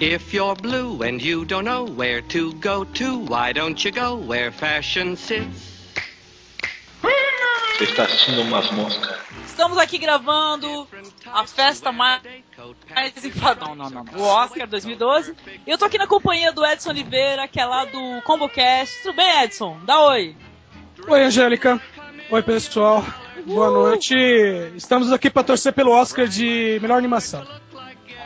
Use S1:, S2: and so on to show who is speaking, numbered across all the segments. S1: If you're blue and you don't know where to go to, why don't you go where fashion sits?
S2: Você está tá assistindo umas moscas.
S3: Estamos aqui gravando a festa mais, mais enfadonha, não, não, não, o Oscar 2012. E eu tô aqui na companhia do Edson Oliveira, que é lá do ComboCast. Tudo bem, Edson? Dá oi.
S4: Oi, Angélica. Oi, pessoal. Boa noite. Estamos aqui para torcer pelo Oscar de melhor animação.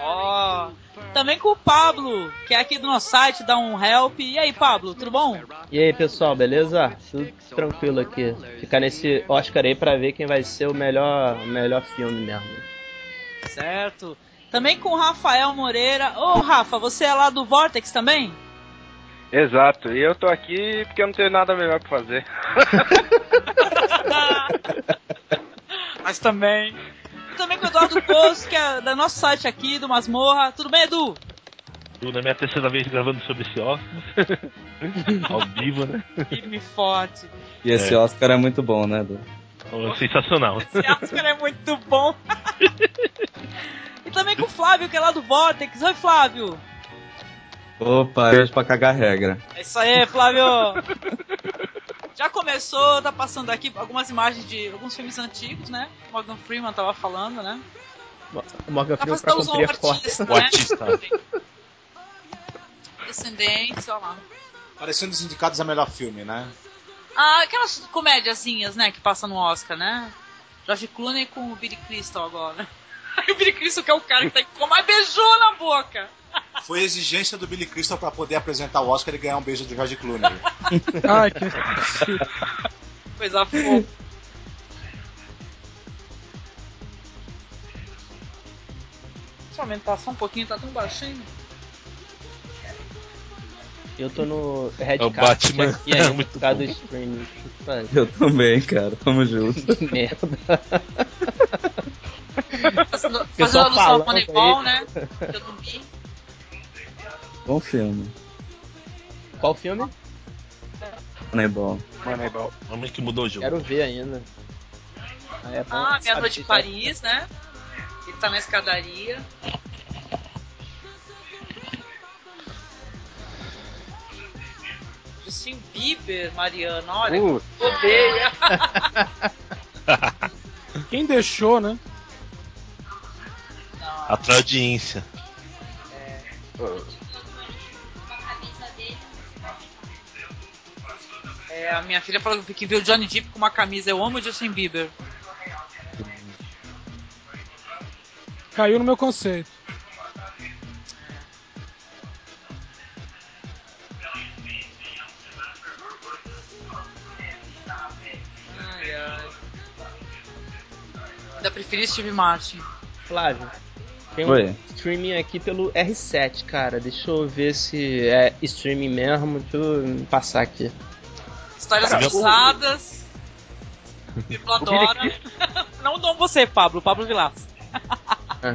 S3: Ó. Também com o Pablo, que é aqui do nosso site, dá um help. E aí, Pablo, tudo bom?
S5: E aí, pessoal, beleza? Tudo tranquilo aqui. Ficar nesse Oscar aí pra ver quem vai ser o melhor, melhor filme mesmo.
S3: Certo. Também com o Rafael Moreira. Ô, Rafa, você é lá do Vortex também?
S6: Exato, e eu tô aqui porque eu não tenho nada melhor pra fazer.
S3: Mas também. Também com o Eduardo Poço, que é do nosso site aqui, do Masmorra. Tudo bem, Edu?
S7: Tudo, é minha terceira vez gravando sobre esse Oscar. Ao vivo, né?
S3: Firme e forte.
S8: E esse
S7: É.
S8: Oscar é muito bom, né, Du?
S7: Oh, Sensacional.
S3: Esse Oscar é muito bom. e também com o Flávio, que é lá do Vortex. Oi, Flávio.
S8: Opa, eu hoje pra cagar regra.
S3: É isso aí, Flávio. Já começou, tá passando aqui algumas imagens de alguns filmes antigos, né? Morgan Freeman tava falando, né?
S5: O Morgan
S3: Tá
S5: Freeman pra
S3: fazendo um
S5: cumprir a cota.
S3: artista,
S7: O
S3: né?
S7: artista.
S3: Descendentes, sei lá.
S9: Parecendo os indicados a melhor filme, né?
S3: Ah, aquelas comédiazinhas, né, que passam no Oscar, né? George Clooney com o Billy Crystal agora. o Billy Crystal que é o cara que tá com mais beijou na boca.
S9: Foi a exigência do Billy Crystal pra poder apresentar o Oscar e ganhar um beijo do George Clooney.
S4: Ai, que...
S3: Coisa fofa. Deixa eu aumentar só um pouquinho, tá tão baixinho.
S5: Eu tô no Red
S7: É o
S5: Carpet
S7: Batman.
S5: aqui ainda
S7: É muito
S5: por causa do streaming. Puta
S8: Eu também, cara, tamo junto.
S5: que merda.
S3: Fazendo, fazendo
S5: Pessoal
S3: alusão
S5: falando
S3: ao Moneyball,
S5: aí.
S3: né? Que eu dormi.
S8: Bom filme.
S5: Qual filme?
S8: Moneyball.
S6: Moneyball.
S7: Homem que mudou o jogo.
S5: Quero ver ainda. Ah, é bom,
S3: Ah, Meia
S5: sabe
S3: Noite de
S5: que-
S3: Paris, né? Ele tá na escadaria. Justin Bieber, Mariana, olha,
S6: Uh,
S3: odeia.
S4: Quem deixou, né?
S7: Atrai audiência.
S3: É, a minha filha falou que viu o Johnny Depp com uma camisa. Eu amo o Justin Bieber.
S4: Caiu no meu conceito.
S3: Ai, ai. Ainda preferi Steve Martin.
S5: Flávio. Tem um
S8: Oi.
S5: streaming aqui pelo R7, cara. Deixa eu ver se é streaming mesmo. Deixa eu passar aqui.
S3: Histórias
S7: Cara,
S3: cruzadas. Pablo adora. Não dou você, Pablo. Pablo Vilas.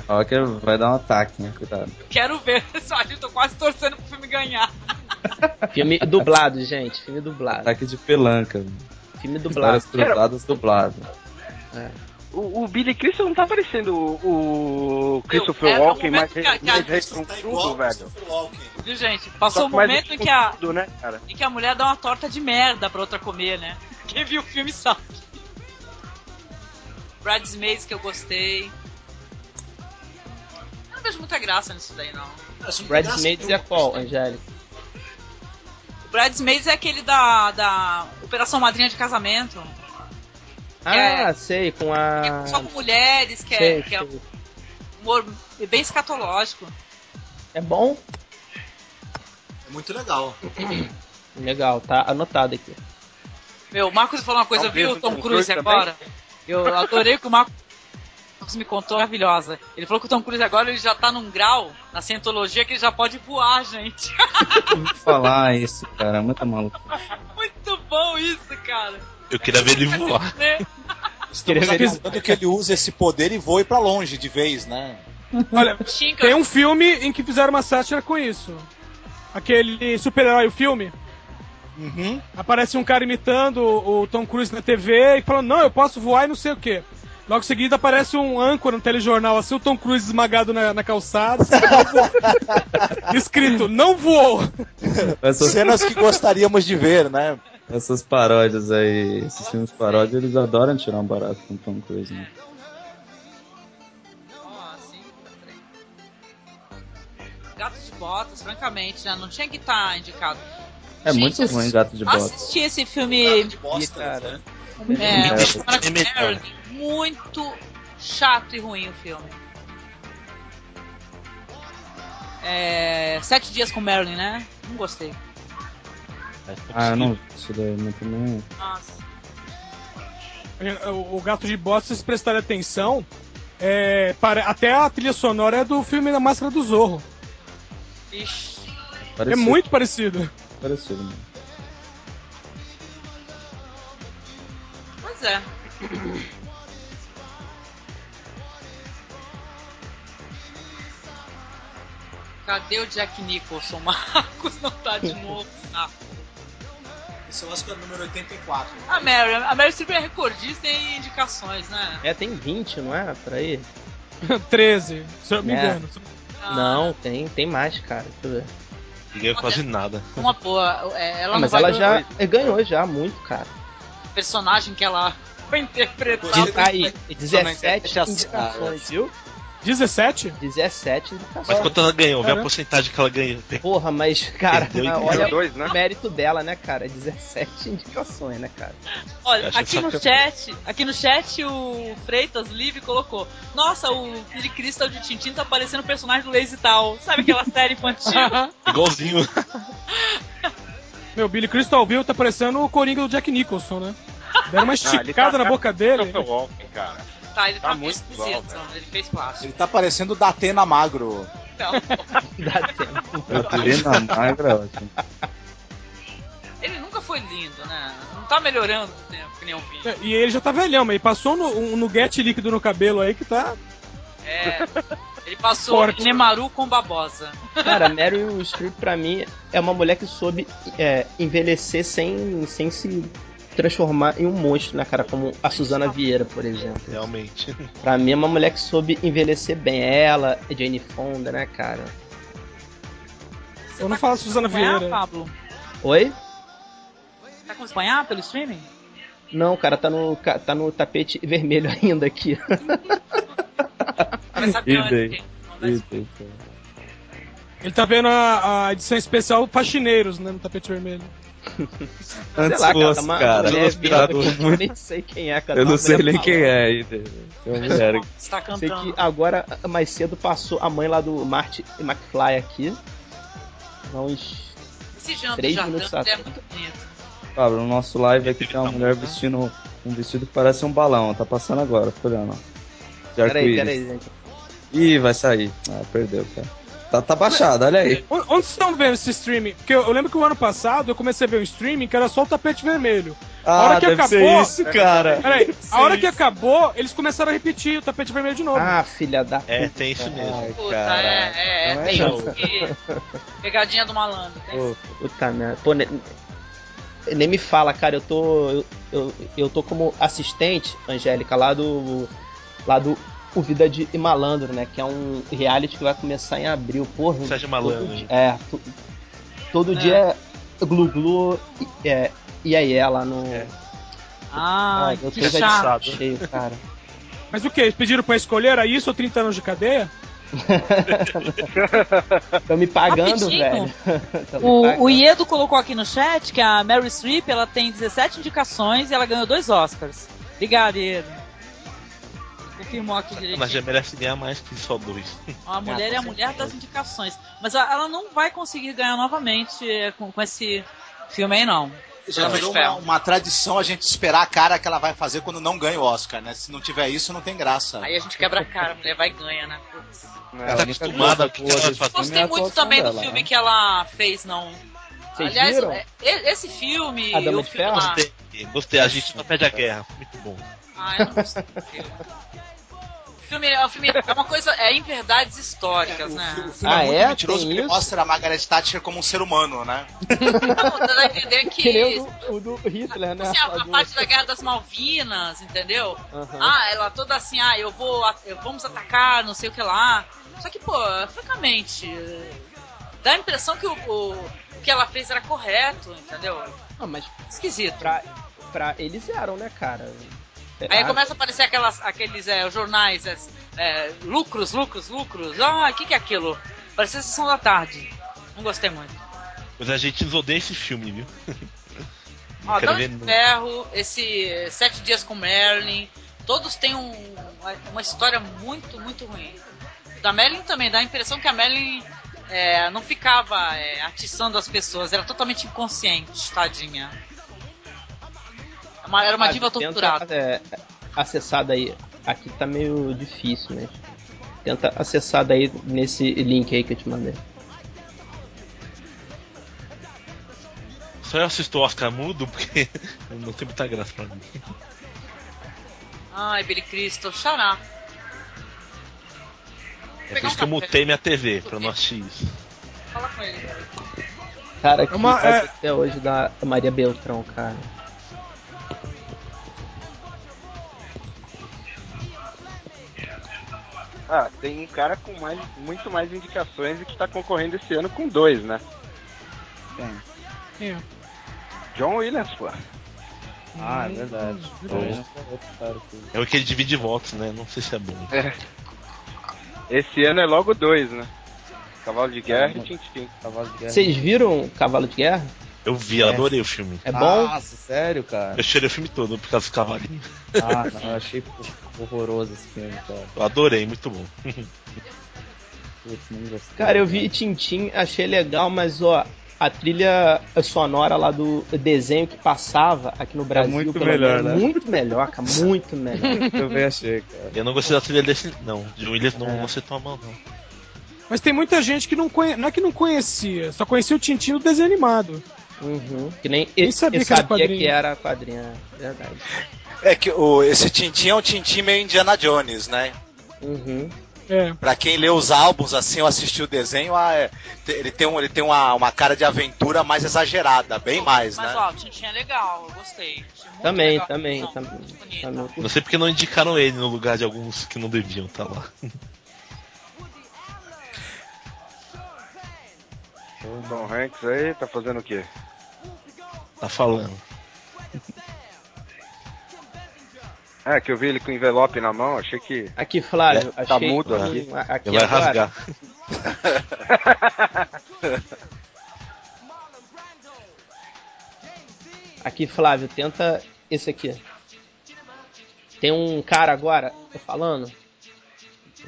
S8: Ó, que vai dar um ataque, né? Cuidado.
S3: Quero ver. Só eu tô quase torcendo pro filme ganhar.
S5: Filme dublado, gente. Filme dublado.
S8: Ataque de pelanca.
S5: Filme dublado.
S8: Várias cruzadas dublado.
S6: o, o Billy Crystal não tá parecendo o, o Christopher
S3: é, é o
S6: Walken,
S3: momento
S6: mas
S3: que a- que a
S6: mais
S3: Crystal
S6: reto com
S9: Tá
S6: tudo,
S9: igual o
S6: velho.
S9: Christopher Walken.
S3: Viu, gente? Passou
S6: Só
S3: um
S6: mais
S3: momento em
S6: reto
S3: que
S6: com
S3: a,
S6: tudo, né, cara?
S3: em que a mulher dá uma torta de merda pra outra comer, né? Quem viu o filme sabe. Bridesmaids que eu gostei. Eu não vejo muita graça nisso daí, não.
S9: Parece um
S5: Bridesmaids é
S9: pedaço de
S5: qual, Angélica?
S3: O Bridesmaids é aquele da, da Operação Madrinha de Casamento.
S5: Ah, sei, com
S3: que
S5: a.
S6: Ah,
S3: é só com mulheres, que é,
S5: Sei,
S3: que é
S5: sei.
S3: humor bem escatológico.
S5: É bom?
S9: um- É muito legal.
S5: Legal, tá anotado aqui.
S3: Meu, o Marcos falou uma coisa,
S6: Talvez
S3: viu,
S6: o
S3: Tom
S6: Tom
S3: Cruise
S6: Cruise
S3: agora? Eu adorei o que o Marcos me contou, maravilhosa. Ele falou que o Tom Cruise agora ele já tá num grau na cientologia que ele já pode voar, gente.
S8: Vou falar isso, cara. é Muita maluca.
S3: Muito bom isso, cara.
S7: Eu queria ver ele voar.
S3: Né?
S9: Estamos avisando que ele usa esse poder e voe pra longe de vez, né?
S4: Olha,
S3: Xinga.
S4: tem um filme em que fizeram uma sátira com isso. Aquele super-herói, o filme.
S9: Uhum.
S4: Aparece um cara imitando o Tom Cruise na TV e falando, não, eu posso voar e não sei o quê. Logo em seguida aparece um âncora no telejornal, assim, o Tom Cruise esmagado na, na calçada. Escrito, não voou.
S8: Essas,
S9: Cenas que gostaríamos de ver, né?
S8: essas paródias aí, esses filmes paródia, eles adoram tirar um barato com Tom Cruise, né? um-
S3: assim, Gatos de Botas, francamente, né? Não tinha que estar indicado.
S8: É
S3: Gente,
S8: muito ruim Gato de Botas.
S3: Assisti esse filme
S9: De bosta, né?
S3: é,
S8: É,
S3: com Mark
S7: é metade.
S3: Maron, muito chato e ruim o filme. É, sete dias com Marilyn, né? Não gostei.
S8: Ah, eu não vi isso daí, mas também... é
S3: Nossa.
S4: O, o Gato de Botas, se vocês prestarem atenção, é, para- até a trilha sonora é do filme da Máscara do Zorro.
S3: Ixi.
S4: É
S8: Parecido,
S4: muito parecido.
S8: Parecido, né? mano.
S3: Pois é. Cadê o Jack Nicholson? Marcos não tá de novo. Ah,
S9: Esse eu acho que é o número 84.
S3: a Mary, a Mary Streep é recordista em indicações, né?
S5: É, tem 20, não é? Por aí?
S4: 13, se eu não me
S5: É.
S4: engano.
S3: Ah,
S5: Não, tem, tem mais, cara. Deixa eu ver.
S7: Ninguém quase nada.
S3: Uma boa. é, Ela
S5: Ah,
S3: não
S5: mas
S3: vai
S5: ela
S3: do-
S5: já é, ganhou já muito, cara.
S3: personagem que ela foi interpretar.
S5: Tá aí, 17
S9: já-
S5: indicações, viu?
S4: 17?
S5: 17
S7: Mas
S5: indicações.
S7: quanto ela ganhou? Vê a
S4: Caramba.
S7: porcentagem que ela ganhou.
S5: Porra, mas, cara,
S7: Perdeu,
S5: mas
S7: entendeu?
S5: olha
S1: dois, né?
S5: o mérito dela, né, cara? 17 indicações, né, cara?
S3: Olha,
S7: Acho
S3: aqui
S7: essa
S3: no
S7: camp-
S3: chat, aqui no chat o Freitas Live colocou. Nossa, o Billy Crystal de Tintin tá parecendo o personagem do Lazy Tal. Sabe aquela série infantil? Tá,
S7: Igualzinho.
S4: Meu, Billy Crystal Bill tá parecendo o Coringa do Jack Nicholson, né? Deram uma
S10: ele
S4: esticada
S10: tá-
S4: na boca dele.
S10: Christopher Walken, cara.
S3: tá, ele tá,
S10: Tá
S3: meio
S10: muito
S3: esquisito,
S10: igual,
S3: né? ele fez plástico.
S9: Ele tá parecendo o Datena Magro.
S3: Então,
S5: Dá tempo.
S8: Eu vi na magra, é ótimo.
S3: ele nunca foi lindo, né? Não tá melhorando com o tempo, que nem o vídeo.
S4: E ele já tá velhão, mas ele passou no, um nuguete líquido no cabelo aí que tá.
S3: É. Ele passou
S4: Forte.
S3: Nemaru com Babosa.
S5: Cara, Meryl Streep, pra mim, é uma mulher que soube é, envelhecer sem, sem se transformar em um monstro, né, cara? Como a Suzana Vieira, por exemplo.
S7: Realmente.
S5: Pra mim, é uma mulher que soube envelhecer bem. Ela, a Jane Fonda, né, cara?
S4: Eu não falo Suzana
S3: Acompanhar,
S4: Vieira.
S3: Pablo?
S5: Oi?
S3: Tá acompanhar pelo streaming?
S5: Não, cara, tá no, ca- tá no tapete vermelho ainda aqui.
S3: Mas sabe
S8: Ih, bem.
S3: onde? que-
S8: Isso, isso.
S4: Ele tá vendo a, a edição especial Faxineiros, né? No tapete vermelho.
S8: Antes
S5: Sei lá,
S8: fosse,
S5: tá uma
S8: cara.
S5: mulher
S8: aspirador.
S5: viada que eu nem sei quem é, cara.
S8: Eu
S5: tá
S8: não
S5: uma
S8: sei
S5: mulher
S8: nem quem
S5: maluca.
S8: é ainda. É uma mulher aqui.
S3: Você tá
S5: Sei
S3: cantando.
S5: que agora, mais cedo, passou a mãe lá do Marty McFly aqui. Há Uns
S3: Esse Jean do
S5: Três
S3: Jardin
S5: minutos
S3: é
S5: atrás.
S3: muito bonito.
S8: Pablo, no nosso live aqui tem uma mulher vestindo um vestido que parece um balão. Tá passando agora, tô olhando. ó. De
S5: Peraí,
S8: arco-íris.
S5: peraí, gente.
S8: Ih, vai sair. Ah, perdeu, cara. Tá, tá baixado, olha aí.
S4: O- Onde vocês estão vendo esse streaming? Porque eu, eu lembro que o ano passado eu comecei a ver um streaming que era só o tapete vermelho.
S8: Ah,
S4: hora que
S8: deve
S4: acabou-
S8: ser isso, cara.
S4: Peraí, a hora que acabou, eles começaram a repetir o tapete vermelho de novo.
S5: Ah, filha da.
S7: É, tem isso mesmo.
S8: Ai,
S3: Puta,
S8: cara.
S3: é, é,
S8: Não
S3: é,
S8: é
S3: tem
S8: não.
S3: isso que- Pegadinha do malandro, né? tem
S8: Pô,
S5: Puta merda. Pô, ne- nem me fala, cara. Eu tô. Eu, eu, eu tô como assistente, Angélica, lá do. Lá do O Vida de Malandro, né? Que é um reality que vai começar em abril, porra.
S7: Sérgio
S5: Todo
S7: Malandro. né?
S5: dia, é, to- todo
S3: É.
S5: dia é Glu Glu e, é, e aí é lá no.
S7: É.
S3: Ah,
S5: eu tô
S3: que
S5: já
S3: chato.
S5: de saco cheio, cara.
S4: Mas o que? Eles pediram pra escolher a isso ou 30 anos de cadeia?
S5: Tão me pagando,
S3: Rapidinho.
S5: velho. Tão me
S3: O,
S5: pagando.
S3: o Iedo colocou aqui no chat que a Mary Streep ela tem 17 indicações e ela ganhou dois Oscars. Obrigado, Iedo. Confirmou aqui
S7: Mas já
S3: direitinho.
S7: merece ganhar mais que só dois.
S3: A mulher é a mulher das indicações. Mas a- ela não vai conseguir ganhar novamente eh, com, com esse filme aí, não.
S9: Já
S3: Homem de
S9: virou É uma,
S3: Ferro.
S9: uma tradição a gente esperar a cara que ela vai fazer quando não ganha o Oscar, né? Se não tiver isso, não tem graça.
S3: Aí a gente quebra a cara, a mulher vai e ganha, né? Putz.
S7: Ela tá acostumada com o que ela
S3: Não
S7: faz.
S5: é
S3: gostei muito também do filme que ela fez, não.
S5: né? Vocês
S3: Aliás,
S5: viram?
S3: é- e- esse filme.
S5: A Dama
S3: o
S5: de
S3: filme
S5: Ferro?
S3: lá-
S7: Gostei, gostei. A gente não perde a guerra. Muito bom.
S3: Ah, eu não gostei do filme. filme, é um filme- é uma coisa. É em verdades históricas, né?
S9: O filme
S5: Ah,
S9: é muito
S5: é?
S9: mentiroso
S5: Tem
S9: porque ele
S5: isso?
S9: mostra a Margaret Thatcher como um ser humano, né?
S3: Não, dá tá a entender
S5: Que nem
S3: que. tipo
S5: o do, o do Hitler, né?
S3: Assim, a, a
S5: Fala de um-
S3: parte da Guerra das Malvinas, entendeu?
S5: Aham.
S3: Ah, ela toda assim, ah, eu vou. a- eu- Vamos atacar, não sei o que lá. Só que, pô, francamente. eh, Dá a impressão que o, o- o que ela fez era correto, entendeu?
S5: Ah, mas
S3: Esquisito.
S5: pra, pra eles eram, né, cara? Será?
S3: Aí é começa a aparecer aquelas, aqueles eh, jornais, eh, eh, lucros, lucros, lucros. Ah, o que, que é aquilo? Parecia sessão da tarde. Não gostei muito.
S7: Mas a gente odeia esse filme, viu? Não
S8: Ah,
S3: Ó,
S7: quero
S3: Dama
S7: ver
S8: um
S3: de
S7: nunca.
S3: Ferro, esse eh, Sete Dias com Merlin, todos têm um- uma- uma história muito, muito ruim. Da Merlin também, dá a impressão que a Merlin eh, não ficava eh, atiçando as pessoas, era totalmente inconsciente, tadinha. Uma- era uma
S5: Ah,
S3: diva
S5: tenta,
S3: torturada.
S5: é, acessar daí. Aqui tá meio difícil, né? Tenta acessar daí nesse link aí que eu te mandei.
S7: Só eu assisto o Oscar mudo porque não tem muita graça pra mim.
S3: Ai, Billy Crystal, xará.
S7: É
S5: um
S7: por isso que eu mutei minha TV, pra não assistir isso.
S3: um Fala com ele.
S5: Cara, que
S4: É uma-
S5: falta
S4: é-
S5: até hoje da Maria Beltrão, cara.
S11: Ah, tem um cara com mais, muito mais indicações e que tá concorrendo esse ano com dois, né?
S4: Quem é?
S11: John Williams, pô.
S8: Ah, é verdade.
S7: Verdade. É o que ele divide votos, né? Não sei se é bom.
S11: Esse ano é logo dois, né? Cavalo de Guerra
S4: Ah,
S11: e Tintin.
S8: Cavalo de Guerra.
S5: Vocês viram Cavalo de Guerra?
S7: Eu vi, adorei o filme.
S8: Ah,
S5: É bom?
S8: Nossa, sério, cara?
S7: Eu cheirei o filme todo por causa dos cavalinhos.
S8: Ah, não, eu achei horroroso esse filme, cara.
S7: Eu adorei, muito bom.
S8: Putz, não gostei.
S5: Cara, eu vi Tintim, achei legal, mas ó, a trilha sonora lá do desenho que passava aqui no Brasil
S8: É muito
S5: pelo
S8: melhor,
S5: menos,
S8: né?
S5: muito melhor, cara, muito melhor.
S8: Eu também achei, cara.
S7: Eu não gostei da trilha desse. Não, de Williams não, não aceitou a mão, não.
S4: Mas tem muita gente que não conhece. Não é que não conhecia, só conhecia o Tintin do desenho animado.
S5: Uhum. Que nem
S4: Nem
S5: eu
S4: sabia que
S5: sabia,
S4: era quadrinho.
S5: que era quadrinho, é verdade.
S9: É que o, esse Tintin é um Tintin meio Indiana Jones, né?
S5: Uhum.
S4: É.
S9: Pra quem lê os álbuns assim ou assistiu o desenho, ah, é, te- ele tem, um, ele tem uma, uma cara de aventura mais exagerada, bem mais,
S3: Mas
S9: né?
S3: ó, o Tintin é legal, eu gostei. Achei muito
S5: Também,
S3: legal a
S5: também,
S3: produção,
S5: também, Tá
S3: muito bonita.
S5: Também.
S7: Não sei porque não indicaram ele no lugar de alguns que não deviam estar lá.
S11: O Tom Hanks aí tá fazendo o quê?
S7: Tá falando.
S11: É, que eu vi ele com envelope na mão, achei que.
S5: Aqui, Flávio,
S7: É,
S11: tá
S5: achei
S11: mudo
S5: que-
S11: aqui.
S5: aqui
S7: Ele vai
S5: agora,
S7: rasgar.
S5: Aqui, Flávio, tenta esse aqui. Tem um cara agora, tô falando,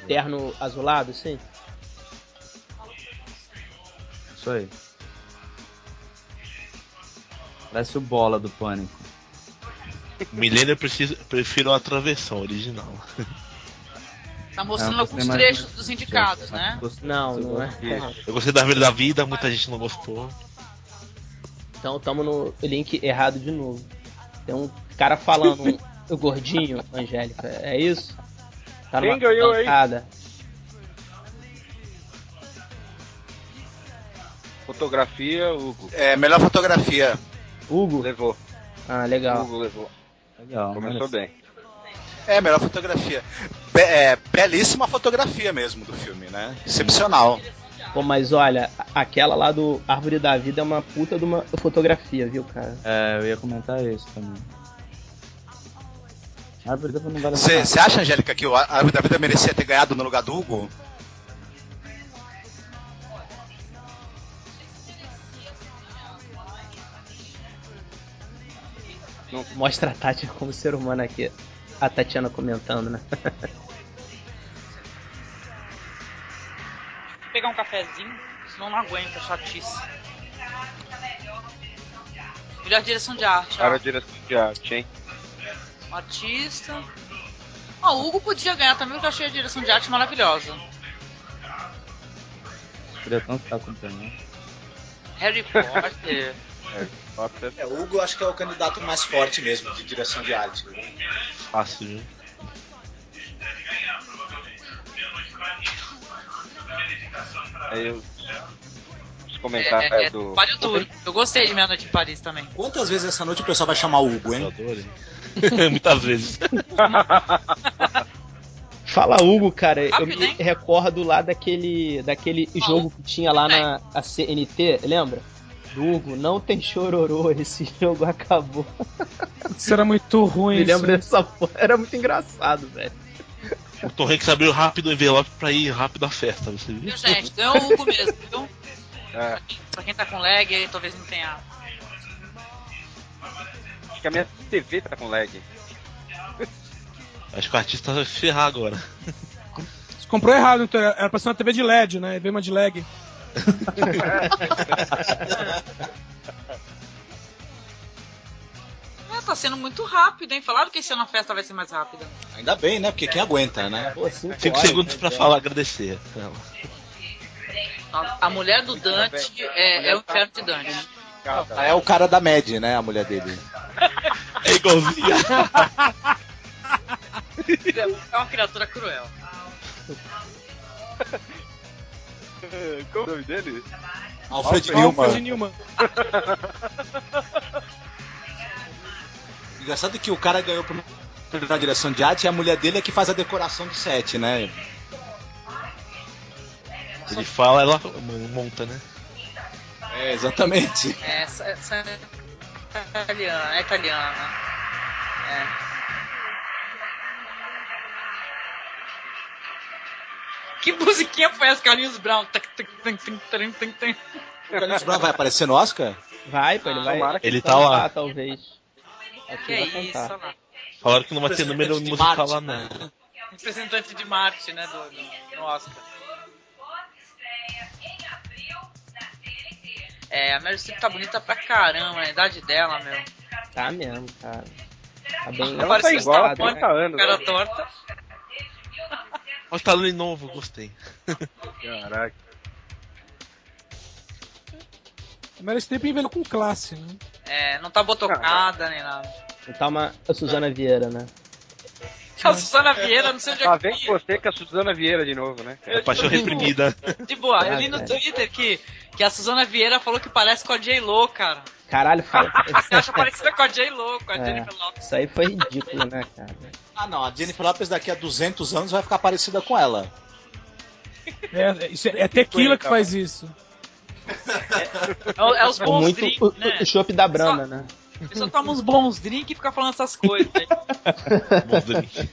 S5: terno azulado, assim.
S8: Isso aí. Parece o bola do pânico.
S7: Milena, eu preciso- prefiro a travessão original.
S3: Tá mostrando
S8: Ah, você
S3: alguns
S8: imagina-
S3: trechos dos indicados, né?
S5: Não, não é.
S7: Eu gostei da Árvore da Vida, muita gente não gostou.
S5: Então tamo no link errado de novo. Tem um cara falando, um- o gordinho, Angélica, é isso? Tá
S11: Quem ganhou aí?
S5: bancada.
S11: Fotografia, Hugo.
S9: É, melhor fotografia.
S5: Hugo?
S11: Levou.
S5: Ah, legal.
S11: Hugo levou.
S8: Legal,
S11: Começou bem.
S9: É, melhor fotografia. Be- é, belíssima fotografia mesmo do filme, né? Excepcional.
S5: Pô, mas olha, a- aquela lá do Árvore da Vida é uma puta de uma fotografia, viu, cara?
S8: É, eu ia comentar isso também. Ah, por exemplo, não vale a pena.
S9: Você acha, Angélica, que o A- Árvore da Vida merecia ter ganhado no lugar do Hugo?
S5: Mostra a Tati como ser humano aqui. A Tatiana comentando, né?
S3: Vou pegar um cafezinho, senão não aguento, é chatice. Melhor direção de arte,
S11: Cara,
S3: ó.
S11: direção de arte, hein?
S3: Um artista. Ó, o Hugo podia ganhar também, porque eu achei a direção de arte maravilhosa.
S8: Queria tanto estar acompanhando.
S3: Harry Potter.
S11: Potter.
S9: É, o Hugo acho que é o candidato mais forte mesmo de direção de arte.
S7: Fácil, viu?
S8: Aí eu... Os comentários
S3: É, é,
S8: tá, do.
S3: Vale tudo. Eu gostei de Meia Noite em Paris também.
S9: Quantas vezes essa noite o pessoal vai chamar o Hugo, hein?
S7: Muitas vezes.
S5: Fala Hugo, cara, eu me
S3: Rápido, hein?
S5: recordo lá daquele, daquele
S3: Fala.
S5: jogo que tinha lá na a CNT, lembra? Do Hugo, não tem chororô, esse jogo acabou.
S4: Isso era muito ruim.
S5: Me lembro
S4: isso.
S5: dessa porra, era muito engraçado, velho.
S7: O Tom Hanks abriu rápido o envelope pra ir rápido à festa, você viu?
S3: Viu, gente? Ganhou o Hugo mesmo, viu?
S8: É,
S3: Pra quem tá com lag, aí talvez não tenha.
S8: acho que a minha TV tá com lag.
S7: Acho que o artista vai ferrar agora.
S4: Você comprou errado, então era pra ser uma TV de LED, né? E veio uma de lag.
S3: Ah, tá sendo muito rápido, hein? Falaram que esse ano a festa vai ser mais rápida.
S9: Ainda bem, né? Porque quem aguenta, né?
S5: Pô, cinco
S7: 5
S5: horas,
S7: segundos
S5: né,
S7: pra
S5: velho?
S7: falar, agradecer.
S3: A, a mulher do Dante é, é o inferno de Dante.
S9: Ah, É o cara da Med, né? A mulher dele.
S7: É igualzinho.
S3: É uma criatura cruel.
S8: Qual o nome dele?
S9: Alfred
S4: Alfred Newman.
S9: Newman. Engraçado que o cara ganhou pro- na direção de arte e a mulher dele é que faz a decoração do set, né?
S7: Ele fala, ela monta, né?
S9: É, exatamente.
S3: É, essa, essa é italiana, é italiana. É. Que musiquinha foi essa, Carlinhos Brown? Tac, tac, tac, tac, tac, tac, tac.
S9: O Carlinhos Brown vai aparecer no Oscar?
S5: Vai, pô, ele vai.
S7: Ele tá lá.
S5: talvez. Acho
S3: Que
S5: ele
S3: é
S5: vai
S3: isso,
S5: cantar.
S3: olha lá.
S7: Falaram que não vai ter número
S9: de
S7: musical
S9: Marte.
S7: lá, né? não.
S3: Representante de Marte, né, do, do, no Oscar. É, a Meryl Streep tá bonita pra caramba, a idade dela, meu.
S5: Tá mesmo, cara. Tá bem.
S8: Ela tá
S3: Parece
S8: igual há
S5: engraçado, né?
S8: 40 anos.
S3: Cara
S8: né?
S3: torta.
S7: Olha o talão tá novo, gostei.
S8: Caraca.
S4: A Meryl Streep veio com classe, né?
S3: É, não tá botocada nem nada.
S5: Tá uma a Suzana Vieira, né?
S3: A Susana Vieira, não sei onde é
S8: Lá
S3: que
S8: vem você com a Suzana Vieira de novo, né? cara?
S7: É paixão reprimida.
S3: De boa, eu li
S5: Ah,
S3: no
S5: cara.
S3: Twitter que, que a Suzana Vieira falou que parece com a J-Lo, cara.
S5: Caralho, fala.
S3: Você acha parecida com a J-Lo, com a
S5: É.
S3: Jennifer Lopez.
S5: Isso aí foi ridículo, né, cara?
S9: Ah, não. A Jennifer Lopez daqui a 200 anos vai ficar parecida com ela.
S4: É, isso é, é tequila que faz isso.
S3: É, o- é os
S5: É
S7: um
S3: bons
S5: muito
S3: drinks,
S5: o,
S3: né?
S5: o chopp da Brahma, né?
S3: A pessoa toma uns bons drinks e fica falando essas coisas. né?
S7: Bom drink.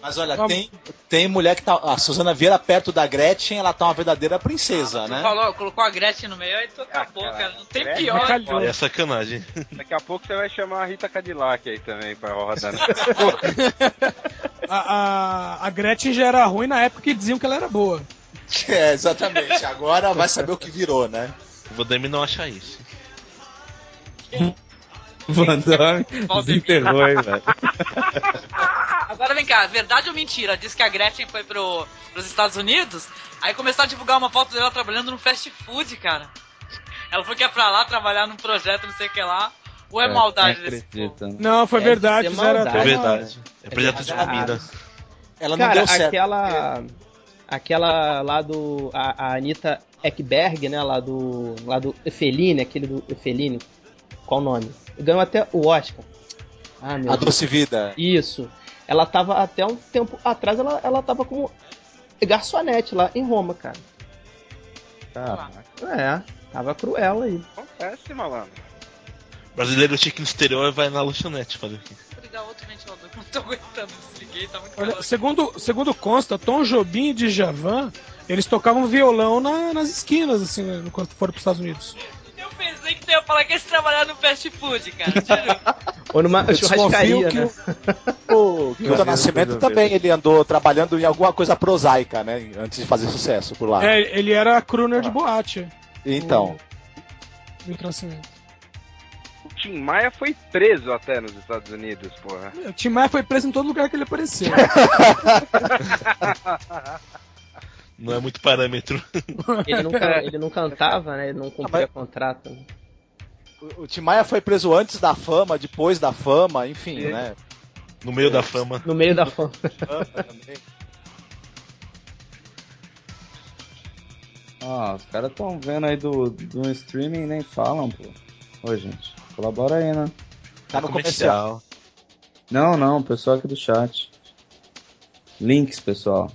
S9: Mas olha,
S4: Vamos.
S9: tem, tem mulher que tá. A Suzana Vieira perto da Gretchen, ela tá uma verdadeira princesa, né?
S3: Falou, colocou a Gretchen no meio, aí tu acabou,
S8: cara,
S3: cara. Não tem
S8: Gretchen
S3: pior.
S4: Calhou.
S7: É sacanagem.
S8: Daqui a pouco você vai chamar a Rita Cadillac aí também pra roda, né?
S4: A, a, a Gretchen já era ruim na época que diziam que ela era boa.
S9: É, exatamente. Agora vai saber o que virou, né?
S7: O Vodami não acha isso.
S12: Van Damme desenterrou, hein, velho.
S3: Agora vem cá, verdade ou mentira? Diz que a Gretchen foi pro, pros Estados Unidos, aí começaram a divulgar uma foto dela trabalhando no fast food, cara. Ela foi que ia pra lá trabalhar num projeto, não sei o que lá. Ou é, maldade
S12: Não
S3: desse povo?
S12: acredito, né?
S4: Não, foi
S5: É,
S4: verdade.
S5: isso é
S4: Fizeram
S5: maldade.
S7: É
S4: até uma-
S7: verdade. É projeto de família.
S9: Ela não
S5: Cara,
S9: deu certo.
S5: aquela. Aquela lá do. A, a Anitta Ekberg, né? Lá do. Lá do Efeline, aquele do Efeline. Qual o nome? Ganhou até o Oscar. Ah, meu
S9: A
S5: Deus.
S9: doce vida.
S5: Isso. Ela tava até um tempo atrás, ela, ela tava como garçonete lá em Roma, cara.
S12: Caraca.
S5: É, tava cruel aí.
S8: Acontece, malandro.
S7: Brasileiro chique no exterior vai na lanchonete fazer o quê?
S3: Vou ligar outro ventilador que eu não tô aguentando, desliguei, tá muito
S4: Olha,
S3: calor.
S4: segundo, segundo consta, Tom Jobim e Djavan, eles tocavam violão na- nas esquinas, assim, né, quando foram pros Estados Unidos.
S3: Eu pensei que tu ia falar que eles trabalharam no fast food, cara. juro.
S5: Ou numa churrascaria,
S4: que
S1: é
S5: né?
S9: O Guilherme Nascimento também, ele andou trabalhando em alguma coisa prosaica, né? Antes de fazer sucesso por lá.
S4: É, ele era crooner
S1: Ah.
S4: de boate,
S9: Então,
S4: Milton Nascimento.
S8: O Tim Maia foi preso até nos Estados Unidos, porra.
S4: O Tim Maia foi preso em todo lugar que ele apareceu.
S7: Não é muito parâmetro.
S5: Ele não, can-
S7: É.
S5: ele não cantava, né? Ele não
S7: Ah,
S5: cumpria contrato. né?
S9: o, o Tim Maia foi preso antes da fama, depois da fama, enfim,
S8: Sim.
S9: né?
S7: No meio da fama.
S5: No meio da fama.
S8: Ah, os caras tão vendo aí do, do streaming e nem falam, pô. Ô, gente, colabora aí, né?
S5: Tá no comercial.
S8: Não, não, pessoal aqui do chat. Links, pessoal.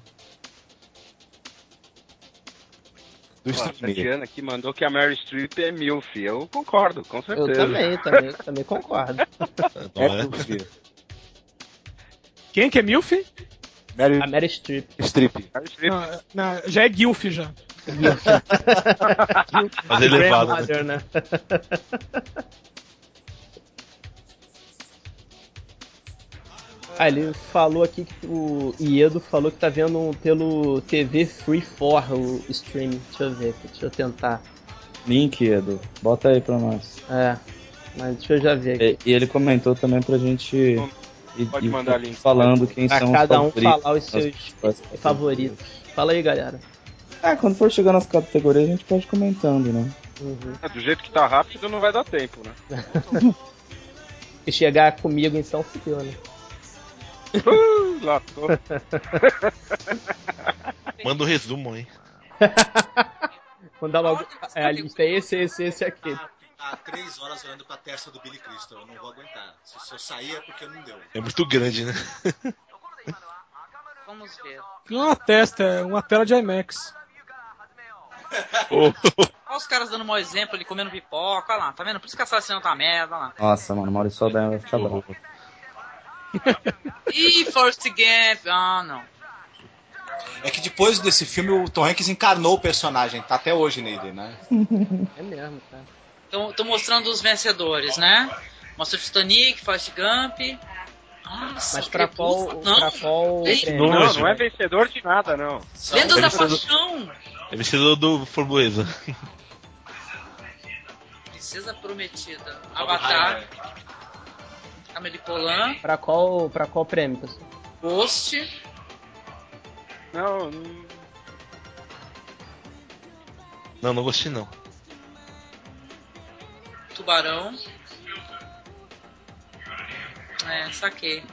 S13: Do
S1: Ó, a
S9: tá
S13: streaming.
S1: Tatiana aqui mandou que a Mary Streep é MILF. Eu concordo, com
S5: Eu
S1: certeza.
S5: também, também, também concordo.
S7: Não é?
S13: É possível.
S4: Quem que é Milf?
S13: Mary
S9: Ah,
S5: A Mary Streep.
S13: Strip.
S1: Meryl Streep,
S4: Não, não, já é Gilf já.
S7: Mas elevado. né?
S5: Grandmother, né? Ah, ele falou aqui que o Iedo falou que tá vendo pelo TV Free For o streaming. Deixa eu ver, aqui, deixa eu tentar.
S8: Link, Edu. Bota aí pra nós.
S5: É, mas deixa eu já ver aqui.
S8: E, e ele comentou também pra gente. ir-
S1: Pode
S8: ir
S1: mandar link.
S8: Falando quem
S5: Pra
S8: são
S5: cada um
S8: os favoritos.
S5: falar os seus
S7: É.
S8: favoritos.
S5: favoritos. É Fala aí, galera.
S8: É, quando for chegar nas categorias, a gente pode ir comentando, né?
S5: Uhum.
S1: ah, Do jeito que tá rápido, não vai dar tempo, né?
S5: Se chegar comigo, então fudeu, né?
S1: Uh, lá tô.
S7: Manda o resumo aí.
S5: Mandar logo. É,
S3: tá
S5: a lista é esse, esse, esse e aquele.
S9: Há Tá três horas olhando pra testa do Billy Crystal. Eu não vou aguentar. Se, se eu sair é porque não deu.
S7: É muito grande, né?
S14: Vamos ver.
S4: Não é uma testa, é uma tela de IMAX.
S7: Ô,
S3: Olha os caras dando um mau exemplo ali, comendo pipoca, olha lá, tá vendo? Por isso que a assassina tá merda, olha lá.
S8: Nossa, mano, o Maurício Alberto vai ficar bravo.
S7: é
S3: Ih, Forrest Gump, ah, não.
S9: É que depois desse filme o Tom Hanks encarnou o personagem. Tá até hoje nele, né?
S5: É mesmo, cara.
S3: Tô, tô mostrando os vencedores, né? Mostra o Titanic, Forrest Gump. Nossa,
S5: Mas pra qual.
S3: Crepúsculo, não.
S5: Pra qual.
S3: Ei,
S5: prêmio?
S7: Nojo.
S1: Não, não é vencedor de nada, não.
S3: Lendas da Paixão.
S7: É vencedor do Formoesa.
S3: Princesa Prometida. Avatar. Amelie Polan.
S5: Pra qual, pra qual prêmio, pessoal?
S3: Ghost.
S1: Não, não.
S7: Não, não gostei não.
S3: Tubarão. É, saquei.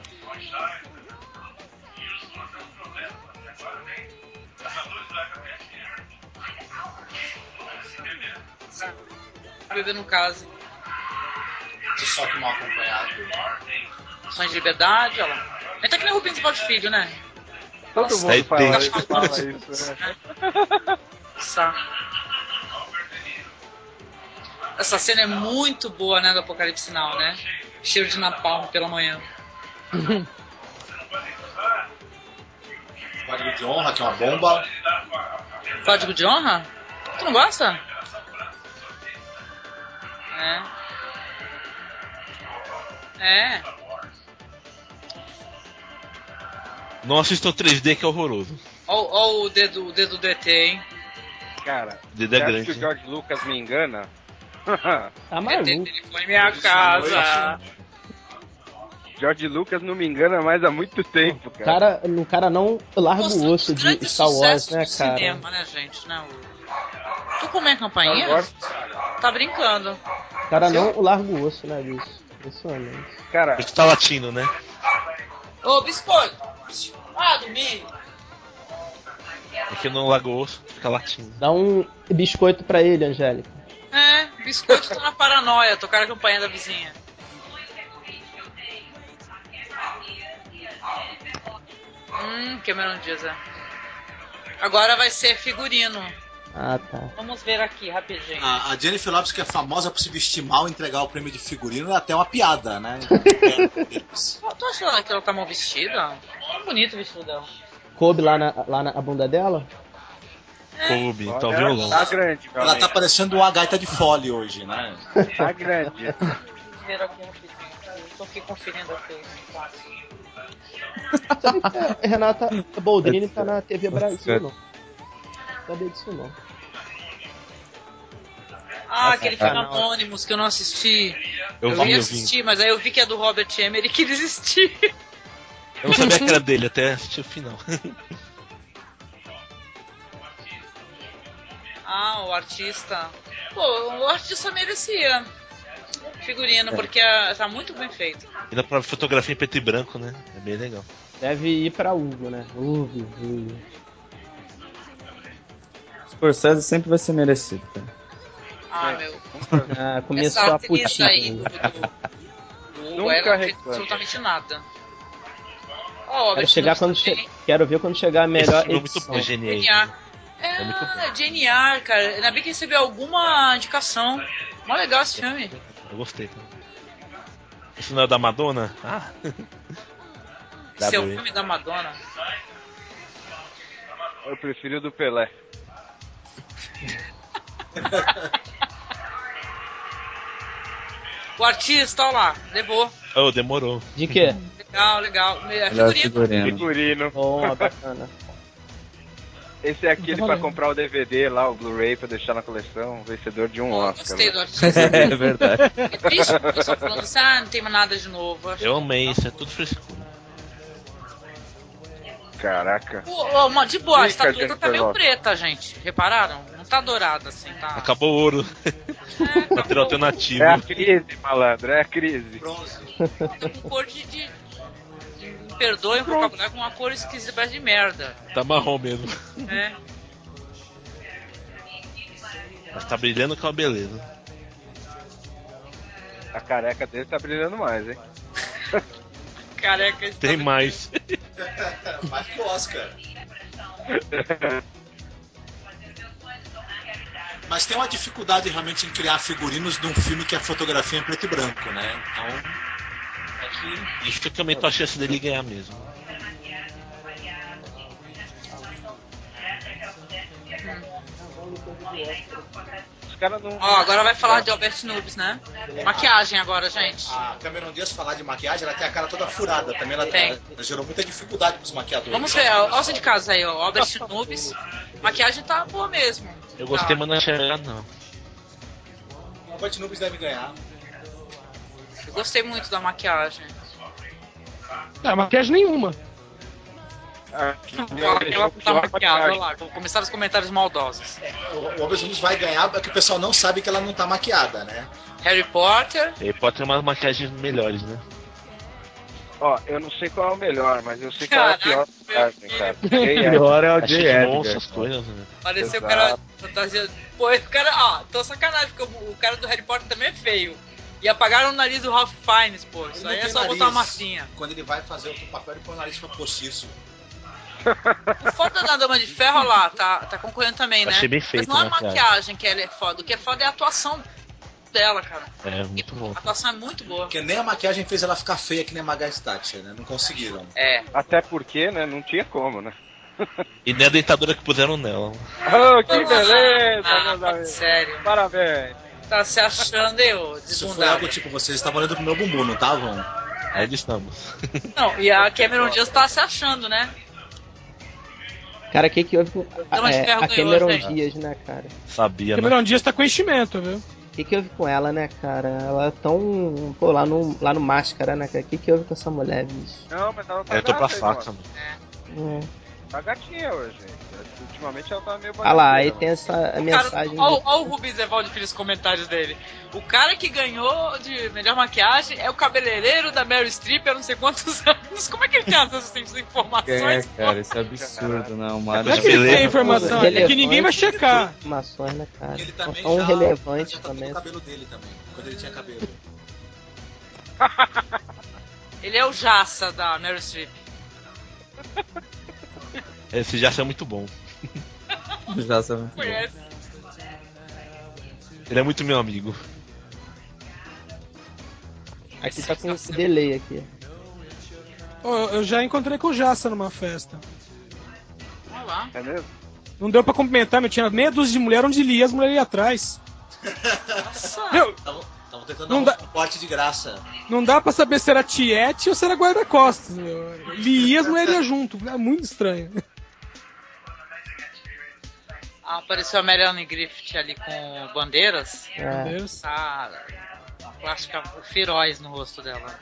S3: Bebê no caso.
S9: Só que mal acompanhado.
S3: Sonho de liberdade, olha lá. Ele tá aqui na Rubens de Filho, né?
S1: Todo
S7: Nossa, aí
S1: mundo fala
S7: tem.
S1: isso, fala isso, né?
S3: Sa. Essa cena é muito boa, né? Do Apocalipse Sinal, né? Cheiro de napalm pela manhã.
S9: Código de honra, que é uma bomba.
S3: Código de honra? Tu não gosta? É. É.
S7: Não assistam 3D que é horroroso.
S3: Ó, ó o dedo, o dedo DT, hein?
S1: Cara,
S7: Dedo
S1: você
S7: é
S1: acha que o
S7: grande. né?
S1: George Lucas me engana?
S5: Tá
S3: DT,
S5: maluco.
S3: telefone minha casa.
S1: George Lucas não me engana mais há muito tempo,
S5: O
S1: cara.
S5: cara, o cara não larga o osso de
S3: é um Grande
S5: Star Wars,
S3: sucesso
S5: né,
S3: do
S5: cara?
S3: Cinema, né, gente? Né, o- Tu comendo campainha?
S1: Agora,
S3: Tá brincando.
S5: O cara
S3: é um
S5: não larga o osso, né, bicho? Impressionante.
S1: cara,
S7: A gente tá latindo, né?
S3: Ô, biscoito! Ah, do milho!
S7: É que não larga o osso, fica latindo.
S5: Dá um biscoito pra ele, Angélica.
S3: É, biscoito tá na paranoia, tocaram a campainha da vizinha. Hum, Cameron Diaz, é. Agora vai ser figurino.
S5: Ah, tá.
S3: Vamos ver aqui, rapidinho.
S9: A, a Jennifer Lopes, que é famosa por se vestir mal e entregar o prêmio de figurino, é até uma piada, né?
S3: Tu acha ela- que ela tá mal vestida? Tá bonito o vestido dela.
S5: Coube lá na, lá na a bunda dela?
S7: Kobe,
S1: olha,
S7: tá o violão.
S1: tá grande,
S9: Ela
S1: realmente.
S9: tá parecendo uma gaita de fole hoje, né?
S1: Tá grande.
S3: Vamos ver aqui rapidinho. Tô aqui conferindo aqui.
S5: Sabe que a É, Renata Boldrini tá na TV
S1: É.
S5: Brasil, não? Sabia disso, não.
S3: Ah, aquele filme Anonymous que eu não assisti.
S7: Eu
S3: eu
S7: vi,
S3: ia
S7: eu vi.
S3: assistir, mas aí eu vi que é do Robert Emmerich e ele desistiu.
S7: Eu não sabia que era dele até assistir o final.
S3: Ah, o artista. Pô, o artista merecia figurino,
S5: É.
S3: porque ah, tá muito bem feito.
S7: E dá pra fotografia em preto e branco, né? É bem legal.
S5: Deve ir pra Hugo, né? Hugo, Hugo.
S8: Scorsese sempre vai ser merecido, cara.
S3: Ah, meu.
S5: Ah, É. começou
S3: Essa
S5: a
S3: atriz aí,
S5: putinha.
S3: do- do-
S15: Nunca
S3: ela não fez
S15: reclama.
S3: absolutamente nada. Ó,
S5: Quero, chegar quando che- né? Quero ver quando chegar a melhor
S7: filme é muito
S5: edição.
S7: bom, Geniei.
S3: GNR. É, Jane Eyre, cara. Ainda bem que recebeu alguma indicação. Mó legal esse
S5: É.
S3: filme.
S7: Eu gostei. Tá? Esse não é da Madonna? Ah,
S3: Esse é o
S7: bem.
S3: filme da Madonna.
S15: Eu prefiro o do Pelé.
S3: O artista, olha lá, levou.
S7: oh, demorou.
S5: De quê?
S3: Legal, legal. A
S8: Melhor
S3: figurinha.
S8: figurino.
S15: Figurino.
S5: Bom, bacana.
S15: Esse é aquele pra comprar o DVD lá, o Blu-ray, pra deixar na coleção. Vencedor de um
S3: Pô,
S15: Oscar.
S3: gostei
S15: né?
S3: do artista.
S8: É verdade.
S3: É triste o pessoal falando assim, ah, não tem mais nada de novo. Acho-
S7: Eu amei, isso é tudo frescura.
S15: Caraca.
S3: Pô, ó, uma- de boa, a
S15: Ih,
S3: estatueta
S15: cara,
S3: tá meio
S15: foi
S3: preta, gente. Repararam? Não tá dourada assim, tá?
S7: Acabou o ouro.
S3: É, tá
S7: Material alternativo.
S15: É a crise, malandro, é a crise.
S3: bronze. Tá com cor de. de... de- me Perdoe o vocabulário com uma cor esquisita, parece de merda.
S7: Tá marrom mesmo.
S3: né?
S7: Mas tá brilhando com a beleza.
S15: A careca dele tá brilhando mais, hein?
S3: Careca esse
S7: Tem
S3: tá-
S7: mais.
S9: Mais que o Oscar. Mas tem uma dificuldade realmente em criar figurinos de um filme que a fotografia é preto e branco, né? Então,
S7: Isso que aumentou a chance dele ganhar mesmo.
S15: Os caras não.
S3: Ó, agora vai falar de Albert Noobs, né? Maquiagem agora, gente.
S9: a Cameron Diaz falar de maquiagem, ela tem a cara toda furada também. Ela
S3: Tem.
S9: ela gerou muita dificuldade pros maquiadores.
S3: Vamos ver, ó, ó os indicados aí, ó. Albert Noobs. Maquiagem tá boa mesmo.
S7: Eu gostei,
S3: tá.
S7: mas não achei melhor, não.
S9: O Bud Nubes deve ganhar.
S3: Eu gostei muito da maquiagem.
S4: Ah, maquiagem nenhuma.
S15: Ah,
S3: Fala que ela tá maquiada, olha lá. Vou começar os comentários maldosos.
S9: O, o Albert Nubes vai ganhar porque o pessoal não sabe que ela não tá maquiada, né?
S3: Harry Potter.
S7: Ele pode ter umas maquiagens melhores, né?
S15: Ó, eu não sei qual é o melhor, mas eu sei qual é o pior
S3: Caraca,
S15: personagem,
S3: meu
S15: cara. Quem é?
S8: é o
S7: Achei de monstro essas coisas, né?
S3: Pareceu o
S15: Exato.
S3: cara fantasia. Pô, o cara. Ó, tô sacanagem, porque o, o cara do Harry Potter também é feio. E apagaram o nariz do Ralph Fiennes, pô.
S9: Ele
S3: Isso
S9: não
S3: aí é
S9: tem
S3: só
S9: nariz.
S3: botar uma massinha.
S9: Quando ele vai fazer o papel, ele põe o nariz fica postiço.
S3: O foda da Dama de Ferro, olha lá, tá, tá concorrendo também, né?
S7: Achei bem
S3: Mas
S7: feito
S3: não é a
S7: a maquiagem.
S3: maquiagem que ela é foda. O que é foda é a atuação dela, cara.
S7: É, muito bom.
S3: A atuação é muito boa.
S9: Porque nem a maquiagem fez ela ficar feia que nem a Magas Thatcher, né? Não conseguiram.
S3: É.
S15: Até porque, né? Não tinha como, né?
S7: E nem a dentadura que puseram nela.
S15: Oh, que beleza,
S3: Ah,
S15: meus amigos.
S3: sério.
S1: é,
S15: Parabéns.
S3: Tá se achando, hein, ô,
S9: Isso foi
S3: desbundado.
S9: algo tipo, vocês estavam olhando pro meu bumbum, não estavam?
S7: Ainda estamos.
S3: Não, e a Cameron Diaz tá se achando, né?
S5: Cara, o que que houve com
S3: Dama
S5: a,
S3: de
S5: é,
S3: Ferro
S5: a
S3: ganhou,
S5: Cameron
S3: gente.
S5: Dias, né, cara?
S7: Sabia, né?
S4: Cameron Dias tá com enchimento, viu?
S5: O que que houve com ela, né, cara? Ela é tão... Pô, lá no, lá no Máscara, né, cara? O que que houve com essa mulher, bicho?
S15: Não, mas ela tá
S7: Eu tô pra
S15: gata, hein,
S7: faca, mano.
S5: É.
S15: mano. Tá gatinha hoje. gente. Ultimamente ela tá meio
S5: Ah lá, aí
S15: bagaceira,
S5: tem essa
S3: tá
S5: mensagem... do-
S3: Olha o Rubens Evaldo Filho os comentários dele. O cara que ganhou de melhor maquiagem é o cabeleireiro da Mary Streep há não sei quantos anos. Como é que ele tem acesso a essas
S8: É,
S3: informações?
S8: cara, isso é absurdo, não. Uma
S4: Não
S8: área
S4: é
S8: de
S4: que ele
S8: beleza.
S4: tem informação, é que
S5: relevante,
S4: ninguém vai checar.
S5: Informações, né, cara?
S3: tá
S9: Ele
S5: São
S9: também
S5: tão
S9: já-
S5: relevantes
S9: já tá
S5: também.
S9: o cabelo dele também, quando ele tinha cabelo.
S3: Ele é o Jaça da Mary Streep.
S7: Esse Jace é muito bom.
S8: Já sabe.
S3: Conhece?
S7: Ele é muito meu amigo.
S5: Aqui tá com esse delay aqui.
S4: Ô, eu já encontrei com o Jaça numa festa.
S3: Olha lá.
S15: É mesmo?
S4: Não deu pra cumprimentar, meu. Tinha meia dúzia de mulher onde lia as mulheres ali atrás.
S3: Nossa.
S4: Meu,
S9: Estavam tentando
S4: Não
S9: dar
S4: dá-
S9: um suporte de graça.
S4: não dá pra saber se era tiete ou se era guarda-costas, meu. Lia as mulheres ia junto. É muito estranho.
S3: Ah, apareceu a Marianne Griffith ali com bandeiras.
S4: Meu
S5: É.
S4: Deus.
S3: Tá. Plástica feroz no rosto dela.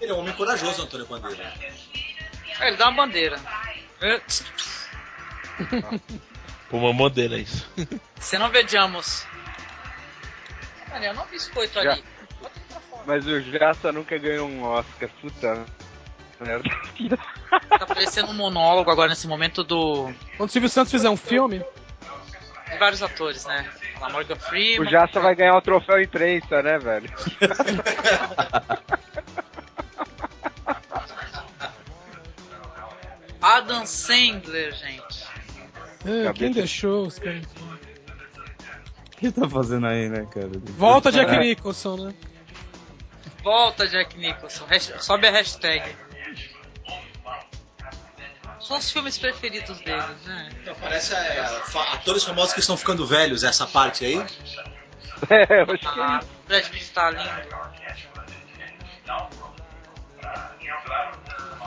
S9: Ele é um homem corajoso, Antônio Bandeira.
S3: Ah, Ele dá uma bandeira. Eh,
S7: Pô, uma modelo é isso.
S3: Se não vejamos. Cara, eu não biscoito
S15: Já.
S3: ali. Bota ele pra fora.
S15: Mas o Jaça nunca ganhou um Oscar, puta merda.
S3: Tá parecendo um monólogo agora nesse momento do.
S4: Quando o Silvio Santos fizer um filme,
S3: vários atores, né? A Morgan Freeman.
S15: O Jasta vai ganhar o troféu imprensa, né, velho?
S3: Adam Sandler, gente.
S4: É, quem deixou os caras?
S8: O que tá fazendo aí, né, cara?
S4: Volta Jack Nicholson, né?
S3: Volta, Jack Nicholson. Hasht- Sobe a hashtag. São os filmes preferidos dele, né?
S9: Parece é, fa- atores famosos que estão ficando velhos, essa parte aí.
S15: É, eu acho
S3: Ah, Brad Pitt tá lindo.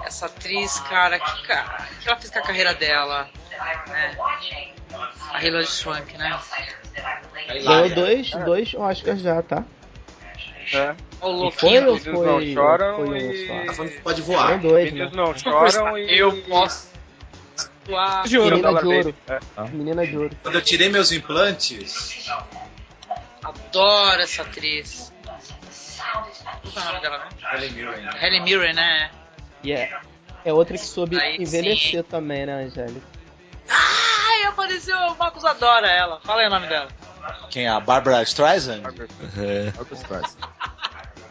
S3: Essa atriz, cara, que, ca- que ela fez com a carreira dela? Né? A Hilary Swank, né?
S9: É
S5: Ganhou dois, dois Oscars já, tá?
S15: É.
S3: O
S5: foi ou
S3: louquinho.
S5: foi? foi um só? Foram dois, né?
S3: Eu posso. Uau.
S5: Menina de ouro.
S9: É, tá.
S5: Menina de ouro.
S9: Quando eu tirei meus implantes,
S3: Adoro essa atriz. Qual é o nome dela mesmo?
S9: Helen Mirren.
S3: Helen Mirren, né?
S5: E é, é outra que soube
S3: Aí sim.
S5: envelhecer também, né, Angélica?
S3: Ai, apareceu, o Marcos adora ela. Fala aí o nome dela.
S9: Quem é? A Barbara Streisand?
S7: É.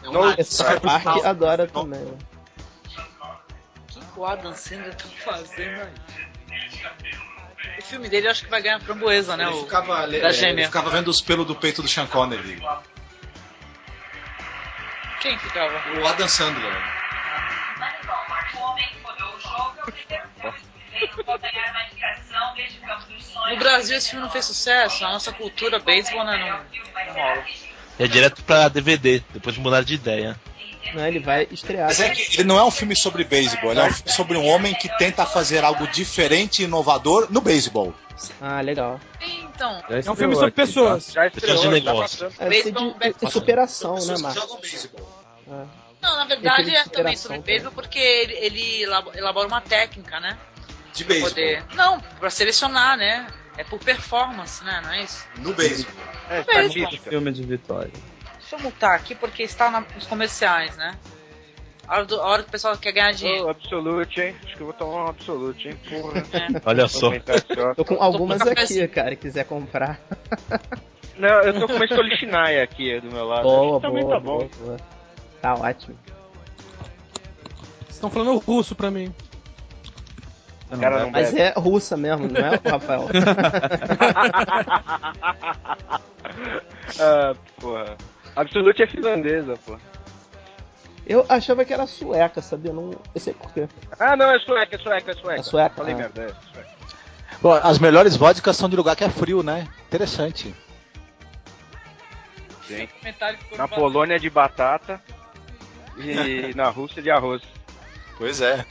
S9: É
S5: Essa parte adora também. né?
S3: O que que o Adam Sandler tá fazendo aí? O filme dele eu acho que vai ganhar framboesa, né?
S9: Ele
S3: o-
S9: ficava, le-
S3: da
S9: é,
S3: gêmea.
S9: ele ficava vendo os pelos do peito do Sean Connery.
S3: Quem ficava?
S9: O Adam Sandler.
S3: No Brasil esse filme não fez sucesso, a nossa cultura beisebol né, não, não rola.
S7: É direto pra DVD, depois mudaram de ideia.
S5: Não, ele vai estrear.
S9: Mas é que ele não é um filme sobre beisebol, ele é um filme sobre um homem que tenta fazer algo diferente e inovador no beisebol.
S5: Ah, legal.
S3: Então,
S4: É um filme sobre
S8: tá?
S4: pessoas.
S9: Pessoas
S7: tá
S9: de negócio.
S5: É, ser de, de superação, né,
S9: um
S5: Marcos?
S3: não, na verdade
S5: Aquele de
S3: é também sobre
S5: superação,
S3: beisebol porque ele, ele elabo- elabora uma técnica, né?
S9: De
S3: Pra poder- Não, pra selecionar, né? É por performance, né? Não é isso?
S9: No beisebol.
S3: É,
S8: Filme de vitória.
S3: Deixa eu mutar aqui porque está na- nos comerciais, né? A hora, do, a hora que o pessoal quer ganhar dinheiro.
S15: Oh, absolute, hein? Acho que eu vou tomar um absolute, hein? Porra.
S7: Olha só.
S5: Ah, Tô com algumas
S15: Tô com
S5: aqui, cara, quiser comprar.
S15: Não, eu tô com uma estolixinaia aqui do meu lado.
S5: Boa,
S15: Acho que também
S5: boa,
S15: tá bom.
S5: boa, boa. Tá ótimo.
S4: Vocês estão falando russo pra mim.
S15: O cara não
S5: Mas
S15: bebe.
S5: é russa mesmo, não é, Rafael? é-
S15: ah, porra. Absolute é finlandesa, porra.
S5: Eu achava que era sueca, sabia? Não, eu sei por quê.
S15: Ah, não, é sueca, é sueca, é sueca.
S5: É sueca,
S15: Falei
S5: ah.
S15: merda, é sueca.
S9: Bom, as melhores vodkas são de lugar que é frio, né? Interessante.
S15: Sim.
S3: Comentário ficou
S15: Na
S3: no-
S15: Polônia de batata e na Rússia de arroz.
S9: Pois é.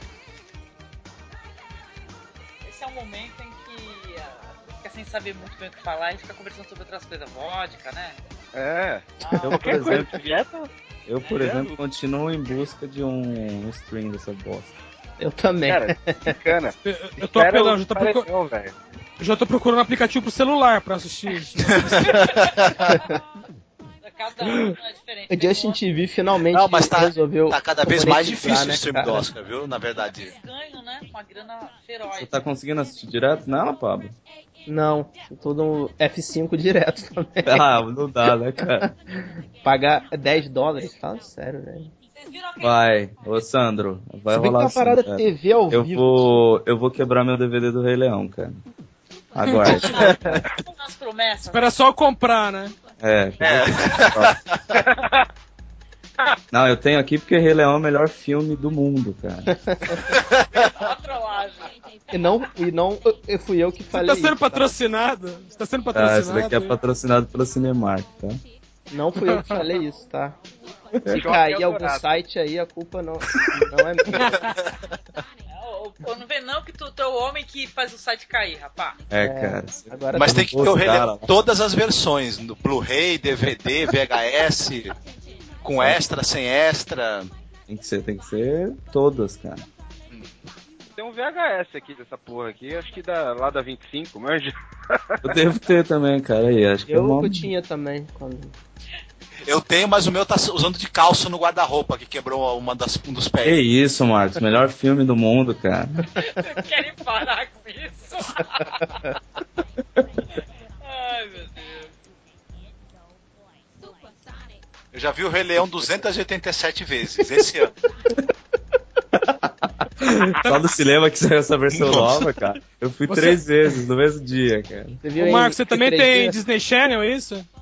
S3: Esse é um momento em que ah, fica sem saber muito bem o que falar e fica conversando sobre outras coisas. Vodka, né?
S15: É.
S8: Eu, por
S15: Qualquer coisa,
S8: exemplo,
S15: dieta.
S8: eu, por exemplo continuo em busca de um stream dessa bosta.
S5: Eu também.
S15: Cara, bacana.
S4: Eu tô apelando, já tô procurando.
S15: velho.
S4: Já tô procurando um aplicativo pro celular pra assistir isso.
S3: Cada um é diferente.
S5: O Justin TV finalmente
S9: Não, mas tá-
S5: resolveu.
S9: Tá cada vez mais
S5: monetizar,
S9: difícil o
S5: né,
S9: stream do
S5: cara?
S9: Oscar, viu? Na verdade.
S3: Ganho, né? Uma grana feroz.
S8: Você tá conseguindo assistir direto nela, Pablo?
S5: Não, eu tô no F5 direto também.
S8: Ah, não dá, né, cara?
S5: Pagar 10 dólares, fala sério, velho.
S8: Vai, ô Sandro, vai
S5: Você vê que
S8: rolar
S5: tá uma
S8: assim,
S5: parada
S8: cara.
S5: TV ao
S8: eu
S5: vivo.
S8: Vou, eu vou quebrar meu DVD do Rei Leão, cara. Aguarde.
S3: Todas as promessas.
S4: Espera só eu comprar, né?
S8: É. Não, eu tenho aqui porque Rei Leão é o melhor filme do mundo, cara.
S3: Uma trollagem.
S5: E não, e não eu- eu fui eu que
S4: Você
S5: falei.
S4: tá sendo
S5: isso, tá?
S4: patrocinado? Você tá sendo
S8: Ah, esse
S4: patrocinado?
S8: daqui é patrocinado pela Cinemark, tá?
S5: Não fui eu que falei isso, tá? Se
S15: Joga
S5: cair
S15: em
S5: algum
S15: Eldorado.
S5: site aí, a culpa não, não é minha.
S3: Ô, ô, ô, Não vê não que tu, tu é o homem que faz o site cair, rapá.
S8: É,
S5: É,
S8: cara.
S5: Agora
S9: Mas
S5: tá-
S9: tem que ter o Rei Leão,
S8: Cara.
S9: todas as versões, no Blu-ray, DVD, VHS, com extra, sem extra.
S8: Tem que ser, tem que ser todas, cara.
S15: Tem um VHS aqui dessa porra aqui, acho que da, lá da 25, manja.
S8: Eu devo ter também, cara. Aí, acho que é
S5: Eu
S8: bom.
S5: que tinha também. Quando...
S9: Eu tenho, mas o meu tá usando de calço no guarda-roupa, que quebrou uma das, um dos
S8: Que
S9: pés.
S8: isso, Marcos. Melhor filme do mundo, cara.
S3: Querem parar com isso?
S9: Eu já vi o Rei Leão 287 vezes esse ano.
S8: Lá no cinema que saiu essa versão nova, cara. Eu fui
S4: Você-
S8: três vezes no mesmo dia, cara.
S4: Ô, Marcos, você também tem Disney Channel, é isso?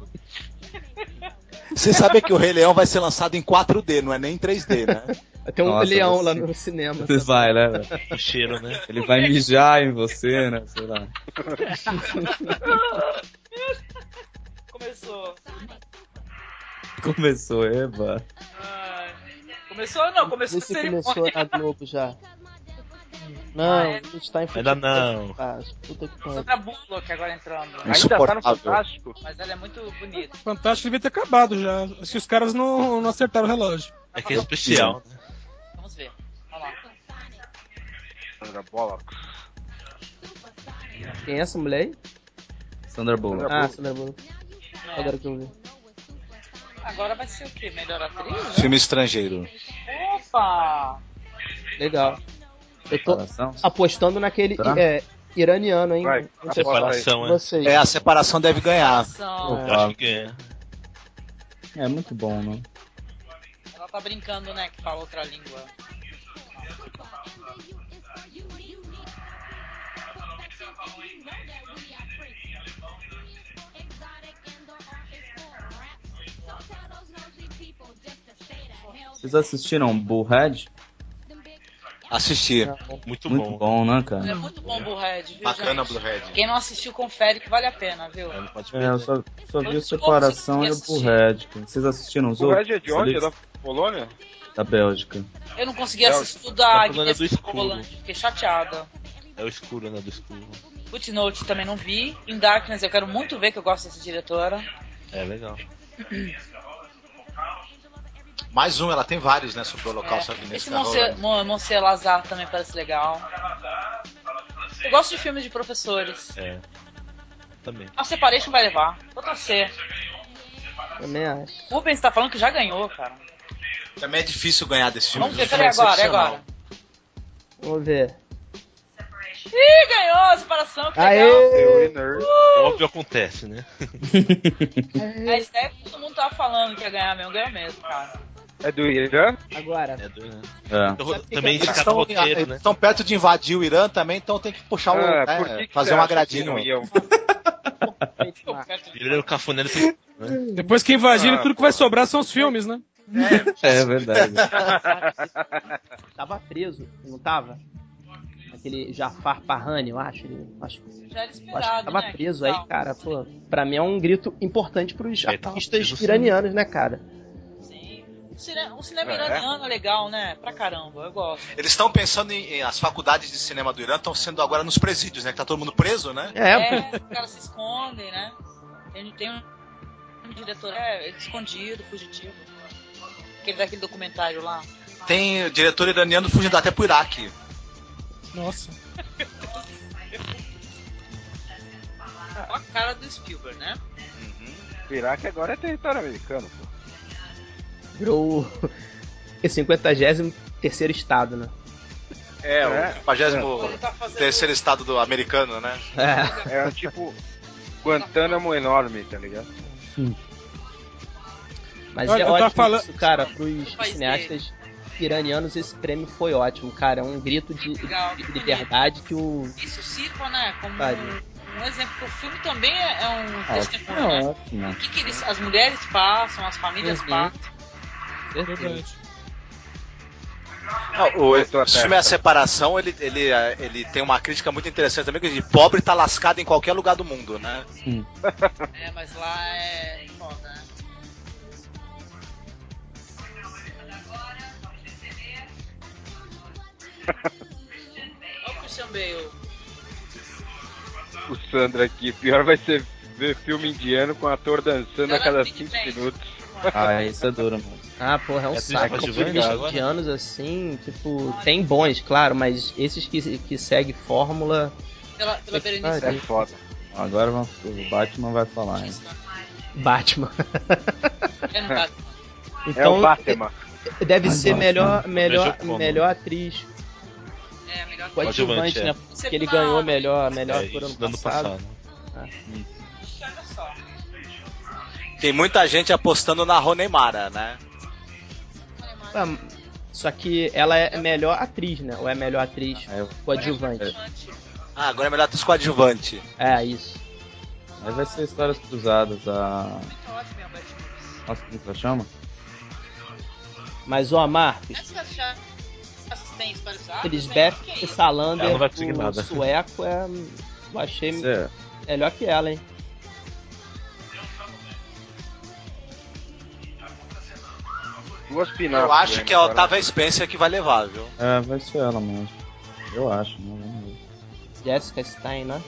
S9: Você sabia que o Rei Leão vai ser lançado em 4D, não é nem em 3D, né?
S5: Tem um
S8: Nossa,
S5: leão
S8: você-
S5: lá no cinema.
S8: Você vai, né? velho?
S7: O cheiro, né?
S8: Ele vai mijar em você, né? Sei lá.
S3: Começou.
S8: Começou, eba.
S3: Ai. Começou não, começou
S5: Esse
S3: a cerimônia.
S5: começou na Globo já. Não,
S3: Ah, é?
S5: a gente tá em
S7: Ainda não.
S5: Ah, puta que pariu.
S3: Sandra Bullock agora entrando.
S9: tá
S3: Mas ela é muito bonita.
S4: Fantástico devia ter acabado já. Acho que os caras não, não acertaram o relógio.
S7: É que é especial. né?
S3: Vamos ver. Vamos lá.
S15: Sandra Bullock.
S5: Quem é essa mulher aí?
S8: Sandra Bullock.
S5: Ah, Sandra Bullock. Agora que eu vi.
S3: Agora vai ser o quê? Melhor atriz?
S9: Filme estrangeiro.
S3: Opa!
S5: Legal. Eu tô
S8: Separação?
S5: apostando naquele
S9: Tá.
S5: é, iraniano, hein?
S9: Vai,
S5: Não sei
S9: separação,
S5: se-
S9: é.
S7: né?
S5: Vocês.
S9: É, a separação deve ganhar.
S8: Eu acho que
S7: é.
S8: É muito bom, né?
S3: Ela tá brincando, né? Que fala outra língua.
S8: Vocês assistiram Bullhead?
S9: Assisti.
S7: Muito,
S8: bom. né,
S3: É
S8: cara?
S3: muito bom o Bluehead, viu,
S9: Bacana,
S3: gente?
S9: Bluehead.
S3: Quem não assistiu, confere que vale a pena, viu?
S8: É, eu só, só vi o Separação e o Bullhead. cara. Vocês assistiram os
S15: O
S8: outros?
S15: Red é de onde? É da Polônia?
S8: Da Bélgica.
S3: Eu não consegui
S15: É,
S3: assistir tudo
S7: tá
S3: da
S7: falando
S3: Guinness
S7: do escuro.
S3: Poland. Fiquei chateada.
S7: É o escuro, né? Do escuro.
S3: Footnote também não vi. In Darkness eu quero muito ver, que eu gosto dessa diretora.
S7: É legal.
S9: Mais um, ela tem vários, né? Sobre o Holocausto
S3: É,
S9: aqui
S3: Esse
S9: nesse
S3: Monsieur, Mon- Monsieur Lazar também parece legal. Eu gosto de filmes de professores.
S7: É. Também.
S3: A Separation vai levar. Vou torcer.
S5: Também acho.
S3: Rubens tá falando que já ganhou, cara.
S9: Também é difícil ganhar desse filme.
S3: Vamos ver,
S9: esse filme
S3: peraí, agora, é agora.
S5: Vamos ver.
S3: Ih, ganhou a separação, que legal.
S5: Aê!
S7: É Óbvio acontece, né?
S3: É isso aí que todo mundo tava falando que ia ganhar mesmo. Ganhou mesmo, cara.
S5: Ah,
S15: É do Irã?
S5: Agora.
S7: É do Irã.
S8: É.
S7: Também
S9: Eles
S7: indicado
S9: estão,
S7: roteiro, né?
S9: eles estão perto de invadir o Irã também, então tem que puxar o.
S15: Ah,
S9: né,
S15: por que que
S9: fazer
S15: você
S9: uma
S15: acha que
S9: gradinha.
S15: não iam?
S7: Ele era o cafuné desse-
S4: Depois que invadirem,
S15: Ah,
S4: tudo que vai sobrar são os filmes, né?
S8: É verdade.
S5: Tava preso, não tava? Aquele Jafar Parrani, eu acho. ele- acho,
S3: Já era
S5: eu acho que
S3: esperado,
S5: tava
S3: né?
S5: preso aí, cara. Pô, pra mim é um grito importante pros
S7: Ele tava
S5: artistas
S7: preso,
S5: iranianos, né, cara?
S3: O cinema, o Um cinema
S9: É.
S3: iraniano é legal, né? Pra caramba, eu gosto.
S9: Eles estão pensando em, em- As faculdades de cinema do Irã estão sendo agora nos presídios, né? Que tá todo mundo preso, né?
S5: É,
S3: os caras se escondem, né? Tem, tem um, um diretor é, escondido, fugitivo. Aquele daquele documentário lá.
S9: Tem diretor iraniano fugindo até pro Iraque.
S4: Nossa.
S3: Com a cara do Spielberg, né?
S15: O Iraque agora é território americano, pô.
S5: virou o- o 53 estado, né?
S9: É,
S15: É.
S9: o 53 terceiro estado do americano, né?
S5: É.
S15: É tipo Guantánamo enorme, tá ligado?
S5: Mas
S4: Olha,
S5: é
S4: eu tava
S5: ótimo
S4: falando-
S5: isso, cara, pros cineastas iranianos esse prêmio foi ótimo, cara. É um grito de,
S3: Legal.
S5: de liberdade que o...
S3: Isso sirva, né? Como
S5: Faria.
S3: um, um exemplo, porque o filme também é, é um
S8: Ótimo,
S3: testemunho,
S4: é
S3: né? O
S8: ótimo.
S3: que, que eles, as mulheres passam, as famílias
S5: é Uhum.
S3: passam.
S4: é Verdade.
S15: Ah,
S9: o, esse
S15: aberto.
S9: filme é A Separação, ele, ele, eh, ele tem uma crítica muito interessante também, que diz, pobre tá lascado em qualquer lugar do mundo, né?
S3: É, mas lá é foda, né? Olha o Christian Bale.
S15: O Sandra aqui. Pior vai ser ver filme indiano com ator dançando a cada 5 minutos.
S8: Ah, isso é duro, mano.
S5: Ah, porra, é um
S7: É
S5: saco.
S7: triste,
S5: Filmes
S7: mas agora-
S5: de anos assim, tipo, tem bons, claro, mas esses que, que seguem fórmula...
S3: Pela, pela Berenice.
S15: É foda.
S8: Agora vamos- o Batman vai falar, hein?
S5: Batman.
S3: É no caso.
S15: É o
S5: então,
S15: Batman.
S5: deve
S8: Ah,
S5: ser
S8: Batman.
S5: melhor, melhor,
S7: Veja como.
S5: melhor atriz
S3: É, melhor que
S7: Coadjuvante,
S5: coadjuvante,
S7: é.
S5: né? Porque ele ganhou melhor, melhor
S7: é,
S5: por ano
S7: isso, do ano
S5: passado.
S7: passado.
S3: olha só.
S9: Tem muita gente apostando na Ronemara, né?
S5: Ah, Só que ela é melhor atriz, né? Ou é melhor atriz coadjuvante.
S9: Ah, agora é melhor ter os coadjuvante.
S5: É, isso.
S8: Aí é, vai ser histórias cruzadas, a.
S3: é,
S8: Nossa, como que ela chama?
S5: Mas, ó, Marcos,
S3: Ah,
S5: Lisbeth
S3: é
S5: Salander,
S7: Ela não vai conseguir
S5: o
S7: nada.
S5: sueco, é... eu achei
S8: Cê-
S5: melhor que ela, hein?
S15: Duas
S9: Eu acho que é a Otávia Spencer que vai levar, viu?
S8: É, vai ser ela mesmo. Eu acho, né? Vamos ver.
S5: Jessica Stein, né?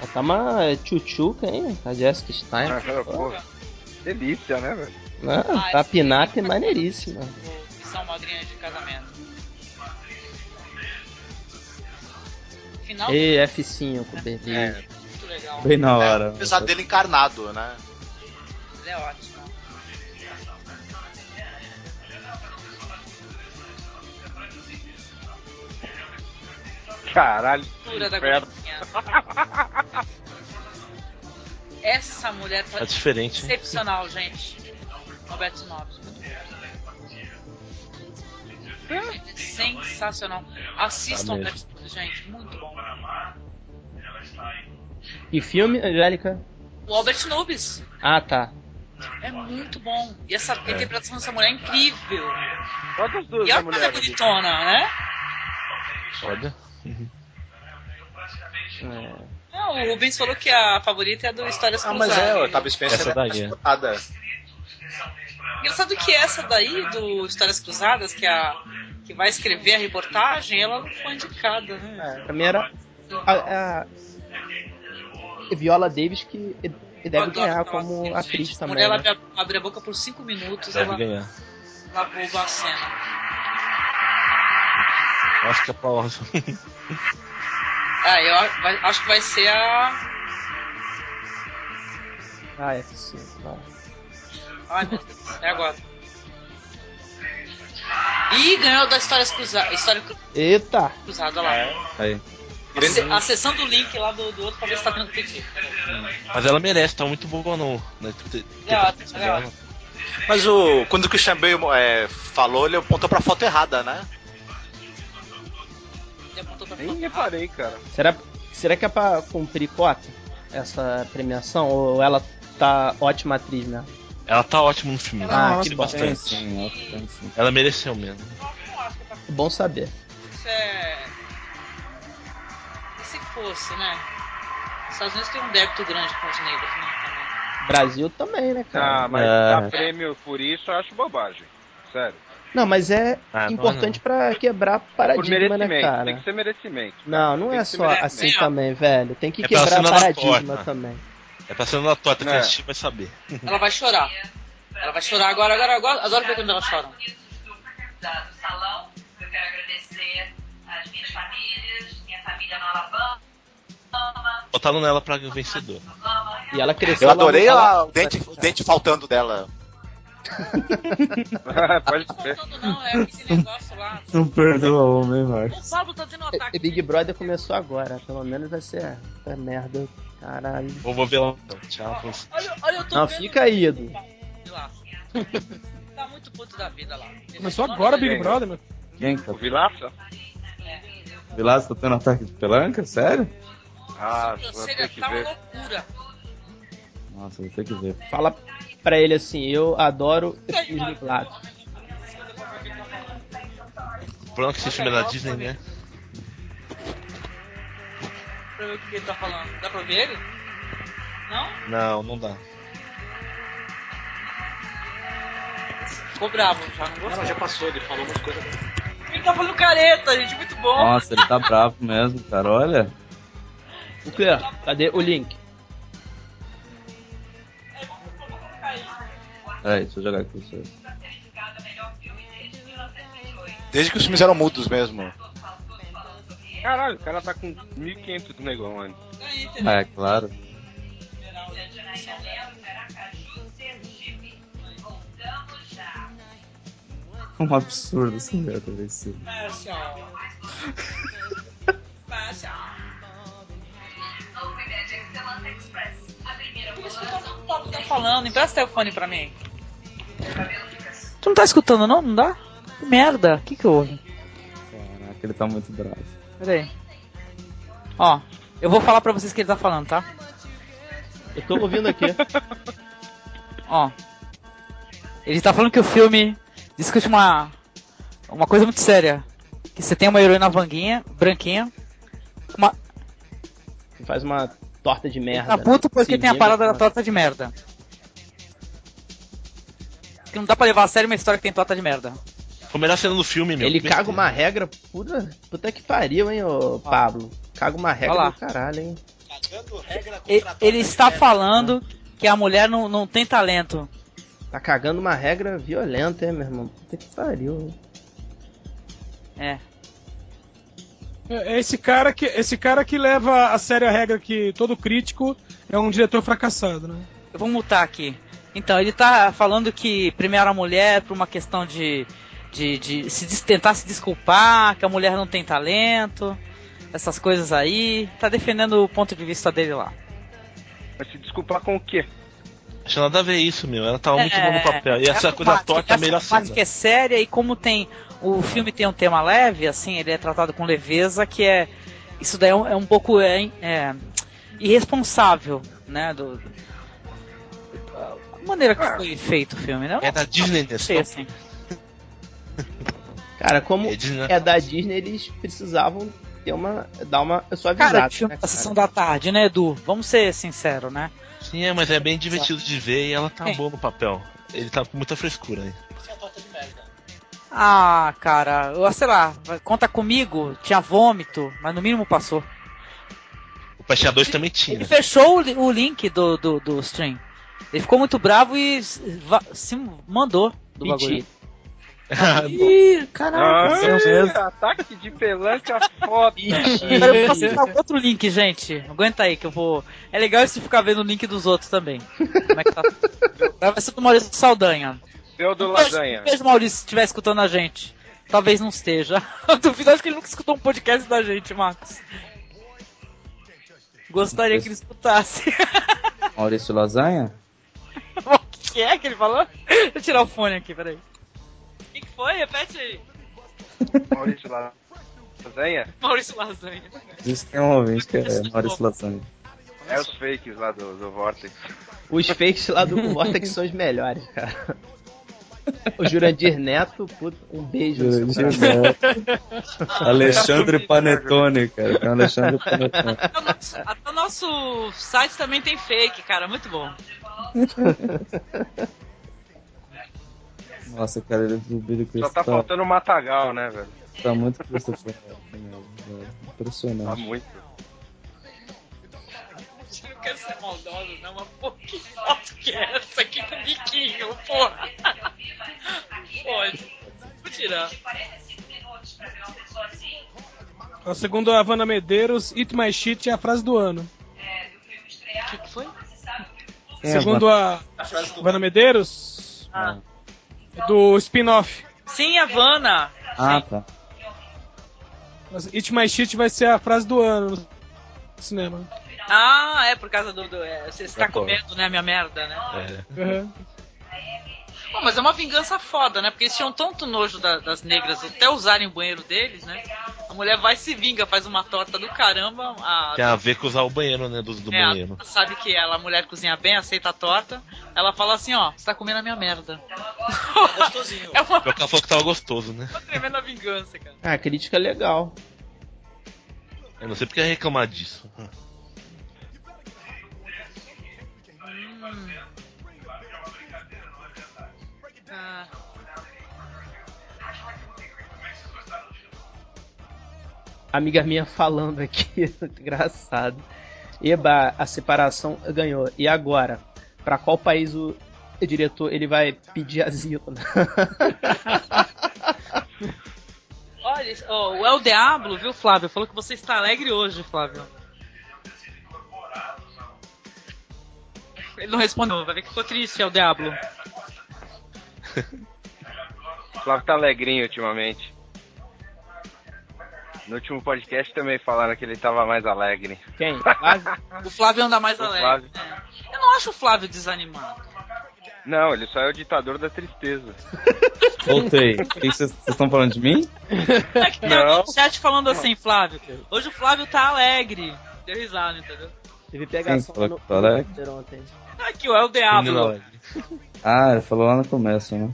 S5: Ela tá uma tchutchuca, hein? A Jessica Stein.
S15: Pô, Delícia, né, velho?
S5: Né? tá pinata e maneiríssima.
S3: que são madrinhas de casamento. Final
S5: E F5, beleza.
S3: muito legal.
S8: Bem na hora.
S9: O pesadelo encarnado, né?
S3: Ele é ótimo.
S15: Caralho.
S3: Cultura da
S15: inferno.
S3: gordinha. Essa mulher tá
S7: É diferente, hein?
S3: excepcional, gente. Roberto Nobis. muito bom. Sensacional. Assistam,
S5: Tá
S3: tá
S5: mesmo.
S3: gente. Muito bom.
S5: Que filme, Angélica?
S3: O Albert Nobis
S5: Ah, tá.
S3: é muito bom. E essa interpretação dessa mulher é incrível.
S15: Quantas duas
S3: E
S15: da
S3: olha como ela é
S15: mulher ali?
S3: bonitona, né?
S7: Olha.
S9: Uhum.
S3: Não, o Rubens falou que a favorita é a do Histórias
S9: Ah, mas
S3: Cruzadas.
S9: é, a Otávia Spencer
S7: Essa
S9: é
S7: daí, é.
S9: disputada.
S3: Engraçado que essa daí, do Histórias Cruzadas, que, é a, que vai escrever a reportagem, ela não foi indicada, né?
S5: Pra mim era a, a- Viola Davis que deve ganhar como atriz
S3: A
S5: também.
S3: mulher
S5: né?
S3: abre, a, abre a boca por cinco minutos,
S7: Deve
S3: ela,
S7: ganhar.
S3: ela rouba a cena.
S7: Eu acho que é pra Orson.
S3: Ah, eu a- vai- acho que vai ser a.
S5: Ah, é sim. Tá.
S3: Ai, meu Deus, é agora. Ih, ganhou da Histórias Cruzadas. História
S5: Eita!
S3: Cruzada lá.
S7: É,
S8: Aí.
S3: Ace- Acessando o link lá do, do outro pra ver se tá vendo o que
S7: Mas ela merece, tá muito boa no. na inter- interpretação
S3: ela é
S7: dela.
S9: Mas o, quando o Christian Bale é, falou, ele apontou pra foto errada, né?
S15: Nem reparei, cara.
S5: Será, será que é pra cumprir cota essa premiação? Ou ela tá ótima atriz, né?
S7: Ela tá ótima no filme.
S5: Ah,
S7: eu
S5: que
S7: gostei
S5: bom.
S7: bastante. Ela mereceu mesmo.
S5: Bom saber.
S3: Isso é. E se fosse, né? Os Estados Unidos tem um débito grande com os negros, né?
S5: Brasil também, né, cara?
S15: Ah, mas
S5: É.
S15: dar prêmio por isso eu acho bobagem. Sério.
S5: Não, mas é
S15: Ah, então não,
S5: importante pra quebrar
S15: por
S5: paradigma, né,
S15: merecimento.
S5: cara?
S15: Tem que ser merecimento.
S5: Não, não
S15: Tem
S5: é
S15: que ser
S5: só
S15: merecimento.
S5: assim também, velho. Tem que
S7: É pra
S5: quebrar
S7: assinar na
S5: paradigma
S7: porta.
S5: também.
S7: É pra ser na torta, quem
S15: É.
S7: assistir vai saber.
S3: Ela vai chorar. Ela vai chorar agora, agora, agora. Adoro ver quando ela chora.
S16: do salão. Eu quero agradecer as minhas famílias, minha família no Alabama.
S7: Botaram nela pra vencedor.
S5: E ela
S9: Eu adorei a- o, dente, o dente faltando dela.
S15: Pode
S3: É
S9: ser.
S8: Não perdoa o homem, Marcos.
S3: tá um
S5: E é Big Brother começou agora, pelo menos vai ser vai merda, caralho.
S7: Ou vou ver lá. então. Tchau. vamos.
S3: Olha, olha, eu tô
S5: Não,
S3: vendo
S5: fica aí, Edu.
S3: lá. Tá muito puto da vida lá.
S4: Começou agora o Big Brother, meu.
S8: Quem que tá?
S15: Vilaça?
S8: Vilas tá tendo ataque de pelanca? Sério?
S15: Ah,
S3: Sobrancelha tá uma loucura.
S8: Nossa, vou ter que ver.
S5: Fala pra ele assim, eu adoro os dublados.
S7: O problema é que esse filme é da Disney, né?
S3: Pra ver o que ele tá falando. Dá pra ver ele? Não?
S7: Não, não dá.
S3: Ficou bravo já, não gostou.
S17: já passou, ele falou umas coisas.
S3: Ele tá falando careta, gente, muito bom.
S8: Nossa, ele tá bravo mesmo, cara. Olha.
S5: O quê? Cadê o link?
S8: Peraí, deixa eu jogar aqui pra vocês.
S9: Desde que os filmes eram mudos mesmo.
S15: Caralho, o cara tá com 1.500 do negão ali.
S8: Ah, é claro. Um absurdo essa merda, vencido.
S3: Baixa. Baixa.
S15: falando, empresta o fone pra mim.
S3: Tu não tá escutando, não? Não dá? Que merda, o que que houve?
S8: Caraca, ele tá muito bravo.
S3: Pera aí. Ó, eu vou falar pra vocês o que ele tá falando, tá?
S5: Eu tô ouvindo aqui.
S3: Ó. Ele tá falando que o filme discute uma, uma coisa muito séria. Que você tem uma heroína vanguinha, branquinha, uma,
S5: Que faz uma torta de merda.
S3: tá puto
S5: né?
S3: porque
S5: Se
S3: tem a
S5: vinga
S3: parada
S5: com
S3: da
S5: uma-
S3: torta de merda. Que não dá pra levar a sério uma história que tem torta de merda.
S7: Foi a melhor cena do filme, meu.
S5: Ele caga uma regra puta, puta que pariu, hein, ô Pablo. Caga uma regra
S3: Ó lá.
S5: do caralho, hein.
S3: E- Ele está falando que a mulher não, não tem talento.
S5: Tá cagando uma regra violenta, hein, meu irmão. Puta que pariu.
S3: É.
S4: É esse cara que esse cara que leva a sério a regra que todo crítico é um diretor fracassado, né?
S3: Eu vou mutar aqui. Então, ele tá falando que primeiro a mulher, por uma questão de, de, de se des- tentar se desculpar, que a mulher não tem talento, essas coisas aí. Tá defendendo o ponto de vista dele lá.
S1: Mas se desculpar com o quê?
S7: Tinha nada a ver isso, meu. Ela tava muito
S3: É,
S7: boa no papel. E essa coisa
S3: parte-
S7: torta é a melhor
S3: essa parte
S7: cena.
S3: que é séria e como tem o filme tem um tema leve, assim, ele é tratado com leveza, que é isso daí é um, é um pouco é, é, irresponsável, né, do a maneira que foi feito o filme, né?
S7: É da Disney, né?
S3: Não sei, assim.
S5: Cara, como é,
S7: Disney, né?
S5: da Disney, eles precisavam ter uma. dar uma suavizada.
S3: Cara, filme
S5: né,
S3: da sessão da tarde, né, Edu? Vamos ser sinceros, né?
S7: Sim, é, mas é bem divertido de ver e ela tá
S3: Sim.
S7: boa no papel. Ele tá com muita frescura aí.
S3: Ah, cara, eu sei lá, conta comigo, tinha vômito, mas no mínimo passou.
S7: O Pastinha 2 também tinha.
S3: Ele fechou o, li- o link do, do, do stream. Ele ficou muito bravo e s- va- se mandou do
S1: Mentira.
S3: bagulho. Ih,
S1: Ah,
S8: um
S3: caraca.
S1: ataque de pelanca foda.
S3: Peraí, eu vou acessar outro link, gente. Aguenta aí que eu vou. É legal isso ficar vendo o link dos outros também. Como é que tá? Agora vai ser do Maurício Saldanha.
S1: Deu do
S3: Um
S8: É.
S1: lasanha.
S3: beijo, Maurício, se estiver escutando a gente. Talvez não esteja. Eu duvido, acho que ele nunca escutou um podcast da gente, Marcos. Gostaria que ele escutasse.
S8: Maurício Lasanha?
S3: O que que é que ele falou? Deixa eu tirar o fone aqui, peraí. O que, que foi? Repete aí.
S1: Maurício La- Lasanha?
S3: Maurício Lasanha.
S8: Diz que tem um ouvinte que é Maurício Lasanha.
S1: É os fakes lá do, do Vortex.
S5: Os fakes lá do Vortex são os melhores, cara. O Jurandir Neto, puta, um beijo. no seu
S8: Jurandir
S5: coração.
S8: Alexandre Panetone, cara. Tem um Alexandre
S3: Até o, Então, nosso, até o nosso site também tem fake, cara. Muito bom.
S8: Panetone. Nossa, cara, ele é do Billy
S1: Só
S8: Crystal
S1: tá
S8: tá,
S1: faltando o Matagal, né, velho?
S8: tá muito Christopher Walken, né, velho?
S1: Tá
S8: Impressionante.
S1: muito.
S15: Eu não quero ser maldoso, não, mas pô, que foto que é essa aqui do biquinho, porra? Pode. Vou tirar.
S4: Ó, Segundo a Havana Medeiros, It My Shit é a frase do ano.
S15: O que, que foi? É,
S4: Segundo a Havana Medeiros,
S15: Ah.
S4: do spin-off.
S15: Sim, Havana.
S8: Ah, tá.
S4: Mas It My Shit vai ser a frase do ano no cinema.
S15: Ah, é por causa do. do- é, você está
S4: Da cor.
S15: comendo, né, minha merda, né?
S7: É,
S4: Uhum.
S15: Pô, mas é uma vingança foda, né? Porque eles tinham tanto nojo da- das negras até usarem o banheiro deles, né? A mulher vai e se vinga, faz uma torta do caramba. A,
S7: Tem a ver com usar o banheiro, né? Do, do
S15: é, a-
S7: banheiro.
S15: sabe que ela, a mulher cozinha bem, aceita a torta. Ela fala assim, ó, você tá comendo a minha merda. é uma
S7: Pior que ela falou que tava gostoso, né?
S15: tremenda vingança, cara.
S5: Ah, crítica legal.
S7: Eu não sei porque ia reclamar disso.
S15: Ah.
S5: Amiga minha falando aqui, engraçado. Eba, a separação ganhou. E agora? Pra qual país o diretor ele vai pedir asilo?
S15: Olha, ó, é o El Diablo, viu, Flávio? Falou que você está alegre hoje, Flávio. Ele não respondeu, vai ver que ficou triste, El Diablo.
S1: O Flávio tá alegrinho ultimamente. No último tá podcast também falaram que ele tava mais alegre.
S5: Quem?
S15: O Flávio anda mais
S1: O
S15: alegre.
S1: Flávio.
S15: né?
S3: Eu não acho o Flávio desanimado.
S15: Não, ele só é o ditador da tristeza.
S8: Voltei. O que Vocês vocês estão falando de mim?
S3: É que tem alguém no chat falando assim, Flávio. Hoje o Flávio tá alegre. Deu risada, entendeu?
S5: Teve pegação
S8: Sim,
S5: lá no
S8: fala- fala-
S5: Twitter ontem.
S3: Aqui, ó, é o Diablo.
S8: Ah, ele falou lá no começo, né?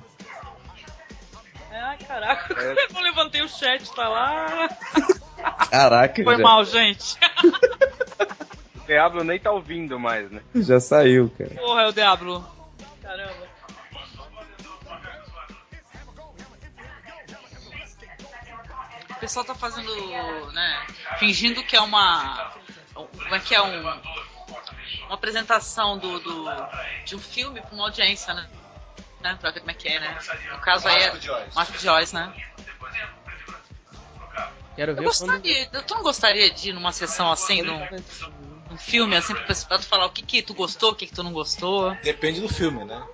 S3: Ai, Ah, caraca,
S1: É.
S3: eu não levantei o chat, tá lá.
S8: Caraca,
S1: é.
S3: Foi
S8: já,
S3: mal, gente.
S15: O Diablo nem tá ouvindo mais, né?
S8: já saiu, cara.
S3: Porra, é o Diablo. Caramba. O pessoal tá fazendo, né, fingindo que é uma, como é que é um, uma apresentação do, do de um filme pra uma audiência, né? né? Pra ver como é que é, né? No caso aí é
S9: Mágico de Oz.
S3: Mágico de Oz, né?
S5: Quero
S3: Eu
S5: ver quando...
S3: gostaria, tu não gostaria de ir numa sessão assim, num, num filme assim, pra, pra tu falar o que que tu gostou, o que que tu não gostou?
S9: Depende do filme, né?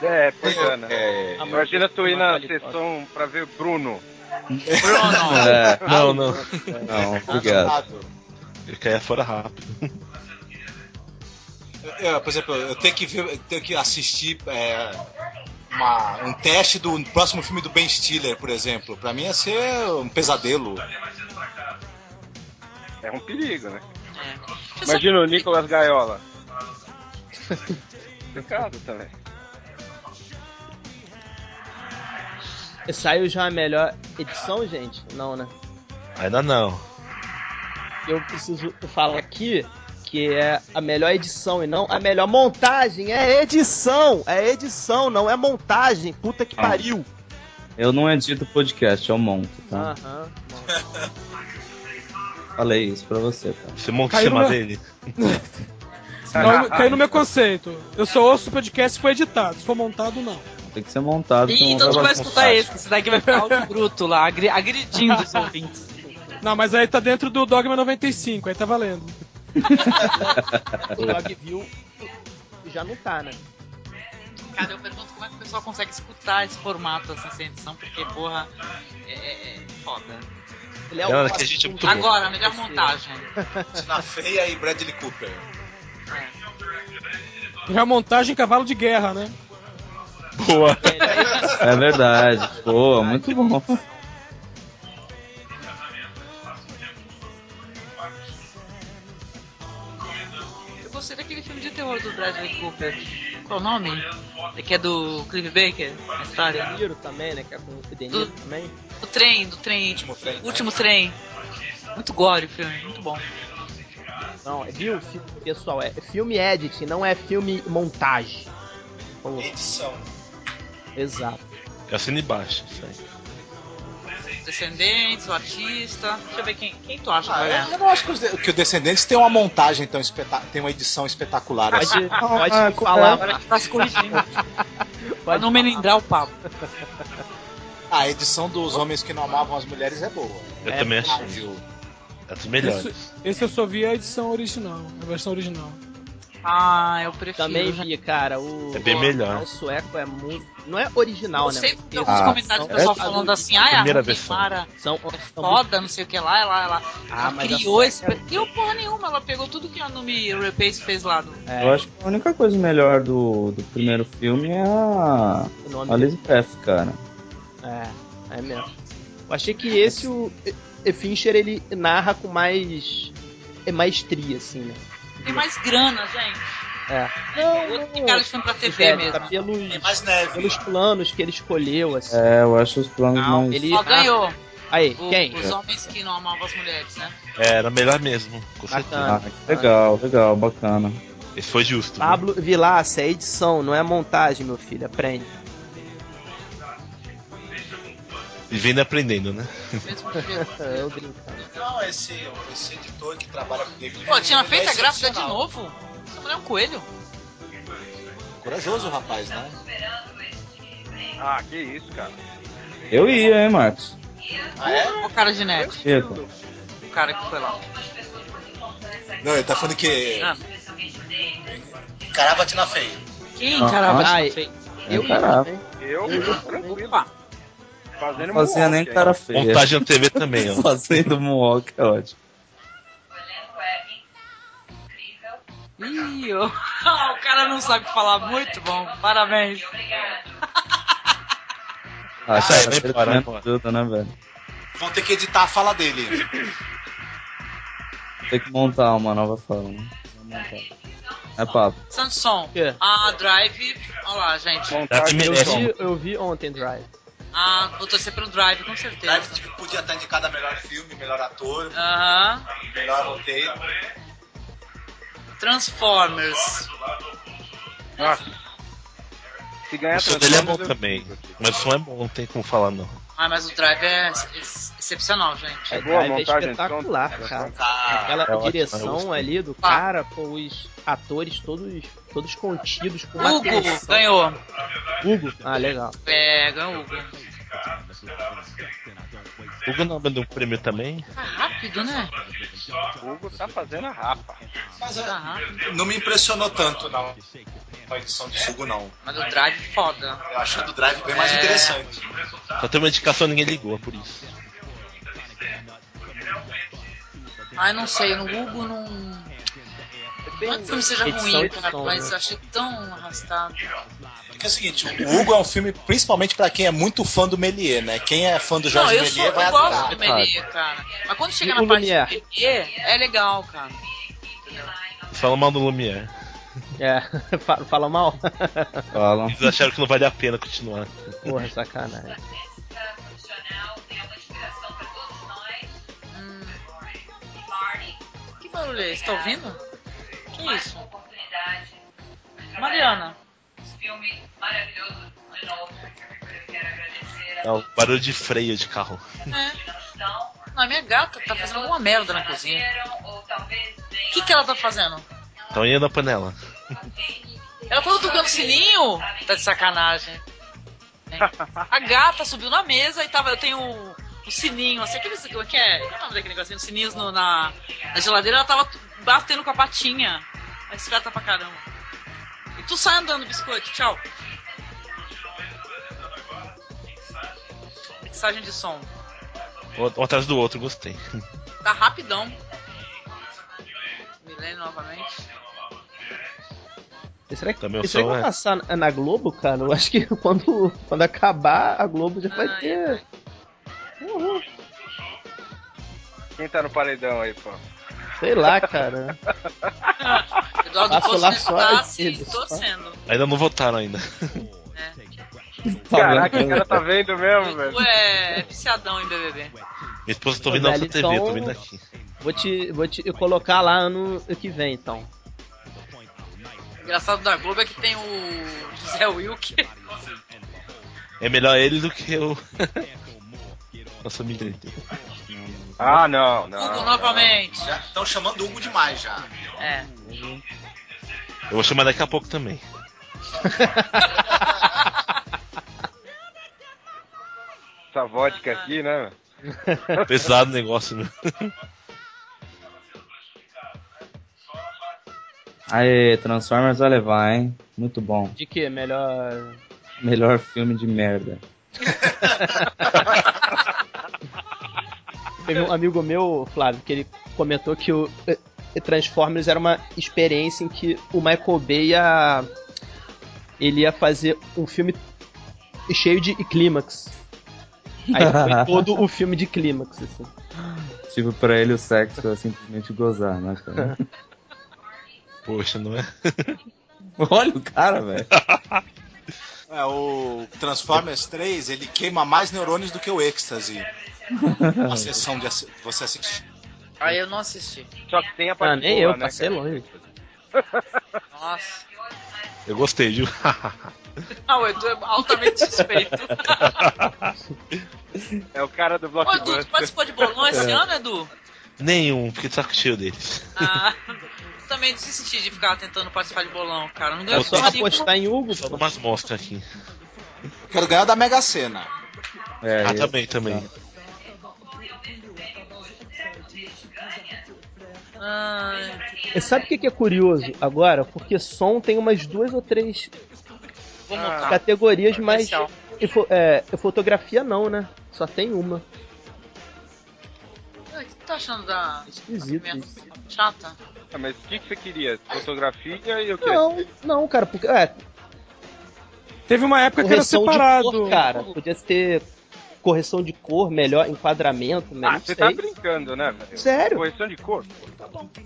S15: É, pois é, né?
S9: É.
S15: Imagina tu ir na sessão pra ver Bruno.
S3: Ah,
S7: É, não, não.
S8: Não, obrigado.
S7: Ele caia fora rápido.
S9: Eu, É, por exemplo, eu tenho que ver, eu tenho que assistir é, uma- um teste do próximo filme do Ben Stiller, por exemplo. Pra mim ia ser um pesadelo.
S15: É um perigo, né?
S3: É.
S15: Imagina o Nicolas Gaiola. Pecado também.
S5: Saiu já a melhor edição, gente? Não, né?
S7: Ainda não.
S5: Eu preciso falar aqui que é a melhor edição e não a melhor montagem. É edição! É edição, não é montagem. Puta que pariu!
S8: Eu não edito podcast, eu monto, tá?
S5: Aham.
S8: Falei isso pra você, tá?
S7: Você monta
S4: Caiu cima na-
S7: dele?
S4: Caiu, caiu no meu conceito. Eu só ouço o podcast se for editado, se for montado, não.
S8: Tem que ser um montado.
S4: Ih,
S8: senão
S4: então tu vai
S8: bagunçar.
S4: escutar esse.
S3: Esse daqui vai ficar áudio bruto lá, agri- agredindo assim, os ouvintes.
S4: Não, mas aí tá dentro do Dogma 95, aí tá valendo.
S5: O Dog View já não tá, né?
S3: Cara, eu pergunto como é que o pessoal consegue escutar esse formato assim, sem edição, porque, porra, é, é- é foda.
S5: Ele
S7: Não, é que a gente é muito bom.
S3: Agora, a melhor montagem.
S9: Na Feia e Bradley Cooper.
S4: Já é montagem cavalo de guerra, né?
S7: Boa.
S8: É verdade. Boa, muito bom.
S3: Eu gostei daquele filme de terror do Bradley Cooper. Qual o nome? É que é do Clive Baker? A história?
S5: O De Niro também, né? Que é com o De Niro também.
S3: Do trem, do trem. Último
S9: trem. né?
S3: Último trem. Muito gore o filme, muito bom.
S5: Não, é- viu? Fi- Pessoal, é filme edit, não é filme montagem. Vamos lá.
S9: Edição.
S5: Exato.
S7: Eu assino embaixo. isso aí.
S3: Descendentes, o artista. Deixa eu ver quem, quem tu acha que
S9: Ah,
S3: vai
S9: é?
S3: ganhar.
S9: eu não acho que, os de- que o Descendentes tem uma montagem tão espetacular, tem uma edição espetacular.
S5: Pode,
S8: Ah,
S5: pode
S8: é,
S5: falar.
S3: Agora que tá se corrigindo.
S5: Pode
S3: não melindrar o papo.
S9: Assim, A edição dos Homens que Não Amavam as Mulheres é boa.
S7: Eu
S9: É
S7: também acho.
S9: fácil.
S7: É dos
S4: Esse,
S7: melhores.
S4: esse eu só vi a edição original, a versão original.
S3: Ah, eu prefiro.
S5: Também vi, cara. O,
S7: É bem melhor.
S5: O sueco é muito. Não é original,
S3: Eu
S5: né?
S3: sei
S5: mas
S3: que tem alguns
S5: a
S3: comentários do pessoal
S5: versão- a do-
S3: falando assim, ah, a
S7: primeira
S3: Hannah
S7: versão.
S3: Mara
S5: São,
S3: é
S5: são
S3: foda, não sei o que lá, ela, ela,
S5: Ah,
S3: ela
S5: mas
S3: criou
S5: a-
S3: esse... Criou porra nenhuma, ela pegou tudo que a Numi Rapace fez lá. Do...
S5: É,
S8: Eu acho que a única coisa melhor do, do primeiro filme é a.
S5: O nome
S8: A Lisbeth, cara.
S5: É, é mesmo. Eu achei que esse, o e- e Fincher, ele narra com mais. É maestria, assim, né?
S3: Tem mais grana, gente.
S5: É.
S3: Outro que cara de filme pra TV
S5: É,
S3: mesmo.
S5: tá pelos,
S9: É mais neve.
S5: pelos planos que ele escolheu, assim.
S8: É, eu acho os planos
S5: Não,
S8: mais.
S5: ele tá-
S3: Só
S5: narra-
S3: ganhou
S5: Aí,
S3: o-
S5: quem?
S3: os homens que não amavam as mulheres, né?
S7: É, era melhor mesmo. Com certeza.
S8: Ah,
S5: Bacana.
S8: que legal, legal, bacana.
S7: Esse foi justo. né?
S5: Pablo Vilaça, é edição, não é montagem, meu filho. Aprende.
S7: Vivendo e aprendendo, né?
S3: Mesmo dia.
S5: É, Eu brincando.
S9: Não, esse, esse editor que trabalha com David
S3: Pô, tinha
S9: Lynch, ele
S3: feito
S9: é
S3: a grávida de
S9: excepcional.
S3: novo? Essa mulher é um coelho.
S9: Corajoso o rapaz, né?
S15: Ah, que isso, cara.
S8: Eu ia, hein, Marcos?
S9: Ah, é?
S3: O cara de net,
S8: Eita.
S3: o cara que foi lá.
S9: Não, ele tá falando que
S3: Ah,
S9: carava na feia.
S3: quem
S8: Ah,
S3: encarava
S5: ah,
S3: essa feia?
S8: Eu, caralho.
S15: Eu, tranquilo. Fazendo
S8: Não fazia nem
S15: moonwalk,
S8: cara feia.
S7: Montagem na TV também, ó.
S8: Fazendo moonwalk é ótimo.
S3: Ih, o... o cara não sabe falar. Muito bom. Parabéns.
S8: Ah,
S9: Ah,
S8: cara,
S9: vai
S8: ele
S9: embora,
S8: tem
S9: vai
S8: tudo, né, velho?
S9: Vão ter que editar a fala dele.
S8: Tem que montar uma nova fala, né? É papo.
S3: Samson,
S5: quê?
S9: É.
S3: a Drive. Olha lá, gente.
S5: Eu vi, eu vi ontem Drive.
S3: Ah, vou torcer pelo Drive, com certeza.
S9: Drive tipo, podia estar indicado a melhor filme, melhor ator,
S3: Aham.
S9: melhor roteiro.
S3: Transformers.
S15: Se ganhar
S7: O som dele é bom
S15: Transformers, eu-
S7: também. Mas o som é bom, não tem como falar não.
S3: Ah, mas o Drive é ex- ex- excepcional, gente.
S5: É, Drive é espetacular, cara.
S9: Tá.
S5: Aquela
S3: É ótimo,
S5: direção
S3: eu gostei.
S5: ali do cara, pô, os atores todos, todos contidos com uma
S3: Hugo
S5: atenção.
S3: ganhou.
S5: Hugo? Ah, legal.
S3: É, ganhou o Hugo.
S7: O Hugo não mandou um prêmio também?
S3: Tá rápido, né?
S15: O Hugo tá fazendo a rapa.
S9: Mas é,
S3: Tá
S9: não me impressionou tanto, não. Com a edição de Hugo, não.
S3: Mas o Drive foda.
S9: Eu acho a do Drive bem mais
S3: É.
S9: interessante.
S7: Só tem uma indicação ninguém ligou, é por isso.
S3: Ai, Ah, não sei, no Hugo não. Não é que o filme seja
S9: Edição
S3: ruim,
S9: e
S3: cara,
S9: som,
S3: mas
S9: né?
S3: achei tão arrastado.
S9: Porque é o seguinte, o Hugo é um filme principalmente pra quem é muito fã do Méliès, né? Quem é fã do
S3: não,
S9: Jorge
S3: eu,
S9: Méliès
S3: sou, eu
S9: vai
S3: gosto
S9: adorar.
S3: do Melier, cara. Mas quando chega
S9: E
S3: na
S9: o
S3: parte
S9: Lumière?
S3: do Melier, é legal, cara.
S7: Fala mal do Lumière.
S5: É, fa- fala mal?
S8: Fala.
S7: Eles acharam que não valia a pena continuar.
S5: Porra, sacanagem.
S3: Hum. Que barulho é esse? Tá ouvindo? Que isso? Mariana.
S16: Filme maravilhoso de novo. Eu quero agradecer
S7: É o barulho de freio de carro.
S3: É. Não, a minha gata tá fazendo alguma merda na cozinha. O que, que ela tá fazendo?
S7: Então ia na panela.
S3: Ela tava tocando sininho? Tá de sacanagem. A gata subiu na mesa e tava. Eu tenho o o sininho, assim, aquele. Como é que é? Qual é o nome daquele negocinho? Sininhos no- na, na geladeira, ela tava t- batendo com a patinha. Ela é Esperta pra caramba. E tu sai andando, biscoito, tchau. Mixagem de som.
S7: Um atrás do outro, gostei.
S3: Tá rapidão. Milene novamente.
S5: Será que,
S7: Também o
S5: será que
S7: som
S5: vai
S7: é.
S5: passar na- na Globo, cara? Eu acho que quando, quando acabar a Globo já vai ter. Uhul.
S15: Quem tá no paredão aí, pô?
S5: Sei lá, cara.
S3: Eduardo
S5: Passo lá
S3: Costa
S5: só,
S3: tá se
S5: Edson.
S3: torcendo. né?
S7: Ainda não votaram ainda.
S15: Caraca, o cara tá vendo mesmo, velho.
S3: Tu é, é viciadão em BBB.
S7: Minha esposa tá ouvindo
S5: Ô,
S7: na nossa
S5: velho,
S7: TV,
S5: então-
S7: tô vendo aqui.
S5: Vou te, vou te colocar lá ano que vem, então.
S3: O engraçado da Globo é que tem o José Wilk.
S7: É melhor ele do que eu. Nossa, me gritei.
S15: Ah, não,
S3: Hugo novamente.
S9: Estão chamando o Hugo demais já.
S3: É.
S7: Eu vou chamar daqui a pouco também.
S15: Essa vodka aqui, né?
S7: Pesado o negócio, né? meu.
S8: Aê, Transformers vai levar, hein? Muito bom.
S5: De que? Melhor.
S8: Melhor filme de merda.
S5: Teve um amigo meu, Flávio, que ele comentou que o eh, Transformers era uma experiência em que o Michael Bay ia. Ele ia fazer um filme cheio de clímax. Aí foi todo o filme de clímax, assim.
S8: Tipo, pra ele o sexo é simplesmente gozar, né, cara?
S7: Poxa, não é?
S8: Olha o cara, velho.
S9: É, o Transformers 3, ele queima mais neurônios do que o êxtase. Uma sessão de assi- você assistir.
S3: Aí eu não assisti.
S15: Só que tem a
S5: Ah,
S15: parte
S5: nem
S15: boa,
S5: eu,
S15: né,
S5: passei longe.
S15: cara?
S3: Nossa.
S7: Eu gostei, viu?
S3: Não, o Edu é altamente suspeito.
S15: É o cara do
S3: Ô, Edu, tu
S15: Blockbuster.
S3: participou de bolão esse
S7: É.
S3: ano, Edu?
S7: Nenhum, porque tá saco cheio deles.
S3: Ah, eu também desisti de ficar tentando participar de bolão, cara. Não
S7: Eu
S3: ganhou
S7: só
S3: porra nenhuma.
S5: em Hugo.
S7: Só umas mostras aqui.
S9: Quero ganhar da Mega Sena.
S8: É,
S7: ah, também, também.
S15: tá.
S3: Ah, Ai,
S5: E sabe o que que é curioso agora? Porque som tem umas duas ou três
S3: vou
S15: Ah,
S3: montar.
S5: categorias,
S15: é
S5: mas
S3: Especial.
S5: e fo- é, e fotografia não, né? Só tem uma.
S3: Ai, O que tu tá achando da.
S5: Esquisito isso.
S3: tá chata.
S15: Ah, mas o que, que você queria? Fotografia e o quê?
S5: Não, não, cara, porque. É,
S4: Teve uma época que era
S5: correção
S4: separado.
S5: De cor, cara, podia ter correção de cor, melhor enquadramento, melhor.
S15: Ah, você tá brincando, né? velho?
S5: Sério?
S15: Correção de cor?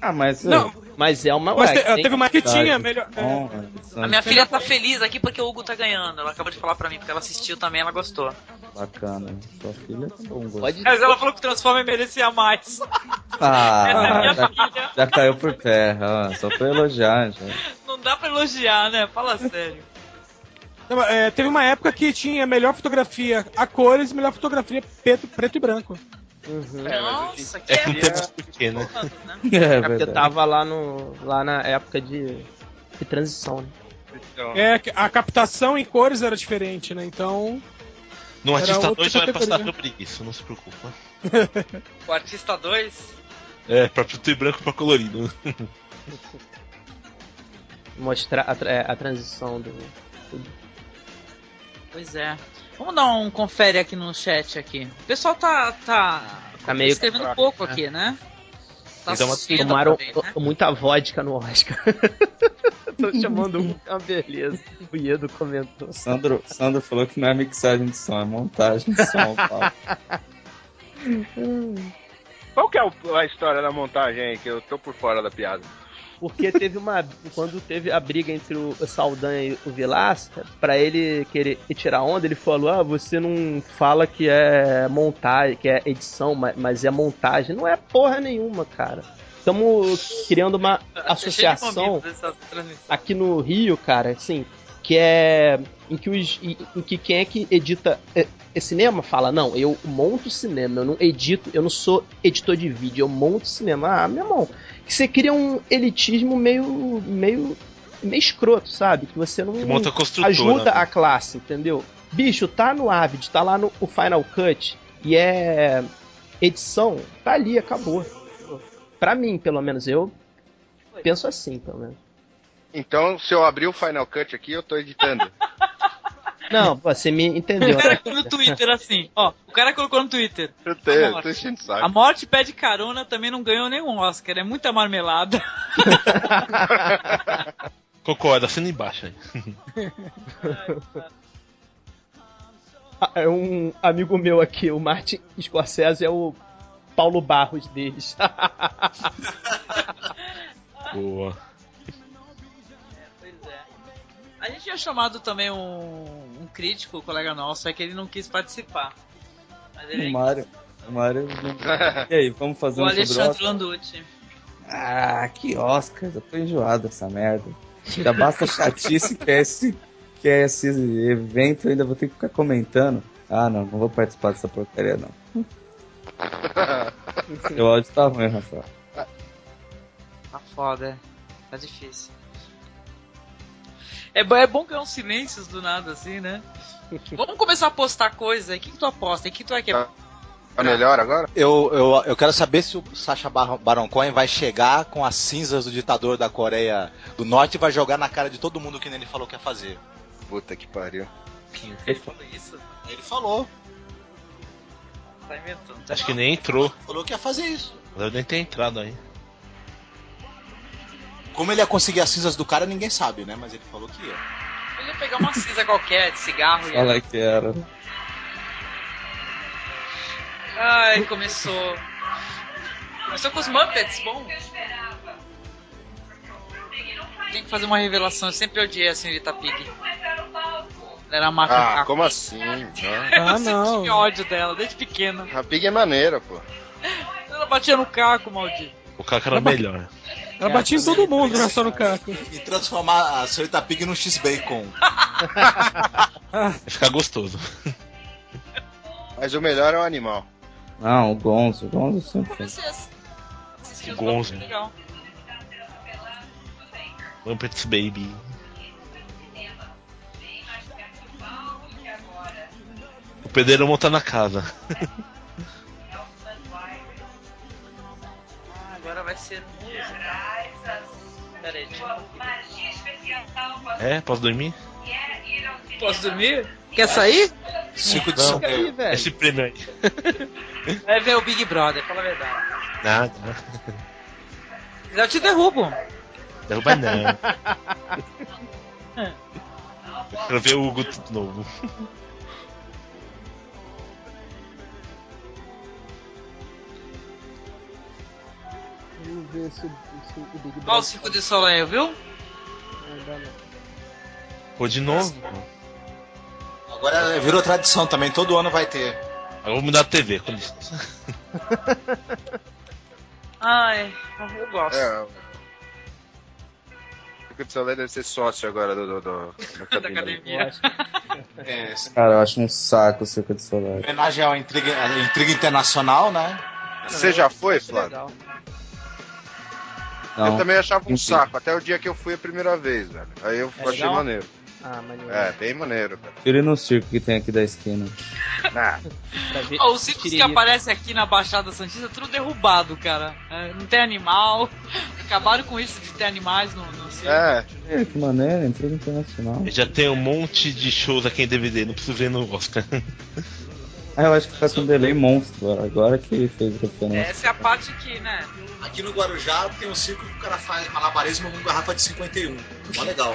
S5: Ah, mas.
S4: Não.
S5: Mas é uma.
S4: Mas
S5: ué,
S4: te- eh,
S5: tem-
S4: teve uma que tinha
S5: Verdade.
S8: é,
S4: melhor. eh,
S3: A minha filha
S5: é.
S3: tá feliz aqui porque o Hugo tá ganhando. Ela acabou de falar pra mim, porque ela assistiu também, ela gostou.
S8: Bacana. Sua filha tem bom gosto.
S3: Mas ela falou que o Transformer merecia mais.
S8: Ah,
S3: minha
S8: já, já caiu por terra, ó, só pra elogiar. Já.
S3: Não dá pra elogiar, né? Fala sério.
S4: Não, é, teve uma época que tinha melhor fotografia a cores e melhor fotografia preto, preto e branco.
S3: Nossa, que tá,
S5: É que não
S3: é-
S5: temos
S7: porquê, né?
S5: É, porque
S4: verdade.
S5: tava lá, no, lá na época de, de transição, né?
S4: É, a captação em cores era diferente, né? Então.
S7: No
S4: era
S7: Artista
S4: outra
S7: 2 vai
S4: categoria.
S7: passar sobre isso, não se preocupa.
S3: O artista 2?
S7: É, pra preto e branco pra colorido. né?
S5: Mostrar a, tra- é, a transição do. tá
S3: Pois é. Vamos dar um confere aqui no chat aqui. O pessoal tá, tá
S5: Tá meio-
S3: escrevendo pouco aqui, né? Tá
S5: Então,
S3: assistindo
S5: tomaram
S3: também, né?
S5: o- muita vodka no Oscar. Tô chamando um, é uma beleza. O Iedo comentou.
S8: Sandro, Sandro falou que não é mixagem de som, é montagem de som. Paulo.
S15: Qual que é o- a história da montagem aí, que eu tô por fora da piada?
S5: Porque teve uma. Quando teve a briga entre o Saldanha e o Vilasca, pra ele querer tirar onda, ele falou: Ah, você não fala que é montagem, que é edição, ma- mas é montagem. Não é porra nenhuma, cara. Estamos criando uma
S3: Tá
S5: associação aqui no Rio, cara, assim, que é em que, os, em em que quem é que edita é, é cinema fala, não, eu monto cinema, eu não edito, eu não sou editor de vídeo, eu monto cinema. Ah, meu irmão, que você cria um elitismo meio, meio, meio escroto, sabe? Que você não
S7: Que monta construtora,
S5: ajuda
S7: né?
S5: a classe, entendeu? Bicho, tá no Avid, tá lá no o Final Cut e é edição, tá ali, acabou. Pra mim, pelo menos, eu penso assim, pelo menos.
S18: Então, se eu abrir o Final Cut aqui, eu tô editando.
S5: Não, você me entendeu.
S18: O cara
S5: Né?
S18: que
S3: No Twitter, assim, ó, o cara colocou no Twitter.
S18: Eu
S3: a,
S18: tenho, tô
S3: morte,
S18: enchendo o saco.
S3: a morte pede carona também não ganhou nenhum Oscar, é muita marmelada.
S7: Concordo, assina é embaixo aí.
S5: Ah, é um amigo meu aqui, o Martin Scorsese, é o Paulo Barros deles.
S7: Boa.
S3: é. A gente tinha chamado também um, um crítico, um colega nosso, é que ele não quis participar. Mas ele-
S8: O Mário. O Mário. E aí, vamos fazer
S3: o
S8: um sobre o
S3: Alexandre
S8: Oscar?
S3: Landucci.
S8: Ah, que Oscar, eu tô enjoado dessa merda. Já basta a chatice que é, esse, que é esse evento, eu ainda vou ter que ficar comentando. Ah, não, não vou participar dessa porcaria, não. Seu áudio tá ruim, Rafael.
S3: Tá foda, tá difícil. É, bo- é bom que é uns silêncios do nada, assim, né? Vamos começar a postar coisa. O que, que tu aposta? O que tu é que é?
S18: Tá melhor agora?
S9: Ah, Eu, eu, eu quero saber se o Sacha Bar- Baron Cohen vai chegar com as cinzas do ditador da Coreia do Norte e vai jogar na cara de todo mundo que nem ele falou que ia fazer.
S18: Puta que pariu.
S3: Ele falou isso?
S9: Ele falou.
S3: Tá inventando.
S7: Acho que nem entrou.
S9: Falou que ia fazer isso.
S7: Deve nem ter entrado aí.
S9: Como ele ia conseguir as cinzas do cara, ninguém sabe, né? Mas ele falou que ia.
S3: Ele ia pegar uma cinza qualquer de cigarro e.
S8: Fala que era.
S3: Ai, começou. Começou com os Muppets, bom. Tem que fazer uma revelação. Eu sempre odiei a senhorita Pig. Ela era uma
S18: Ah,
S3: macaca.
S18: como assim?
S3: Eu sempre tive ódio dela, desde pequena.
S18: A Pig é maneira, pô.
S3: Ela batia no caco, maldito.
S7: O cara era melhor.
S4: Ela batia em todo mundo, não é só no caco.
S9: E transformar a senhorita Pig num X-Bacon.
S7: Vai ficar gostoso.
S18: Mas o melhor é o animal.
S8: Não, o Gonzo, o Gonzo sempre fez.
S3: Assistiu
S7: Gonzo.
S3: legal.
S7: Muppets Baby. O pedreiro monta na casa.
S3: Ah, agora vai ser música. Peraí, deixa
S7: É, posso dormir?
S3: eu- Posso dormir? Quer sair?
S7: Cinco
S3: Não.
S7: cinco.
S3: Aí, velho.
S7: Esse prêmio aí.
S3: Vai ver o Big Brother, fala a verdade.
S7: Nada.
S19: Eu te derrubo.
S7: Derruba não. Eu quero ver o Hugo de novo.
S5: Vamos ver se, se o
S3: Olha
S5: Big
S3: o
S5: Brother
S3: circo de Soleil, viu?
S7: Pô, de novo.
S9: Agora virou tradição também, todo ano vai ter.
S7: Agora eu vou mudar a TV. com licença.
S3: Ai, eu gosto.
S18: É. O Circo de Soleil deve ser sócio agora do, do, do- da academia.
S9: É, essa
S8: Cara, eu acho um saco o Circo de Solar.
S9: homenagem à intriga, à intriga internacional, né?
S18: Você já
S5: é
S18: foi, Flávio? Eu também achava um saco, até o dia que eu fui a primeira vez, velho. Aí eu
S5: É
S18: achei
S5: legal?
S18: maneiro.
S5: Ah, maneiro.
S18: É, bem maneiro, cara.
S8: Tirei no circo que tem aqui da esquina.
S18: Nah.
S3: Ó, os circos que aparecem aqui na Baixada Santista, é tudo derrubado, cara. É, Não tem animal. Acabaram com isso de ter animais no, no circo.
S8: É, que maneiro, entrega internacional.
S7: Eu já tenho um monte de shows aqui em DVD, não preciso ver no Oscar.
S8: Ah, eu acho que tá com um delay monstro agora que ele fez referência.
S3: Essa é a parte que, né?
S9: Aqui no Guarujá tem um circo que o cara faz malabarismo com garrafa de 51. Mó legal.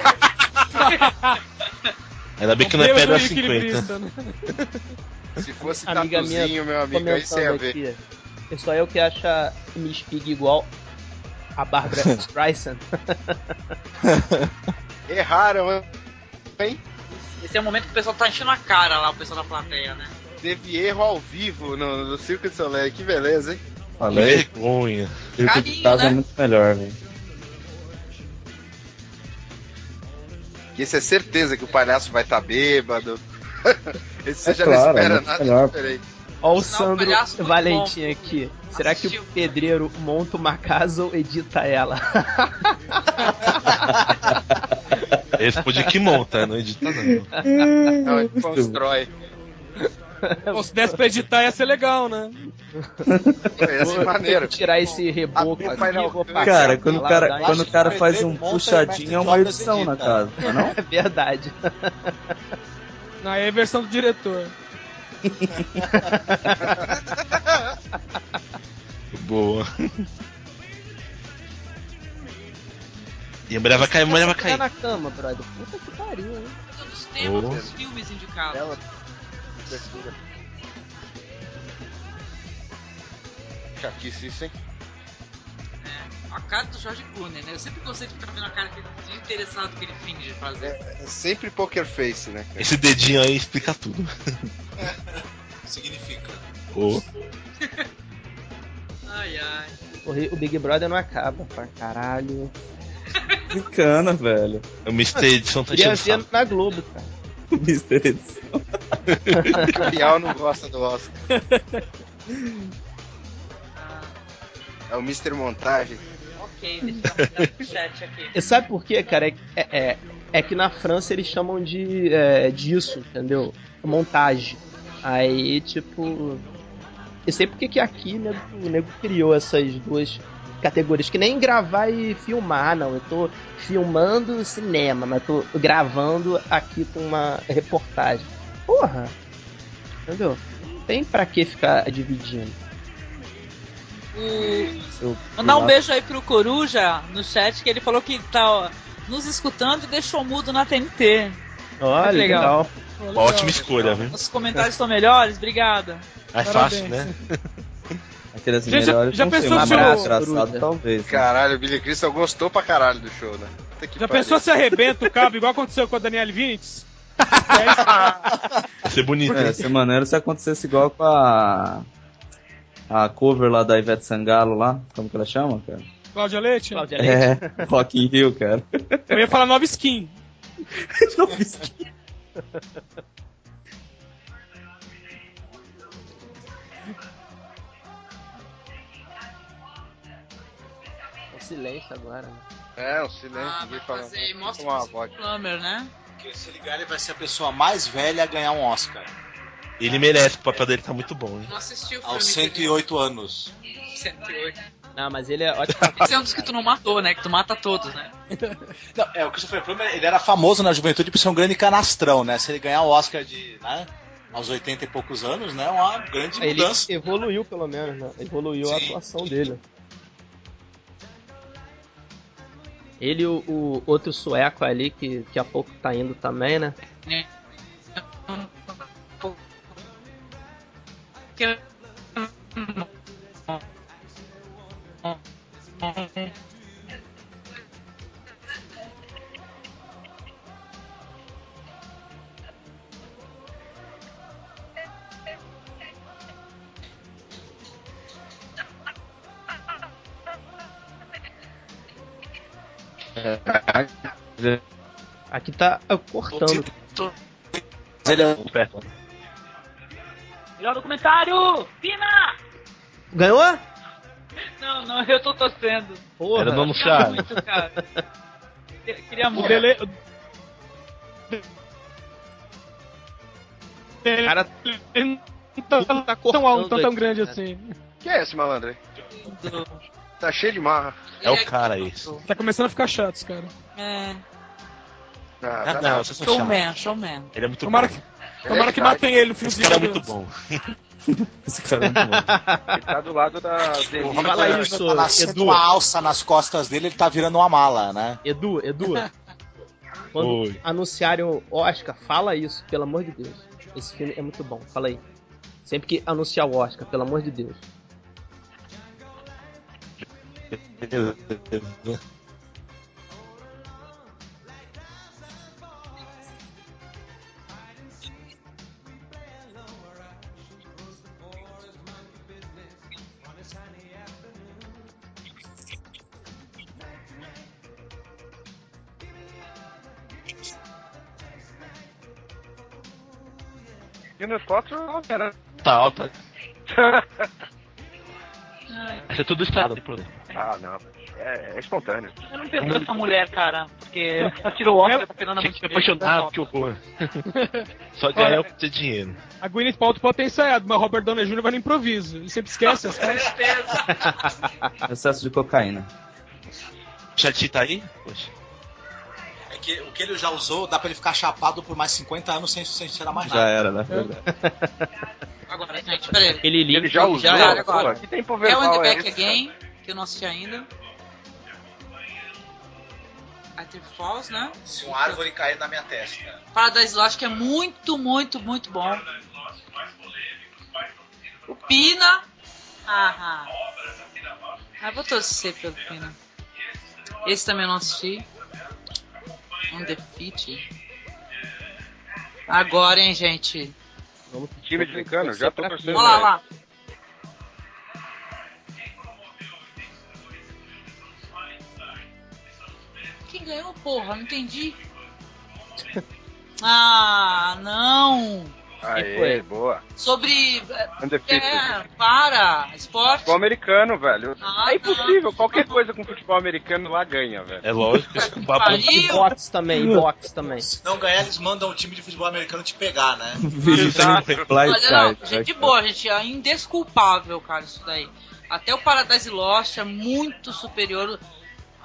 S7: Ainda bem que não é
S9: Deus
S7: pedra
S9: do
S3: né?
S7: 50.
S18: Se fosse
S5: amiga minha
S18: tatuzinho, meu amigo, aí você ia
S5: comentando
S18: ver.
S5: aqui. É só eu que acho a Miss Pig igual a Barbara Streisand.
S18: Erraram, hein? hein?
S3: Esse é o momento que o pessoal tá enchendo a cara lá, o pessoal da plateia, né?
S18: Teve erro ao vivo no, no Circo de Soleil, que beleza, hein?
S8: Falei?
S7: Vergonha.
S8: Circo de casa
S18: né?
S8: é muito melhor, velho.
S18: Que Isso é certeza que o palhaço vai estar bêbado. Esse você
S5: É
S18: já
S5: claro,
S18: não espera
S5: é muito
S18: nada
S5: melhor.
S18: diferente.
S5: Olha o
S18: Sinal,
S5: Sandro
S18: é um palhaço muito
S5: Valentim aqui. Será que o pedreiro monta uma casa ou edita ela?
S7: Esse pode que monta, não edita não.
S18: Não, ele constrói.
S4: Bom, se desse pra editar ia ser legal, né?
S18: ia ser
S5: Vou
S18: assim, maneiro.
S5: Assim, tirar esse reboco aqui e vou passar
S8: Cara, quando o
S5: lá,
S8: cara,
S5: dar
S8: quando o cara
S5: uma-
S8: faz um puxadinho é uma edição na casa, não?
S5: É verdade.
S4: Não, aí é a versão do diretor.
S7: Boa. E a mulher vai cair, a mulher vai
S5: Ficar
S7: cair.
S5: Tá na cama, brother. Puta que pariu, hein?
S3: Os
S7: temas Boa. dos
S3: filmes indicados.
S18: Chatice isso, hein?
S3: A cara do Jorge Clooney, né? Eu sempre gostei de ficar vendo a cara que ele- de interessado que ele finge fazer.
S18: É sempre poker face, né? cara?
S7: Esse dedinho aí explica tudo.
S9: Significa.
S7: Ô,
S3: Ai, ai.
S5: O Ri- O Big Brother não acaba, pra caralho.
S7: Tá
S8: É Bacana, velho.
S7: É uma edição tá
S5: Queria
S7: enchendo o
S5: ver
S7: saco.
S5: na Globo, cara.
S8: Mister Edição.
S18: O Bial não gosta do Oscar. É o Mr. Montagem.
S3: ah. Ok, deixa eu dar um chat aqui.
S5: E sabe por quê, cara? É, é, é que na França eles chamam de é, disso, entendeu? Montagem. Aí, tipo. Eu sei porque que aqui nego, o nego criou essas duas categorias, que nem gravar e filmar, não. Eu tô filmando cinema, mas tô gravando aqui com uma reportagem. Porra! Entendeu? Não tem pra que ficar dividindo.
S19: O-
S8: Eu-
S19: Mandar um beijo aí pro Coruja no chat, que ele falou que tá ó, nos escutando e deixou mudo na TNT.
S5: Olha,
S19: que legal.
S5: legal.
S7: Uma ótima escolha, viu?
S19: Os comentários estão melhores, obrigada.
S7: É fácil, né?
S8: Aqueles
S7: Já- já-
S8: melhores
S4: já
S8: não sei,
S4: pensou
S8: um
S4: se o-
S8: abraço engraçado,
S4: Bruno.
S8: talvez. né?
S18: Caralho, o Billy Crystal gostou pra caralho do show, né? Puta que
S4: Já
S18: pariu.
S4: pensou se arrebenta o cabo, igual aconteceu com a Danielle Vinitz?
S7: Ia ser bonito. né?
S8: É, ia ser maneiro se acontecesse igual com a. A cover lá da Ivete Sangalo lá. Como que ela chama, cara?
S4: Cláudia Leite?
S5: Cláudia
S8: É, Rock in Rio, cara.
S4: Eu ia falar nova skin.
S8: nova skin.
S5: É silêncio agora, né?
S18: É, um silêncio.
S3: Ah,
S18: ninguém
S3: vai
S18: fala.
S3: fazer. Mostra
S18: Uma
S3: o
S18: vodka.
S3: Plummer, né?
S9: Porque se ligar, ele vai ser a pessoa mais velha a ganhar um Oscar.
S7: Ele merece, o papel dele tá muito bom, hein?
S3: Não assisti o filme.
S9: Aos 108 anos.
S3: dele. 108.
S5: Não, mas ele é ótimo.
S3: Esse é um dos que tu não matou, né? Que tu mata todos, né?
S9: Não, é, o Christopher Plummer, ele era famoso na juventude por ser um grande canastrão, né? Se ele ganhar o Oscar de, né, aos 80 e poucos anos, né? é Uma grande
S5: Ele
S9: mudança.
S5: evoluiu, pelo menos, né? Evoluiu a atuação dele. Ele e o, o outro sueco ali, que daqui a pouco tá indo também, né? Aqui tá ah, cortando.
S17: Ele é perto.
S3: Melhor documentário! Pina!
S5: Ganhou?
S3: Não, não, eu tô torcendo.
S5: Porra,
S3: Era do
S5: anunciado.
S3: Queria muito, cara. Queria- Queria
S4: O
S3: muito.
S4: dele...
S5: Cara,
S4: ele não tá, tão alto, tão, tão grande
S5: né?
S4: assim.
S18: Quem é esse malandro aí? Tá cheio de marra.
S7: É o cara esse.
S4: Tá começando a ficar chato, esse cara.
S19: É.
S7: Ah,
S18: tá-
S7: não, vocês são
S19: Showman,
S7: chatos.
S19: showman.
S7: Ele é muito
S4: Tomara
S7: bom.
S4: que- tomara que matem ele no
S7: Esse
S4: finzinho
S7: cara é
S4: do
S7: muito
S4: jogo.
S7: bom.
S8: Esse cara é muito bom.
S15: Ele tá do lado da.
S5: Fala
S15: da-
S5: isso,
S17: Tá
S9: assim,
S17: nascendo
S5: Edu.
S17: uma alça nas costas dele, ele tá virando uma mala, né?
S5: Edu, Edu. Quando
S17: Oi.
S5: anunciarem o Oscar, fala isso, pelo amor de Deus. Esse filme é muito bom, fala aí. Sempre que anunciar o Oscar, pelo amor de Deus.
S15: E no foto é o Homem-Aranha.
S7: Tá alta. Isso é tudo estado, não tem problema.
S15: Ah, não. É, é espontâneo.
S3: Eu não perdoo essa mulher, cara. Porque ela tirou o óculos, tá penando muito.
S7: Apaixonado, que horror. Só
S4: Olha-
S7: ganhar o dinheiro.
S4: A Gwyneth Paltrow pode ter ensaiado, mas Robert Downey Jr. vai no improviso. E sempre esquece as coisas.
S8: Excesso de cocaína.
S7: O Chati tá aí? Poxa.
S17: É que o que ele já usou dá pra ele ficar chapado por mais 50 anos sem, sem tirar mais nada.
S8: Já era, né? Verdade.
S3: Agora, gente, peraí.
S5: Ele liga.
S3: Ele já usou,
S15: Agora,
S3: agora.
S15: Que tempo
S3: É o
S15: verbal
S3: In the
S15: é
S3: Back
S15: esse,
S3: Again, que eu não assisti ainda. Aí teve Falls, né?
S17: Se uma árvore cair na minha testa.
S3: Paradise Lost, que é muito, muito, muito bom. O Pina. Ah, ah. vou torcer pelo Pina. Esse também eu não assisti. Um On the Fit. Agora, hein, gente.
S5: Vamos
S15: Time de encano, já tô torcendo. né?
S3: Vamos lá, lá. Quem ganhou, porra? Não entendi. Ah, não.
S15: Aê, boa.
S3: Sobre.
S15: Undefeated.
S3: É, para. Esporte.
S15: Futebol americano, velho.
S3: Ah,
S15: é impossível. Qualquer coisa com futebol americano lá ganha, velho.
S7: É lógico.
S5: E box também, e box também.
S17: Se não ganhar, eles mandam o time de futebol americano te pegar, né?
S8: tá,
S3: Olha, não, gente, de boa, gente, é indesculpável, cara, isso daí. Até o Paradise Lost é muito superior.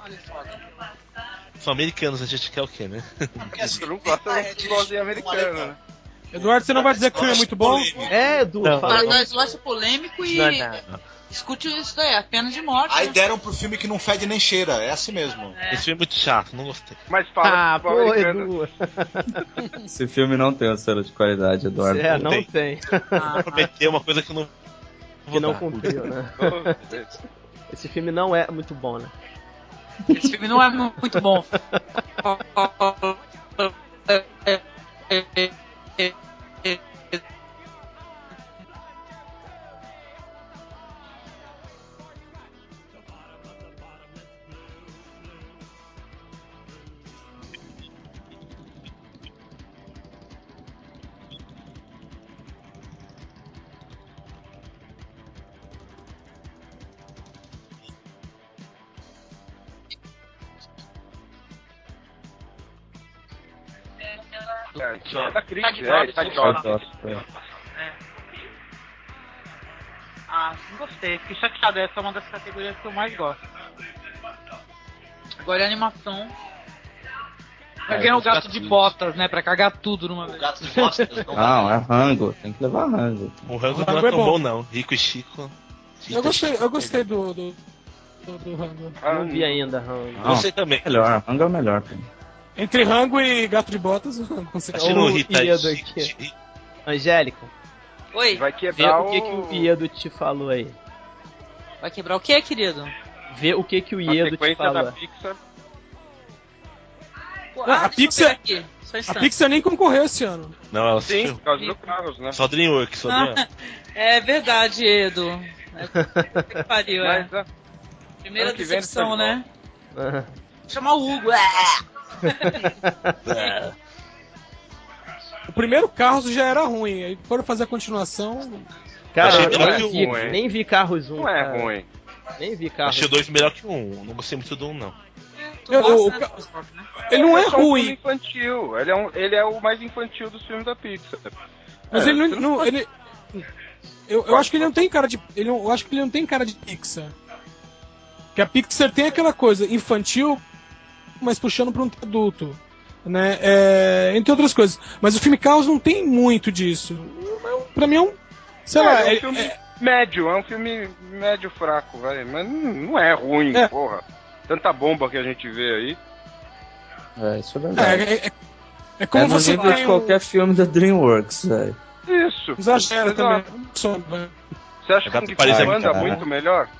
S3: Olha foda.
S7: São americanos, a gente quer o quê, né?
S17: assim,
S15: Eu não
S17: ah,
S15: gosto
S17: é
S15: do
S17: um
S15: futebolzinho americano, né?
S4: Eduardo, você não vai dizer que o filme é muito bom?
S5: É, Edu,
S7: Não.
S3: O Paradise Lost é polêmico e discute isso daí, a pena de morte.
S17: Aí
S3: né?
S17: deram pro filme que não fede nem cheira, é assim mesmo.
S7: Esse filme é muito chato, não gostei.
S15: Mas
S5: Ah,
S17: futebol
S5: pô,
S17: americano.
S5: Edu.
S8: Esse filme não tem o selo de qualidade, Eduardo.
S5: É, não tem.
S3: Ah,
S7: Prometeu uma coisa que eu não.
S5: Que
S7: vou
S5: não
S7: dar.
S5: cumpriu, né?
S7: Oh,
S5: Esse filme não é muito bom, né?
S3: Esse filme não é mu- muito bom.
S15: É da crítica,
S3: Tá
S15: é,
S3: de
S15: tá
S3: volta,
S15: de
S3: tá de
S15: volta.
S3: Ah, não gostei. Fiquei chateado. Essa é uma das categorias que eu mais gosto. Agora é animação. Vai
S8: É,
S3: ganhar o
S8: dos
S3: gato de botas, né? Pra cagar tudo numa vez. O
S17: gato de botas.
S8: Não, é rango. Tem que levar rango.
S7: O rango
S4: Rango
S7: não é
S4: é
S7: tão
S4: bom.
S7: bom, não. Rico e Chico.
S4: Eu gostei, eu gostei do, do, do Rango.
S5: Não vi ainda, Rango.
S4: Eu sei também.
S8: Melhor, Rango é o melhor. pô.
S4: Entre Rango e Gato de Botas, o Rango consegue.
S5: Olha o Iedo aqui. Angélica,
S3: Oi. Vai
S5: vê o que, que o Iedo te falou aí.
S3: Vai quebrar o quê, querido?
S5: Vê o que, que o
S3: A
S5: Iedo te
S3: sequência da
S5: falou.
S15: Pixar.
S4: a Pixar-
S3: Aqui, só um
S4: A
S3: instante.
S4: Pixar nem concorreu esse ano.
S7: Não, ela
S15: Sim, por causa do Carlos, né?
S7: Só Dreamworks, só Dreamworks.
S3: é verdade, Edu. É, que pariu, é.
S15: Mas, ah,
S3: Primeira
S15: ano que vem
S3: decepção,
S15: ele tá de
S3: né? Vou Chamar o Hugo. é.
S4: O primeiro Carros já era ruim, aí foram fazer a continuação.
S5: Cara,
S7: Achei
S5: eu
S7: melhor
S5: não
S7: que
S5: vi,
S7: o um, hein?
S5: nem vi carros um.
S8: é
S5: cara. Nem vi carros.
S7: Achei o dois melhor que o um. Não gostei muito do um, não.
S4: Eu- o
S15: né,
S4: ca- Ele
S15: Ele
S4: não é
S15: só um filme
S4: ruim,
S15: infantil. Ele é, um- ele é o mais infantil dos filmes da Pixar.
S4: mas
S15: É,
S4: ele
S15: você
S4: não. não- ele, eu, eu acho que ele não tem cara de. Ele, não- eu acho que ele não tem cara de Pixar. Que a Pixar tem aquela coisa infantil, mas puxando pra um adulto. Né? É, entre outras coisas. Mas o filme Carros não tem muito disso. É um- Pra mim é um. Sei
S15: É,
S4: lá,
S15: é um
S4: é-
S15: filme
S4: é-
S15: médio, é um filme médio fraco, vai. Mas não não é ruim, porra. Tanta bomba que a gente vê aí.
S8: É, isso é verdade.
S4: É, é- é- é como
S8: é no
S4: você
S8: nível
S4: tem
S8: de
S4: um-
S8: qualquer filme da DreamWorks, velho.
S15: Isso.
S4: Exagera
S15: Exato.
S4: também. Sombra.
S15: Você acha que
S8: Gato
S15: o Kung
S8: Paris é
S15: Fu anda
S8: muito bom,
S15: muito melhor?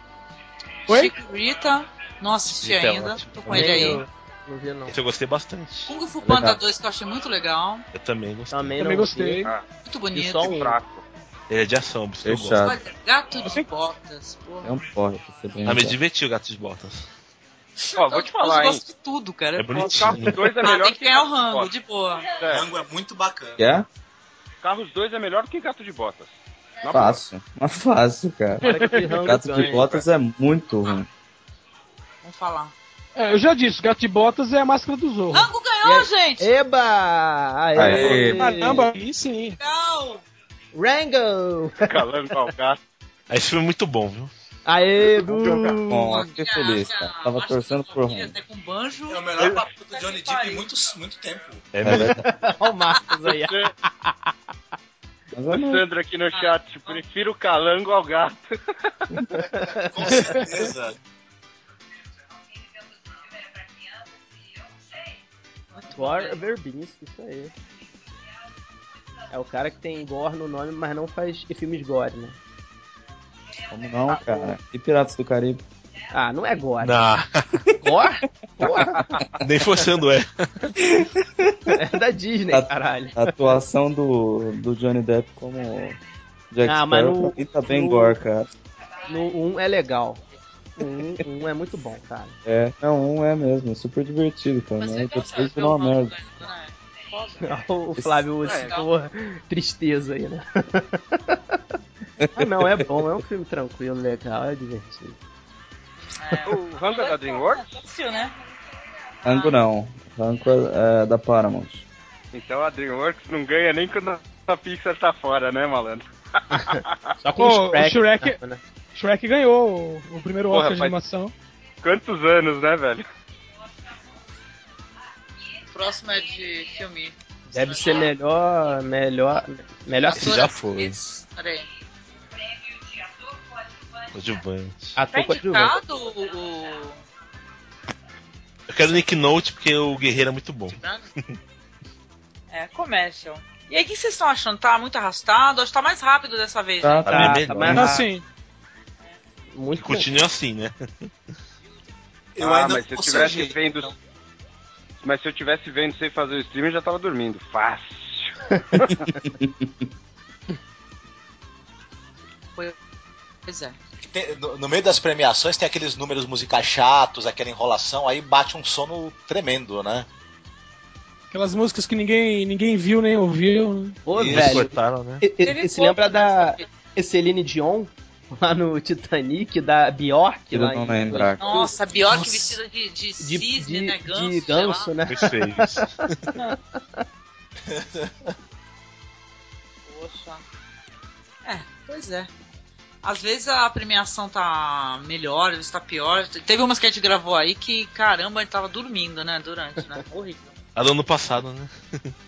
S3: Chico Rita, não assisti
S7: Rita é
S3: ainda.
S7: ótimo.
S3: Tô com ele aí.
S5: Não vi, não.
S7: Esse eu gostei bastante.
S3: Kung Fu
S7: É
S3: Panda
S7: legal.
S3: 2 que eu achei muito legal.
S7: Eu também gostei.
S5: Também Também não gostei.
S15: Ah,
S5: vi.
S3: Muito bonito.
S5: E só um.
S7: Ele é de ação, por isso que eu
S8: Fechado.
S7: gosto.
S3: Olha, gato de botas, porra.
S8: É um porra, pra ser bem
S7: Ah, me
S8: verdade.
S7: divertiu o Gato de Botas.
S15: Ó, vou te
S3: Então, eu
S15: falar, hein.
S3: gosto de tudo, cara.
S7: É
S3: Pô,
S7: bonitinho.
S3: Carros
S15: dois é
S3: ah,
S15: melhor
S3: tem que
S15: que
S3: ganhar o
S15: Gato de
S3: rango,
S15: Botas.
S3: de boa.
S17: Rango é muito bacana.
S8: Quer?
S15: Carros 2 é melhor que Gato de Botas. Na
S8: Fácil. Mas fácil, cara.
S15: Olha que rango
S8: Gato
S15: ganha,
S8: de botas é muito ruim.
S3: Vamos falar.
S4: É, eu já disse, Gato de Botas é a máscara do Zorro.
S8: Ah!
S3: Rango ganhou, gente!
S5: Eba! Aê!
S8: Aê.
S4: Caramba, aí sim.
S3: Legal!
S5: Rango!
S15: Calando ao gato.
S7: Esse filme é muito bom, viu?
S5: Aê, Bu!
S8: Bom, fiquei feliz, cara. Tava torcendo pro ruim.
S3: Até com banjo.
S17: É o melhor papo do Johnny Depp em muito, muito tempo.
S8: É verdade.
S5: Olha o Marcos aí.
S8: Mas
S15: A
S8: eu não-
S15: Sandra aqui no chat, prefiro o calango ao gato.
S17: Com certeza.
S15: um
S5: Thor Verbinski, isso aí. É o cara que tem gore no nome, mas não faz filmes gore, né?
S8: Como não, cara? E Piratas do Caribe?
S5: Ah, não é gore.
S7: Não.
S5: Gore? Porra.
S7: Nem forçando é.
S5: É da Disney,
S8: A-
S5: caralho.
S8: A atuação do, do Johnny Depp como Jack
S5: Ah, mas
S8: Sparrow
S5: no-
S8: pra mim tá bem
S5: no-
S8: gore, cara.
S5: No 1 é legal. O 1 um, é muito bom, cara.
S8: É, não, um é mesmo, é super divertido, cara.
S3: é
S8: Né? Depois virou uma merda.
S3: né?
S5: O Flávio
S3: Esse-
S5: citou tristeza aí, né? ah, não, é bom, é um filme tranquilo, legal, é divertido.
S15: O Rango é da DreamWorks?
S3: Assistiu, né?
S8: Rango não. Rango é, é da Paramount.
S15: Então a DreamWorks não ganha nem quando a Pixar tá fora, né, malandro?
S5: Só
S4: Pô, o Shrek,
S5: tá, né?
S4: Shrek ganhou o, o primeiro
S15: Porra,
S4: Oscar de
S15: faz-
S4: animação.
S15: Quantos anos, né, velho?
S3: O próximo é de filme.
S5: Deve ser melhor, melhor, melhor
S3: Esse
S5: ator.
S3: já
S7: foi.
S3: Peraí.
S7: Coadjuvante.
S3: Tá
S5: Ator coadjuvante.
S3: indicado o. o-
S7: Eu quero Nick Note porque o Guerreiro é muito bom.
S3: É, comércio. E aí, o que vocês estão achando? Tá muito arrastado? Acho que tá mais rápido dessa vez. né?
S7: Tá,
S3: gente.
S5: Ah,
S7: tá, Tá
S8: é
S7: bem tá melhor. mais
S4: Mas assim,
S5: Muito
S7: Continue assim, né?
S17: Eu
S15: ah,
S17: ainda
S15: mas se eu
S17: não
S15: tivesse
S17: consegui,
S15: vendo. Mas se eu tivesse vendo sem fazer o stream, eu já tava dormindo. Fácil.
S3: Pois é.
S17: Tem- no, no meio das premiações tem aqueles números musicais chatos, aquela enrolação, aí bate um sono tremendo, né?
S4: aquelas músicas que ninguém, ninguém viu nem ouviu. né?
S5: Ô,
S17: Isso.
S5: velho,
S7: Cortaram, né?
S5: e- e- e se lembra da Celine Dion lá no Titanic, da Bjork
S8: Eu
S5: lá
S8: não
S5: em-
S8: lembro. cara.
S3: Nossa, Bjork
S5: Nossa.
S3: vestida de, de
S5: de,
S3: cisne,
S5: de-
S3: né?
S5: de
S3: Ganso, sei lá.
S5: ganso, né?
S7: Perfeito.
S3: Poxa. É, pois é. Às vezes a premiação tá melhor, às vezes tá pior. Teve umas que a gente gravou aí que, caramba, ele tava dormindo, né? Durante, né? Horrível.
S7: A do ano passado, né?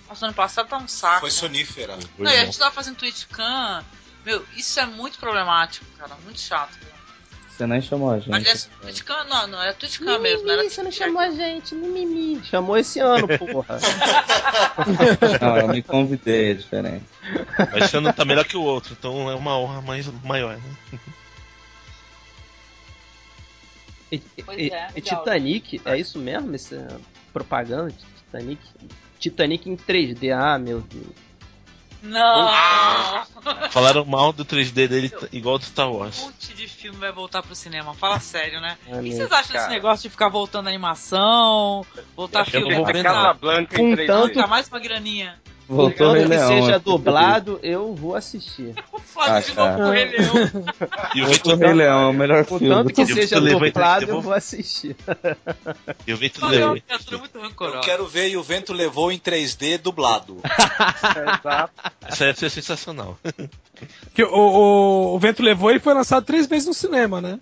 S3: Nossa, ano passado tá um saco.
S17: Foi sonífera.
S3: Não, e a gente tava fazendo Twitch Can. Meu, isso é muito problemático, cara. Muito chato.
S8: Você nem chamou a gente.
S3: Aliás, Twitchcam, não, não, era Twitchcam mesmo. né? Era...
S5: Você não chamou a gente, mimimi. Chamou esse ano, porra.
S8: Não, eu me convidei, é diferente.
S7: Mas esse ano tá melhor que o outro, então é uma honra mais, maior, né?
S5: E,
S3: Pois
S5: e-
S3: é,
S5: e
S3: legal.
S5: Titanic, é isso mesmo? Essa propaganda de Titanic? Titanic em 3D, ah, meu Deus.
S3: Não!
S7: Falaram mal do 3D dele t- igual do Star Wars.
S3: um monte de filme vai voltar pro cinema, fala sério, né?
S7: É
S5: Ah,
S3: O que
S7: mesmo,
S3: vocês acham desse
S7: cara.
S3: negócio de ficar voltando animação, voltar
S7: Eu
S3: filme
S7: não vou
S3: pra
S7: ver,
S3: cá?
S7: não. Casablanca em Com 3D. tanto-
S3: Tá mais uma graninha.
S8: Voltou
S5: Tanto
S8: Rei
S5: que
S8: Leão,
S5: seja
S8: eu tô
S5: dublado, eu vou assistir.
S8: Ah, cara.
S7: E
S8: Eu tô Rei Leão é o melhor filme.
S5: Tanto que
S8: Eu tô-
S5: seja
S8: eu levei-
S5: dublado,
S8: eu
S5: eu
S8: vou-
S5: vou assistir.
S7: Eu vi
S3: Mas é uma criatura muito
S17: Eu
S3: rancorosa.
S17: quero ver e o vento levou em 3D dublado.
S7: Isso ia ser é sensacional.
S4: Que o, o, o Vento Levou ele foi lançado três vezes no cinema, né?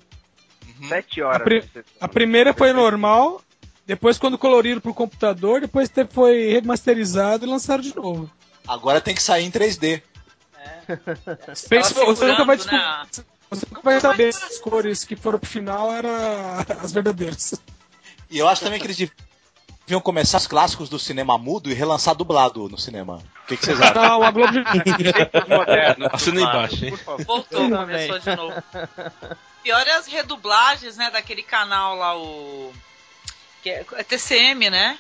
S15: Sete
S4: A,
S15: horas.
S4: pri- a primeira foi normal, depois quando coloriram pro computador, depois te- foi remasterizado e lançaram de novo.
S17: Agora tem que sair em 3D.
S4: Fez- você nunca vai descobrir.
S3: né?
S4: Você nunca vai saber se as cores que foram pro final eram as verdadeiras.
S17: E eu acho também que eles deviam começar os clássicos do cinema mudo e relançar dublado no cinema. O que, que vocês acham?
S4: Não, a Globo Tá, de...
S7: Assina embaixo, hein?
S3: Voltou, começou de novo. Pior é as redublagens, né, daquele canal lá, o. que é, é TCM, né?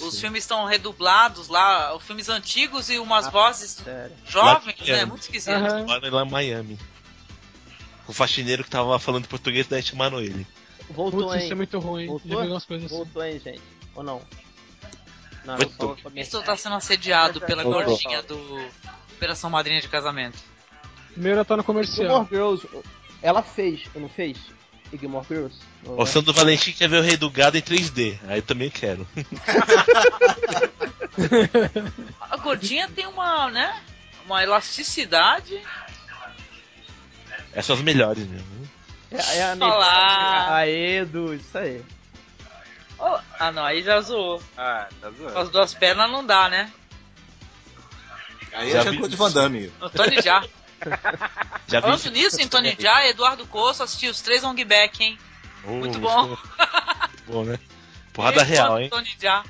S3: Os filmes estão redublados lá, os filmes antigos e
S7: Ah.
S3: umas vozes jovens, né? Muito esquisito.
S7: Chamaram ele lá em Miami. O faxineiro que tava falando português, daí chamaram ele.
S5: Voltou,
S4: Putz,
S5: hein?
S4: isso é muito ruim. Já
S5: Voltou?
S4: vi umas coisas assim.
S5: Voltou, hein, gente? Ou não? Não,
S7: Voltou.
S5: não, só-
S3: Isso tá sendo assediado pela
S7: Uhum.
S5: Voltou.
S3: gordinha do Operação Madrinha de Casamento.
S4: Primeiro tá no comercial.
S5: Gilmore Girls, ela fez, eu não fez? Gilmore Girls? é? Não,
S7: O Sandro Valentim quer ver o Rei do Gado em 3D. Aí eu também quero.
S3: A gordinha tem uma, né? Uma elasticidade.
S7: Essas são as É melhores mesmo. né?
S5: É, é a minha...
S3: Olá.
S5: Aê, Edu, isso aí.
S3: Oh, ah, não, aí já zoou.
S15: Ah, tá
S3: Com as duas pernas não dá, né?
S17: Aí
S7: Já
S17: já
S7: vi
S17: ficou de Van Damme.
S3: No Tony Já.
S7: Já vi
S3: Falando nisso, em Tony Já, Eduardo Costa assistiu os três long back, hein? Muito bom.
S7: Bom, né? Porrada real, hein?
S3: Tony Já.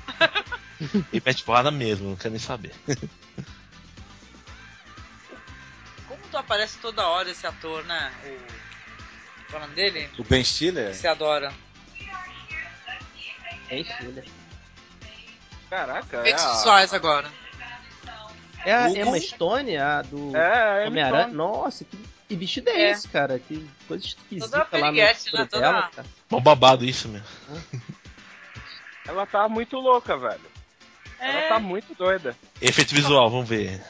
S7: E mete porrada mesmo, não quero nem saber.
S3: Como tu aparece toda hora esse ator, né? O... Qual é o nome dele?
S17: O Ben Stiller?
S3: Que Você adora.
S5: É Stiller.
S8: É
S15: Caraca,
S3: Redes sociais agora.
S5: É a
S3: Hugo?
S5: Emma Stone, a do
S3: É,
S15: Emma
S5: Homem-Aranha.
S15: Stone.
S5: Nossa, que, que vestido é,
S3: É.
S5: esse, cara? Que coisa esquisita
S3: Toda
S5: lá no
S3: piriguete,
S5: futuro
S3: né? Toda-
S5: dela, cara.
S7: Mó babado isso mesmo.
S15: Ela tá muito louca, velho. Ela tá muito doida.
S7: Efeito visual, vamos ver.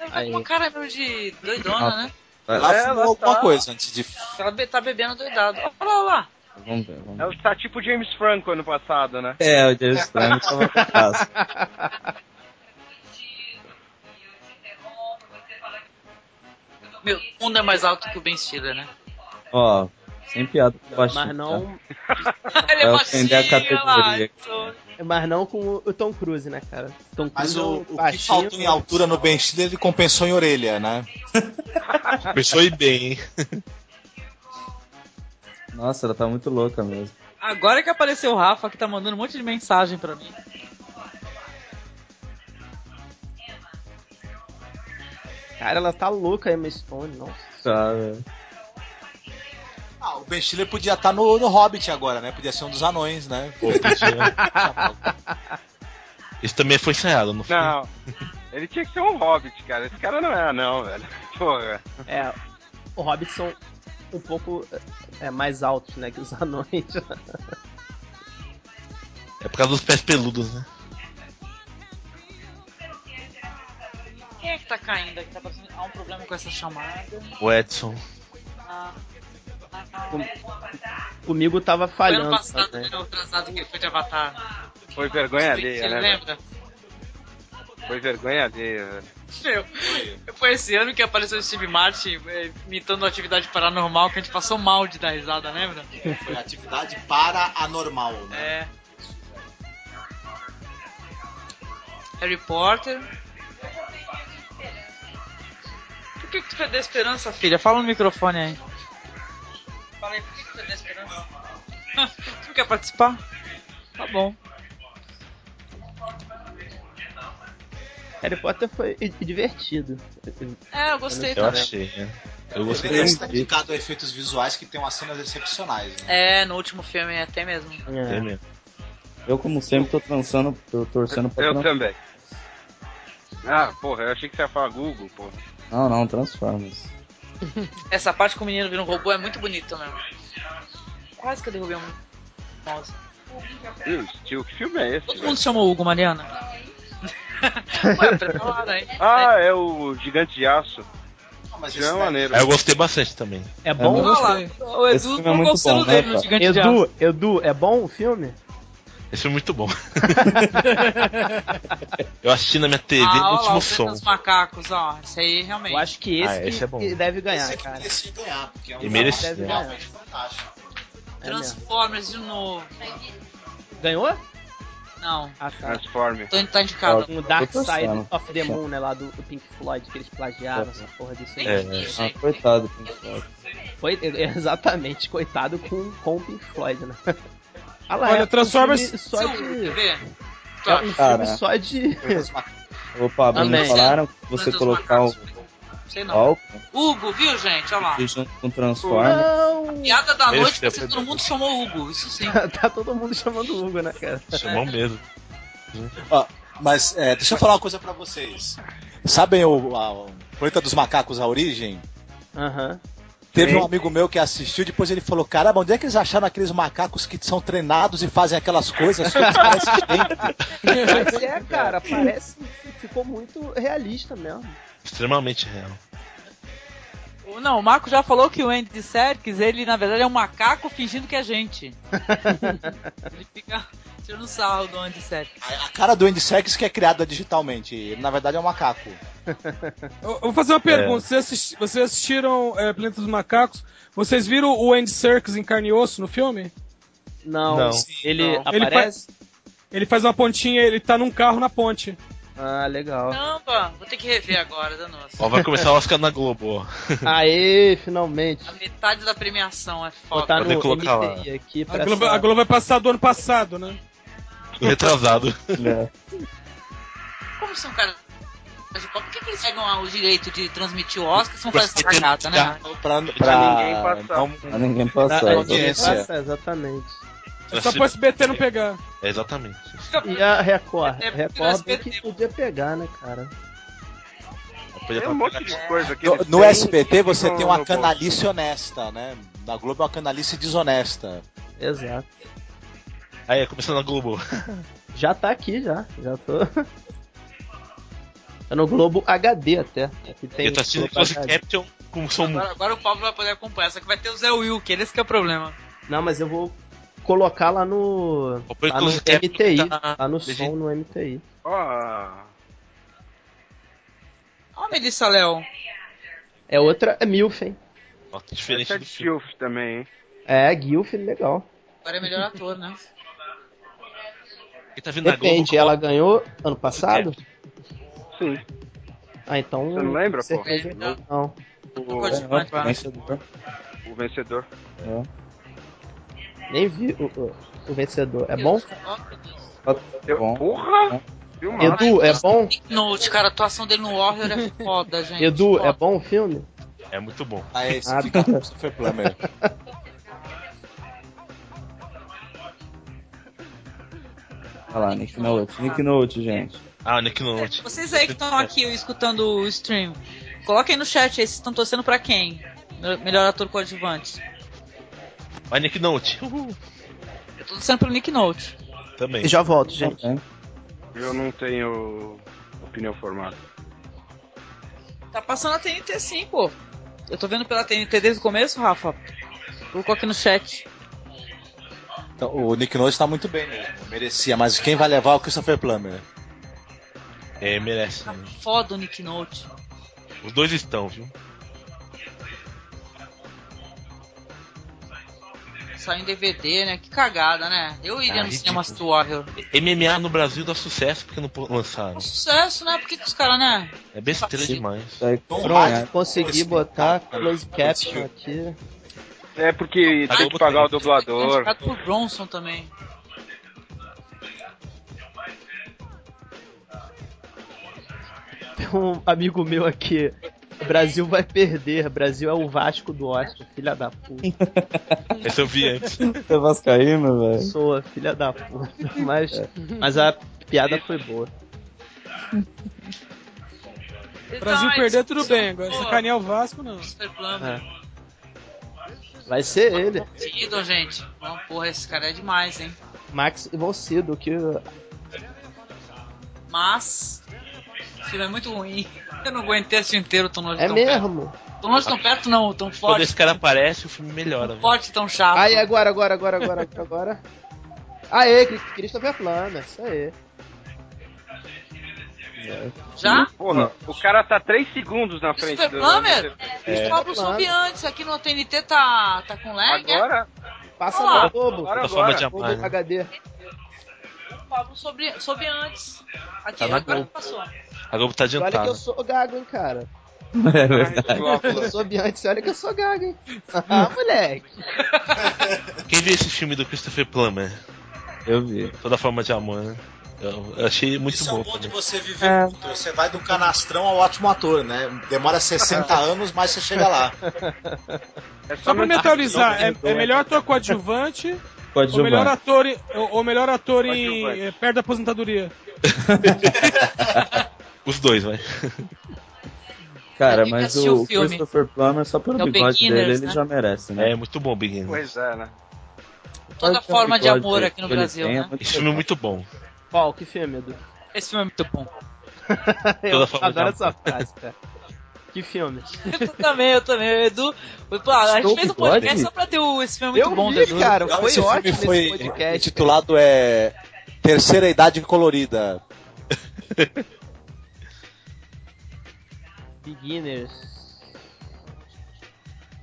S3: Ela tá com uma cara meio de doidona, né?
S17: Ela
S15: É,
S17: fumou
S15: ela
S17: alguma
S15: tá-
S17: coisa antes de.
S3: Ela be- tá bebendo doidado. Olha lá, olha lá.
S8: Vamos ver, vamos ver.
S15: Ela tá tipo James Franco ano passado, né?
S8: É, o James Franco tava com graça.
S3: Meu, o mundo é mais alto que o Ben Stiller, né?
S8: Ó, sem piada pro baixinho.
S5: Mas não. é
S3: Ele é
S8: Vai ofender a categoria.
S5: Mas não com o Tom Cruise, né, cara? Tom
S17: Mas
S5: Cruise é
S17: o,
S5: um
S17: o que
S5: baixinho.
S17: faltou em altura no Ben Stiller, ele compensou em orelha, né?
S7: Compensou e bem, hein?
S8: Nossa, ela tá muito louca mesmo.
S3: Agora que apareceu o Rafa, que tá mandando um monte de mensagem pra mim.
S5: Cara, ela tá louca, a Emma Stone, nossa.
S8: Cara.
S17: Ah, o Ben Stiller podia estar no, no Hobbit agora, né? Podia ser um dos anões, né?
S7: Isso também foi ensaiado, não foi?
S15: Não. Ele tinha que ser um hobbit, cara. Esse cara não é não, velho. Porra.
S5: É, o Hobbit são um pouco é, mais altos, né, que os anões.
S7: É por causa dos pés peludos, né?
S3: Quem é que tá caindo aqui? Tá parecendo- Há um problema com essa chamada.
S7: O Edson.
S3: Ah, ah,
S5: Comigo tava
S3: foi ano
S5: falhando.
S3: passado,
S5: também.
S3: né? O atrasado que ele foi de Avatar.
S15: Foi vergonha alheia,
S3: Ele
S15: né? velho?
S3: lembra?
S15: Foi vergonha alheia, velho.
S3: Meu, foi esse ano que apareceu o Steve Martin eh, imitando atividade paranormal que a gente passou mal de dar risada, lembra?
S17: Foi atividade para anormal, né?
S3: É. Harry Potter. Por que, que tu perdeu a esperança, filha? Fala no microfone aí. falei, por que que perdeu a esperança?
S19: Você não quer participar? Tá bom.
S5: Harry Potter foi divertido.
S3: É, eu gostei
S5: Eu
S3: também.
S5: achei,
S7: né? Eu
S5: gostei
S9: Ele
S5: muito.
S9: está indicado a efeitos visuais que tem umas cenas excepcionais, né?
S3: É, no último filme até mesmo.
S5: É.
S8: Eu, como sempre, tô transando, tô torcendo pra
S15: Eu
S8: Tran-
S15: também. Ah, porra, eu achei que você ia falar Google, porra.
S8: Não, não, Transformers.
S3: Essa parte com o menino vira um robô é muito bonita mesmo. Quase que eu derrubei um mouse.
S15: Deus, tio, que filme é esse?
S19: Todo mundo chamou o Hugo, Mariana?
S3: Ué, né? prepara, hein?
S15: Ah, é o Gigante de Aço.
S9: mas
S15: Isso é
S5: né?
S15: maneiro.
S7: Aí Ah, eu gostei bastante também.
S5: É
S19: bom? Olha lá, o
S5: Esse
S19: Edu
S5: filme é
S19: trocou
S5: muito
S19: o selo
S5: bom, né,
S19: dele no
S5: cara?
S19: Gigante de
S5: Edu,
S19: Aço.
S5: Edu, é bom o filme?
S7: Esse filme é muito bom. eu assisti na minha TV
S3: ah,
S7: no
S3: olha lá,
S7: último
S3: os
S7: som.
S3: Tretas macacos, ó. Isso aí realmente. Eu
S5: acho que
S7: esse Ah, que- esse é bom. que
S5: deve ganhar,
S9: Esse
S5: cara.
S9: merecia ganhar, porque é um
S7: E merecia.
S9: filme realmente fantástico.
S19: é
S3: Transformers de novo.
S5: É Ganhou?
S3: Não.
S5: Ah,
S15: Transforme.
S3: Tô, tá indicado.
S5: O Dark Side of the Moon, né? Lá do, do Pink Floyd, que eles plagiaram essa porra desse
S8: É,
S5: nome.
S8: Ah, coitado, Pink Floyd.
S5: Foi é, exatamente, coitado com, com o Pink Floyd, né? Ah lá,
S4: Olha,
S5: é um
S4: Transformers-
S5: filme Só de.
S3: Quer ver? Tá,
S5: É um filme
S8: Cara.
S5: só de.
S8: Ô, Pablo, não
S5: Amém.
S8: falaram que você
S3: Plantas
S8: colocar o
S19: um
S3: Sei não.
S8: álcool
S3: Hugo, viu, gente? Olha lá.
S8: junto com o Transformers?
S3: Piada da
S8: Esse
S3: noite, porque
S8: é verdade.
S3: todo mundo chamou Hugo. Isso sim.
S5: tá todo mundo chamando o Hugo, né, cara?
S7: Chamou é mesmo.
S9: Ó, mas é, deixa eu falar uma coisa pra vocês. Sabem o, a, o Planeta dos Macacos, a origem?
S5: Aham.
S9: Teve
S5: Sim.
S9: um amigo meu que assistiu, depois ele falou: Caramba, onde é que eles acharam aqueles macacos que são treinados e fazem aquelas coisas? Só que parece
S5: Mas é, cara, parece. Ficou muito realista mesmo.
S7: Extremamente real.
S19: Não, o Marco já falou que o Andy Serkis, ele na verdade é um macaco fingindo que é gente. ele fica tirando sarro do Andy Serkis.
S9: a cara do Andy Serkis que é criada digitalmente. Ele, na verdade, é um macaco.
S4: Eu eu vou fazer uma pergunta. Vocês, assisti- vocês assistiram é, Planeta dos Macacos? Vocês viram o Andy Serkis em carne e osso no filme?
S5: Não,
S4: Não.
S5: ele
S4: Não. Ele
S5: aparece.
S4: Ele faz uma pontinha, ele tá num carro na ponte.
S5: Ah, legal.
S3: Caramba, vou ter que rever agora, danoso.
S7: Ó, vai começar o Oscar na Globo. ó.
S5: Aê, finalmente.
S3: A metade da premiação é foda.
S5: Botar
S7: Poder
S5: no
S7: colocar lá.
S5: MTI aqui
S4: A
S5: pra
S4: Globo,
S5: essa-
S4: a Globo vai passar do ano passado, né?
S7: Retrasado.
S3: Como são caras de Copa? Por que, que eles pegam o direito de transmitir o Oscar se não
S9: Pra
S3: faz essa cagada, né?
S9: Pra,
S8: pra- pra ninguém passar.
S5: Pra-
S8: audiência.
S5: Nossa, exatamente.
S4: É só pro SBT não pegar.
S7: É, exatamente.
S5: E a Record?
S4: É,
S5: A
S4: é
S5: Record bem
S4: SBT.
S5: que podia pegar, né, cara?
S7: Tem
S15: um monte de coisa aqui.
S9: No,
S15: eles
S9: no
S15: têm
S9: SBT
S15: que
S9: você
S15: ficam
S9: tem uma
S15: no
S9: canalice honesta, né? Na Globo é uma canalice desonesta.
S5: Exato.
S7: Aí, começando na Globo.
S5: Já tá aqui, já. Já tô. Tá no Globo HD até. Aqui tem né?
S7: Eu tô assistindo
S5: Globo
S7: Close
S5: HD.
S7: Caption com um som
S3: Agora, agora o Pablo vai poder acompanhar, só que vai ter o Zé Wilker, esse que é o problema.
S5: Não, mas eu vou colocar lá no. Lá no
S7: Close Caption
S5: MTI.
S7: tá-
S5: Lá no som no MTI.
S15: Ó.
S3: Ó, a Melissa Léo.
S5: É outra. É Milf, hein?
S7: diferente
S8: é
S15: do filme. é também, hein?
S5: É, Guilf, legal.
S3: Agora é melhor ator, né?
S7: Quem tá vindo na Globo.
S5: Depende, ela ganhou ano passado?
S15: Sim.
S5: Ah, então.
S15: Você não lembra,
S5: você
S15: pô?
S5: fez-
S15: Não.
S5: Não.
S15: O,
S8: É,
S15: o vencedor.
S5: Nem vi o, o- o vencedor. É bom?
S8: tá Bom.
S15: Porra!
S5: Edu, é bom?
S3: Note, cara, a atuação dele no Warrior é foda, gente.
S5: Edu, é bom o filme?
S7: É muito bom.
S9: Ah, esse
S5: Ah,
S9: fica
S5: tá.
S9: com o Christopher Plummer.
S8: Olha lá, Nick Note. Nick Note, gente.
S7: Ah, Nick Note.
S3: Vocês aí que estão aqui escutando o stream, coloquem no chat aí, vocês estão torcendo pra quem? Mel- Melhor ator coadjuvante.
S7: Vai, Nick Note.
S3: Eu tô torcendo pro Nick Note.
S7: uh, Também.
S5: Já volto, gente.
S15: Eu não tenho opinião formada.
S3: Tá passando a TNT sim, pô. Eu tô vendo pela TNT desde o começo, Rafa. Colocou aqui no chat.
S9: Então, o Nick Note tá muito bem mesmo. Merecia, mas quem vai levar é o Christopher Plummer.
S7: É, merece. né?
S3: Foda o Nick Note.
S7: Os dois estão, viu?
S3: Saiu em DVD, né? Que cagada, né? Eu iria
S7: Ah,
S3: no
S7: ridículo.
S3: cinema assistir o Warrior.
S7: MMA no Brasil dá sucesso porque não pô- lançaram.
S3: Sucesso, né? Por que que os caras, né?
S7: É besteira demais.
S8: Tá aí,
S5: Pronto, consegui botar close caption aqui.
S15: É porque
S3: A
S15: tem
S3: Globo
S15: que
S3: tem.
S15: pagar o dublador.
S3: É Indicado por Bronson também.
S5: Tem um amigo meu aqui. Brasil vai perder. Brasil é o Vasco do Oscar, filha da
S8: Uhum.
S5: puta. É.
S7: Esse eu vi antes.
S8: Você é vascaíno, velho?
S5: Pessoa, filha da puta. Mas,
S8: É.
S5: mas a piada foi boa.
S4: Brasil
S19: Não,
S3: Então,
S4: perder,
S19: isso-
S4: tudo
S19: isso é
S4: bem.
S19: um
S4: Agora,
S19: boa.
S4: sacanear o Vasco, não.
S5: É. Vai ser ele.
S3: Sidon, gente. Não, porra, esse cara é demais, hein?
S5: Max Volcido, que é
S3: Mas. O filme é muito ruim. Eu não aguentei esse inteiro tão longe
S5: é
S3: tão
S5: mesmo.
S3: perto. Tão longe tão perto, não. Tão
S7: Quando
S3: forte.
S7: esse cara aparece, o filme melhora. velho.
S3: Forte tão chato.
S5: Aí, agora, agora, agora, agora, agora, agora. Aê, Cri- Christopher Plana, isso aí.
S3: Já?
S15: Porra, o cara tá 3 segundos na frente
S3: Super
S15: do.
S3: Plummer?
S15: É.
S3: É. Cobra o sub antes. Aqui no TNT tá, tá com lag.
S15: Agora?
S5: Passa
S3: Olá.
S5: no Globo.
S3: Agora, Plataforma agora. de
S5: Globo
S7: né?
S3: apoio.
S5: HD.
S3: Cobra sobre, sobre antes. Aqui,
S7: Tá na
S3: agora
S7: Globo.
S3: passou.
S7: A Globo tá
S5: E olha que
S7: adiantada.
S5: eu sou gago, hein, cara.
S8: É verdade.
S5: Eu sou Biante, olha que eu sou gago, hein. Ah, moleque.
S7: Quem viu esse filme do Christopher Plummer?
S8: Eu vi.
S7: Toda forma de amor, né? Eu eu achei muito
S9: Isso é
S7: bom.
S9: o bom de
S7: também.
S9: você viver
S5: É.
S9: muito. Você vai do canastrão ao ótimo ator, né? Demora 60 anos, mas você chega lá.
S4: Só pra mentalizar, é, é melhor ator coadjuvante ou
S8: Coadjuvante.
S4: melhor ator, em- ou, ou melhor ator em eh, perto da aposentadoria?
S7: Os dois, vai.
S8: Cara,
S4: que
S8: mas
S4: assistir o
S8: o
S4: filme.
S8: Christopher Plummer, só pelo
S4: É o
S8: bigode
S4: Beginners,
S8: dele, ele
S4: né?
S8: já merece, né?
S7: É muito bom, Beginners.
S15: Pois é, né?
S3: Toda forma é um de
S8: bigode
S3: amor
S8: dele
S3: aqui no
S8: que ele
S3: Brasil,
S8: tem, é
S3: né?
S8: muito
S7: Esse filme é muito bom.
S5: Qual? Que filme, Edu?
S3: Esse filme é muito bom.
S5: Eu
S7: Toda forma de
S5: adoro
S7: amor.
S5: essa frase, cara. Que filme.
S3: Eu também, eu também. O Edu. Pô, a gente
S5: Estou
S3: fez um
S5: bigode?
S3: podcast só pra ter o. Esse filme é muito
S5: Eu
S3: bom,
S5: vi,
S3: do Edu.
S5: cara,
S9: Então,
S5: foi
S9: esse filme
S5: ótimo
S9: foi
S5: esse podcast.
S9: intitulado é Terceira Idade Colorida.
S5: Beginners.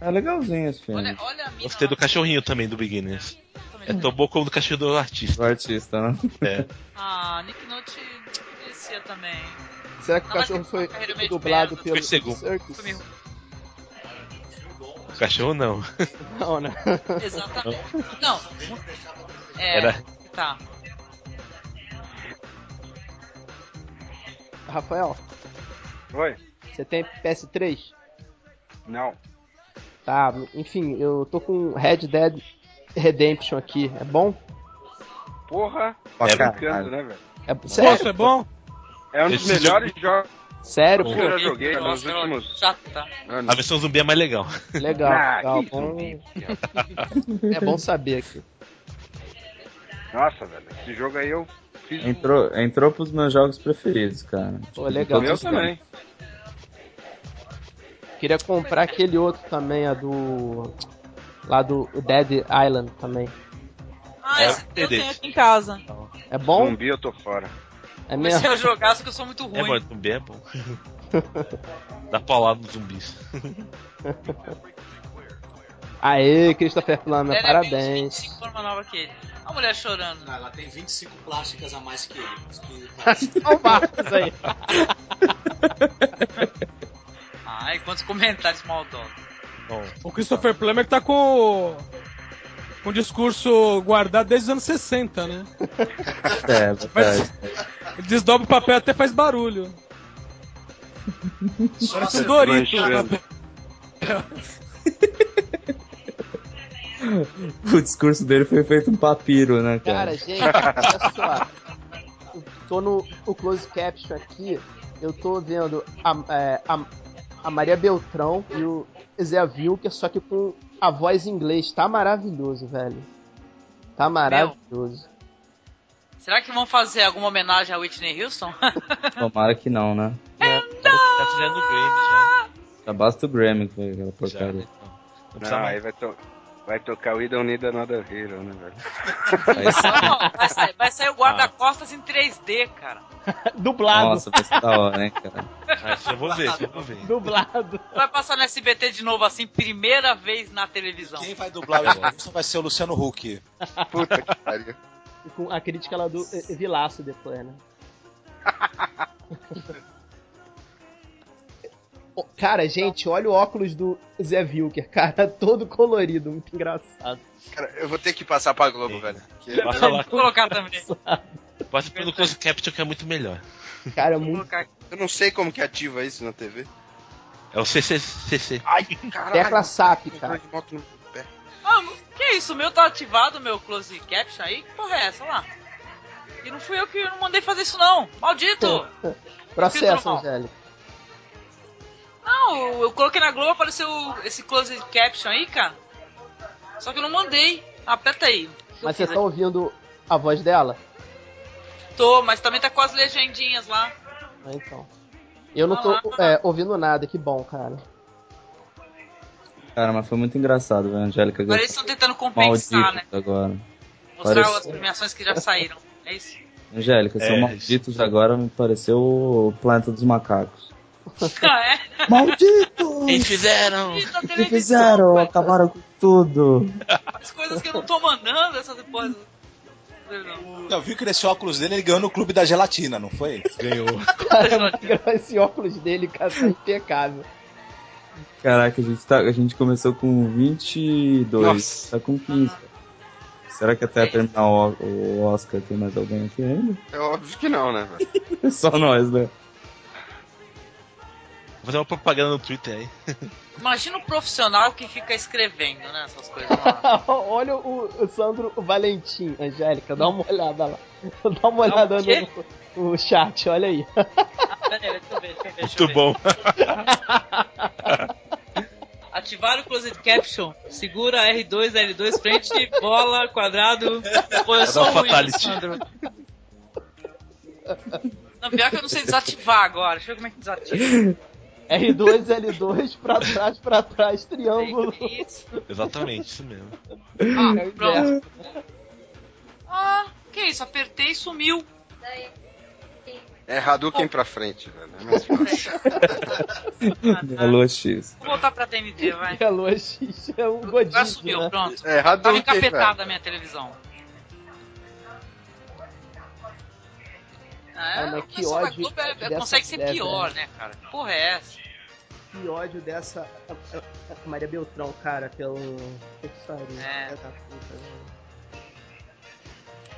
S8: É legalzinho esse filme.
S7: Gostei do cachorrinho também do Beginners. É tão bom como do cachorro do artista.
S8: Do artista, né?
S7: É.
S3: Ah, Nick Note merecia também.
S5: Será que o
S3: Não, mas
S5: cachorro
S3: tem
S5: foi
S3: uma carreira meio de
S5: dublado
S3: merda.
S5: pelo
S7: Foi segundo.
S5: Circus?
S3: Foi mesmo.
S7: O cachorro não.
S5: Não, né?
S3: Exatamente. Não. É,
S7: Era-
S3: tá.
S5: Rafael,
S15: Oi?
S5: você tem PS3?
S15: Não.
S5: Tá, enfim, eu tô com Red Dead Redemption aqui. É bom?
S15: Porra.
S8: Pra
S15: É
S8: caralho.
S15: brincando, né, velho?
S5: É, sério?
S4: é bom?
S15: É um dos
S7: Esse
S15: melhores jogos
S5: Sério,
S15: que
S5: pô?
S15: eu já joguei nos
S3: Nossa,
S15: últimos
S3: Chata.
S15: anos.
S7: A versão zumbi é mais legal.
S5: Legal,
S15: Ah,
S5: legal,
S15: que
S5: bom.
S15: zumbi,
S5: É bom saber aqui.
S15: Nossa, velho. Esse jogo aí eu fiz.
S8: Entrou, entrou pros meus jogos preferidos, cara. Tipo,
S5: Pô, legal.
S15: Meu também.
S5: Queria comprar aquele outro também, a do. Lá do Dead Island também.
S3: Ah,
S7: É,
S3: esse eu
S7: Dedete.
S3: tenho aqui em casa.
S5: É bom?
S15: Zumbi eu tô fora.
S5: É
S3: Comecei
S5: mesmo?
S3: a jogar, só que eu sou muito
S7: É
S3: ruim.
S7: bom, zumbi é bom. Dá paulada nos zumbis.
S5: Aê, Christopher Plummer,
S3: Ela é
S5: parabéns.
S3: Forma nova que ele. Olha a mulher chorando.
S9: Ah, Ela tem 25 plásticas a mais que ele.
S5: Olha o Marcos aí.
S3: Ai, quantos comentários maldosos.
S7: Bom,
S4: O Christopher Plummer tá com. com um discurso guardado desde os anos 60, né?
S8: É, verdade.
S4: Ele desdobra o papel até faz barulho. Parece um Dorito.
S15: Manchando.
S8: O discurso dele foi feito um papiro, né, cara?
S5: Cara, gente, olha só. Eu Tô no o close caption aqui. Eu tô vendo a, é, a, a Maria Beltrão e o Zé Vilker, só que com a voz em inglês. Tá maravilhoso, velho. Tá maravilhoso.
S3: Será que vão fazer alguma homenagem a Whitney Houston?
S8: Tomara que não, né?
S7: já fizeram no Grammy Tá já. né?
S8: Já basta o Grammy que foi aquela porcaria.
S7: Não precisa
S15: Não, aí
S7: mais.
S15: vai, to- vai tocar We Don't Need Another Hero, né, velho?
S8: Aí sim.
S3: Não, vai sair, vai sair o guarda-costas em 3D, cara.
S5: Dublado.
S8: Nossa, vai ser da hora, hein, cara?
S15: é
S7: Ah, isso eu vou ver, isso eu vou ver.
S5: Dublado.
S3: Vai passar no SBT de novo, assim, primeira vez na televisão.
S9: Quem vai dublar o Edson vai ser o Luciano Huck.
S15: Puta que pariu.
S5: E com a crítica lá do eh, Vilaço depois, né? Cara, gente, olha o óculos do Zé Vilker, cara, Tá todo colorido, muito engraçado.
S15: Cara, eu vou ter que passar pra Globo, velho. Que-
S7: Passa lá. Passa pelo Close Caption que é muito melhor.
S5: Cara, é
S15: muito. Eu não sei como que ativa isso na TV.
S7: É o CCCC.
S15: Ai,
S5: Tecla SAP, cara.
S3: Ah, que isso? O meu tá ativado, meu close caption aí? Que porra é essa? Olha lá. E não fui eu que não mandei fazer isso, não. Maldito!
S5: Processo, Angélica.
S3: Não, eu- eu coloquei na Globo, apareceu esse close caption aí, cara. Só que eu não mandei. Aperta aí.
S5: Mas vocês estão ouvindo a voz dela?
S3: Tô, mas também tá com as legendinhas lá.
S5: Ah, Então. Eu não tô é, ouvindo nada, que bom, cara.
S8: Cara, mas foi muito engraçado, velho, Angélica.
S3: Agora eles estão tentando compensar,
S8: Maldito
S3: né?
S8: Agora.
S3: Mostrar
S8: Parece-
S3: as premiações que já saíram. É isso?
S8: Angélica, seu
S7: É,
S8: maldito de agora me pareceu o Planeta dos Macacos.
S3: Ah, é?
S8: Maldito!
S7: Eles fizeram!
S3: Isso, na
S8: O que
S3: televisão,
S8: fizeram? Acabaram com tudo.
S3: As coisas que eu não tô mandando, essas coisas.
S9: Eu vi que nesse óculos dele ele ganhou no clube da gelatina, não foi?
S7: Ganhou.
S5: Cara, esse óculos dele, cara, tá impecável.
S8: Caraca, a gente, tá, a gente começou com 22, tá com 15. Será que até terminar o, o Oscar tem mais alguém aqui ainda?
S15: É óbvio que não, né, velho?
S8: É só nós, né?
S7: Vou fazer uma propaganda no Twitter aí.
S3: Imagina o profissional que fica escrevendo, né? Essas coisas lá.
S5: Olha o, o Sandro Valentim, Angélica, dá uma olhada lá. Dá uma olhada
S3: quê?
S5: no, no chat, olha aí.
S3: Pera aí, deixa eu ver, deixa eu ver, deixa eu
S7: Muito
S3: ver.
S7: bom.
S3: Ativar o Closed Caption. Segura R2, L2, frente, bola, quadrado. Pô, eu
S7: Vai
S3: sou
S7: dar um
S3: ruim,
S7: fatality.
S3: Sandro. Não, pior que eu não sei desativar agora. Deixa eu ver como é que desativa.
S5: R2, L2, pra trás, pra trás, triângulo.
S7: Exatamente, isso mesmo.
S5: Ah,
S3: pronto. Ah, que isso? Apertei e sumiu.
S15: É Hadouken pra frente, velho. É mais fácil.
S8: Alô, X.
S3: Vou voltar pra TNT, vai.
S5: Alô, X, é um godinho.
S3: Agora sumiu, pronto.
S15: É, Hadouken,
S3: Tava encapetada
S15: velho.
S3: a minha televisão.
S5: Ah,
S3: Ah,
S5: mas
S3: é,
S5: que
S3: que ódio.
S5: ódio dessa
S3: consegue ser
S5: mulher,
S3: pior,
S5: velho.
S3: né, cara? Que porra é essa?
S5: Que ódio dessa a- a- a Maria Beltrão, cara, pelo. Putz, é. da puta, né?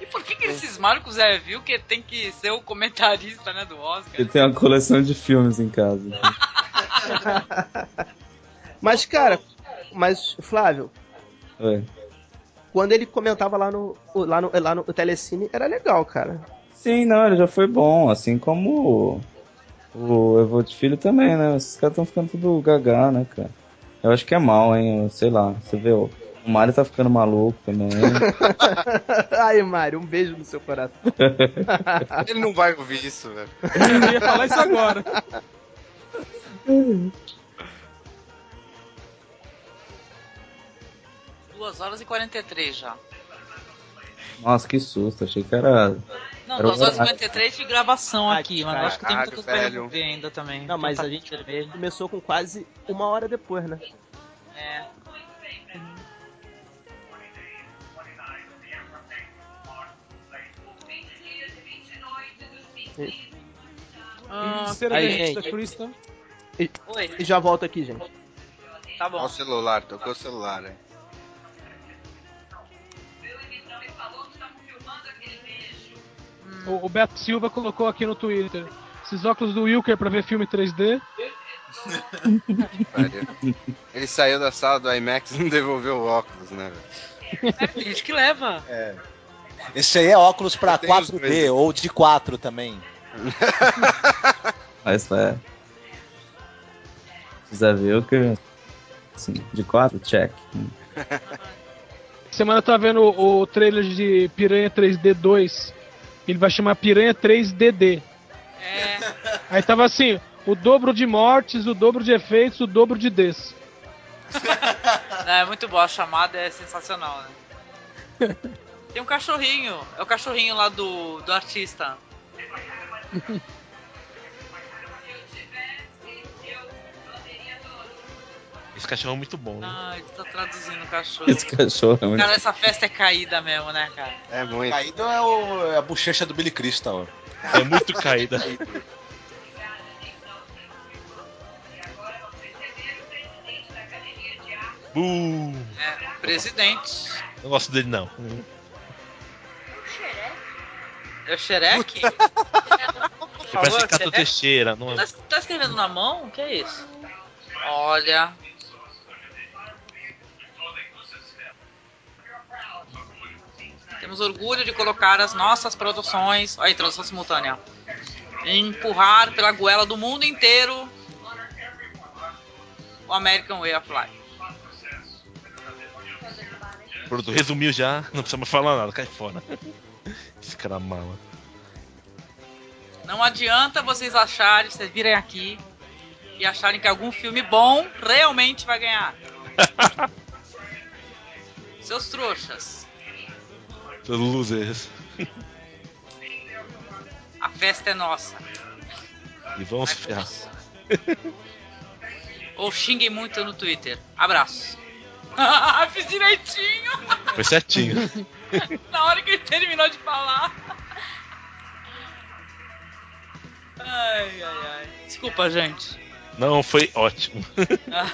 S3: E por que, que eles cismaram que o Zé viu que tem que ser o comentarista, né, do Oscar?
S8: Eu tenho uma coleção de filmes em casa.
S5: Mas, cara, mas, Flávio,
S8: Ué.
S5: quando ele comentava lá no, lá no, lá no Telecine, era legal, cara.
S8: Sim, não, ele já foi bom, assim como o, o Evô de Filho também, né? Esses caras estão ficando tudo gagá, né, cara? Eu acho que é mal, hein? eu Sei lá, você vê, o o Mario tá ficando maluco também.
S5: Ai, Mário, um beijo no seu coração.
S15: Ele não vai ouvir isso, velho.
S4: Eu ia falar isso agora.
S3: Duas horas e 43 já.
S8: Nossa, que susto, achei que era.
S3: Não,
S8: era
S3: duas horas e
S8: horário.
S3: 43 de gravação aqui, mas eu acho que tem muita
S5: Caralho,
S3: coisa pra
S5: velho.
S3: resolver ainda também.
S5: Não, mas
S3: Tanta
S5: a gente
S3: cerveja.
S5: começou com quase uma hora depois, né?
S3: É. Ah,
S4: Sinceramente, da Krista.
S5: E,
S3: Oi.
S5: e já volto aqui, gente.
S3: Tá bom.
S15: Olha o celular, tocou o celular, hein?
S4: O, o Beto Silva colocou aqui no Twitter. Esses óculos do Wilker pra ver filme 3D.
S15: Pariu. Ele saiu da sala do IMAX e não devolveu o óculos, né,
S3: É, tem gente que leva.
S15: velho?
S9: Esse aí é óculos pra
S15: tenho os
S9: 4D ou de 4 também.
S8: Mas é. Precisa ver o que. Assim, de quatro, check.
S4: Semana eu tava vendo o, o trailer de Piranha 3D 2. Ele vai chamar Piranha 3DD.
S3: É,
S4: Aí tava assim: o dobro de mortes, o dobro de efeitos, o dobro de Ds.
S3: Não, é muito boa, a chamada é sensacional, né? Tem um cachorrinho, é o cachorrinho lá do, do artista.
S7: Esse cachorro é muito bom, né?
S3: Ah, ele tá traduzindo o cachorro.
S8: Uhum. Esse cachorro é muito.
S3: Cara, essa festa é caída mesmo, né, cara?
S15: É muito.
S9: Caído é, o- é a bochecha do Billy Crystal.
S7: É muito caída. Uh,
S3: É, presidente.
S7: não gosto dele, não.
S3: É o Xerec?
S7: Ele parece
S3: Alô,
S7: Cato
S3: Xerec?
S7: Teixeira, não é?
S3: Tá, tá escrevendo na mão? O que é isso? Olha. Temos orgulho de colocar as nossas produções. Olha aí, tradução simultânea. Empurrar pela goela do mundo inteiro o American Way of Life.
S7: Pronto, resumiu já, não precisa mais falar nada, cai fora. Esse cara mala.
S3: Não adianta vocês acharem, vocês virem aqui e acharem que algum filme bom realmente vai ganhar. Seus trouxas,
S7: Seus losers.
S3: a festa é nossa.
S7: E vamos se ferrar.
S3: Ou xinguem muito no Twitter. Abraço. Fiz direitinho.
S7: Foi certinho.
S3: Na hora que ele terminou de falar. Ai, ai, ai. Desculpa, gente.
S7: Não, foi ótimo.
S3: Ah.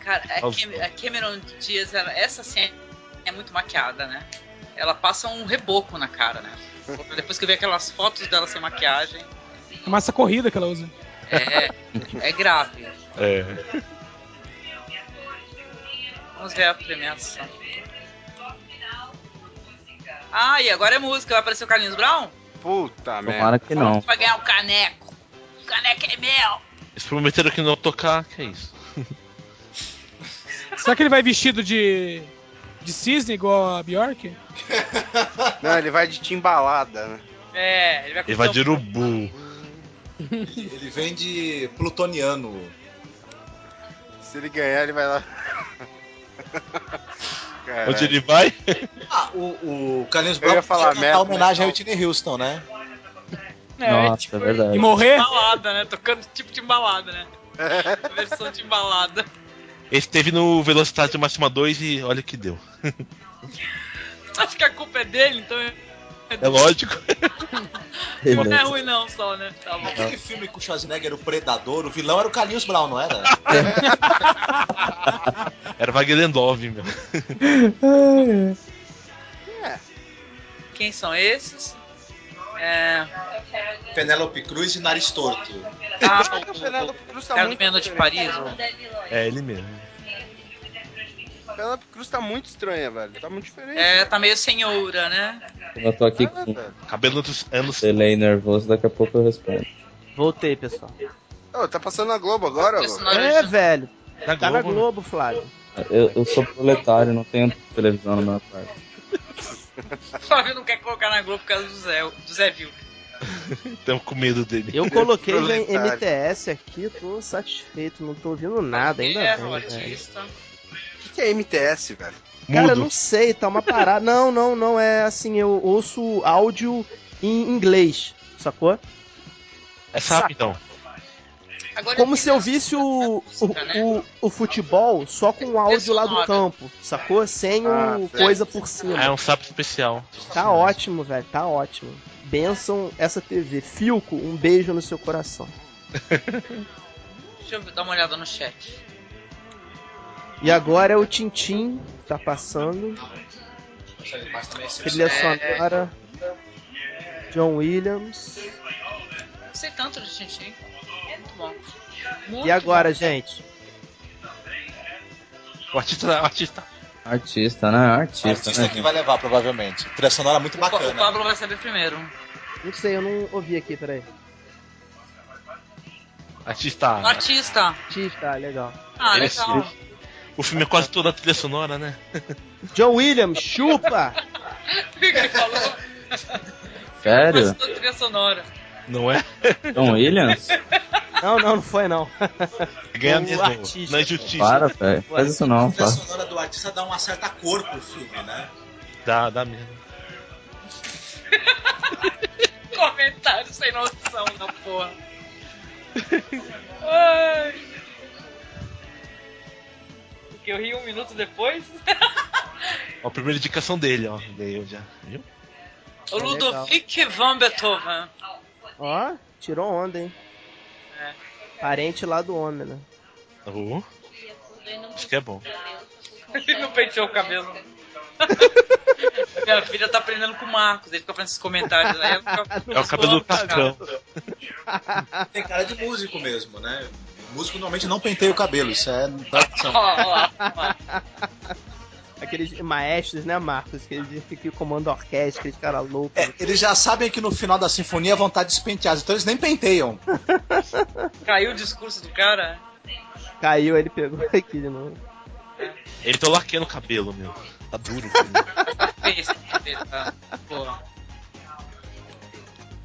S3: Cara, a Cam- a Cameron Diaz, ela- essa cena é muito maquiada, né? Ela passa um reboco na cara, né? Depois que eu vi aquelas fotos dela sem maquiagem,
S4: É massa corrida que ela usa.
S3: é, é grave.
S7: É.
S3: Vamos ver a premiação. Ah, e agora é música. Vai aparecer o Carlinhos Brown?
S18: Puta
S8: Tomara que não.
S3: Vai ganhar o caneco. O caneco é meu.
S7: Eles prometeram que não iam tocar, que é isso.
S4: Será que ele vai vestido de. de cisne igual a Bjork?
S18: Não, ele vai de timbalada, né?
S3: É, ele vai
S7: Ele vai de urubu.
S18: Ele vem de plutoniano. Se ele ganhar, ele vai lá.
S5: É.
S18: Caralho.
S7: Onde ele vai?
S9: Ah, o, o Carlinhos
S18: Eu ia
S9: Brown
S18: falar
S9: podia
S18: merda,
S9: cantar homenagem
S18: né?
S9: ao Whitney Houston, né?
S3: um-
S8: Nossa, é verdade.
S3: Balada, tipo, né? Tocando tipo de balada, né? Versão de balada.
S7: Ele esteve no Velocidade Máxima 2 e olha o que deu.
S3: Acho que a culpa é dele, então.
S7: É lógico.
S3: Não é ruim, não, só, né? Tá bom.
S9: Aquele filme com o Schwarzenegger, o Predador, o vilão era o Carlinhos Brown, não era?
S7: Era Wagner Love, meu.
S3: Quem são esses? É.
S9: Penélope Cruz e Nariz Torto.
S3: Ah, o cara do Menor de Paris.
S7: É ele mesmo.
S18: Penélope Cruz tá muito estranha, velho. Tá muito diferente.
S3: É, tá meio senhora, né?
S8: Eu tô aqui com um
S7: cabelo dos anos.
S5: É.
S8: Delay nervoso, daqui a pouco eu respondo.
S5: Voltei, pessoal.
S18: Ô, tá passando na Globo agora, ô.
S5: É, velho.
S7: Na
S5: tá na
S7: Globo, né?
S5: Globo, Flávio.
S8: Eu, eu sou proletário, não tenho televisão no meu quarto.
S3: Flávio não quer colocar na Globo por causa do Zé, do Zé Vil.
S7: Tamo né? com medo dele.
S5: Eu coloquei o MTS aqui, tô satisfeito, não tô ouvindo nada né? ainda.
S3: Ele é
S5: bem,
S3: o
S5: velho.
S3: artista.
S18: O que, que é MTS, velho?
S5: Cara, eu não sei, tá uma parada. não, não, não, é assim, eu ouço áudio em inglês, sacou?
S7: É sapidão.
S5: Como se eu visse o, o, o, o futebol só com o áudio lá do campo, sacou? Sem
S7: Ah,
S5: o
S7: certo.
S5: coisa por cima.
S7: Ah, é um sapo especial.
S5: Tá ótimo, velho, tá ótimo. Benção essa TV. Filco, um beijo no seu coração.
S3: Deixa eu dar uma olhada no chat.
S5: E agora é o Tintim, tá passando. Trilha
S3: É.
S5: sonora. John Williams.
S3: Não sei tanto de Tintin. Muito bom. Muito
S5: E agora, gente?
S7: O artista, o artista.
S8: Artista, né? Artista.
S9: Artista
S8: né?
S9: que vai levar, provavelmente. Trilha sonora muito
S3: O
S9: bacana.
S3: Pablo vai saber primeiro.
S5: Não sei, eu não ouvi aqui, peraí.
S7: Artista.
S3: O artista.
S5: Artista, tá, legal.
S3: Ah,
S7: Ele é
S3: legal.
S7: esse. O filme é quase toda a trilha sonora, né?
S5: John Williams, chupa!
S3: Ele falou.
S8: Sério?
S3: Passou a trilha sonora.
S7: Não é?
S8: John Williams?
S5: Não, não, não foi não.
S7: Ganha
S5: O
S7: mesmo.
S5: artista.
S7: Na injustiça.
S8: Para, velho. Faz isso não,
S9: A trilha
S8: faz.
S9: sonora do artista dá uma certa cor pro filme, né?
S7: Dá, dá mesmo.
S3: Comentário sem noção da porra. Ai. Que eu ri um minuto depois.
S5: É
S7: Ó, a primeira indicação dele, ó. Daí eu já. Viu?
S3: O Ludovic van Beethoven.
S5: Ó, tirou onda, hein?
S3: É.
S5: Parente lá do homem, né?
S7: Uh, isso que é bom.
S3: Ele não penteou o cabelo. Minha filha tá aprendendo com o Marcos, ele fica fazendo esses comentários aí.
S7: É o cabelo do Cacão.
S9: Tem cara de músico mesmo, né? Músico normalmente não penteia o cabelo, isso é tradição.
S5: Aqueles maestros, né, Marcos? Que eles ficam comando a orquestra, aqueles caras loucos.
S9: É, eles já sabem que no final da sinfonia vão estar despenteados, então eles nem penteiam.
S3: Caiu o discurso do cara.
S5: Caiu, ele pegou aqui de novo.
S7: Ele tá laqueando o cabelo, meu. Tá duro.
S3: Fez, fez, tá. Pô.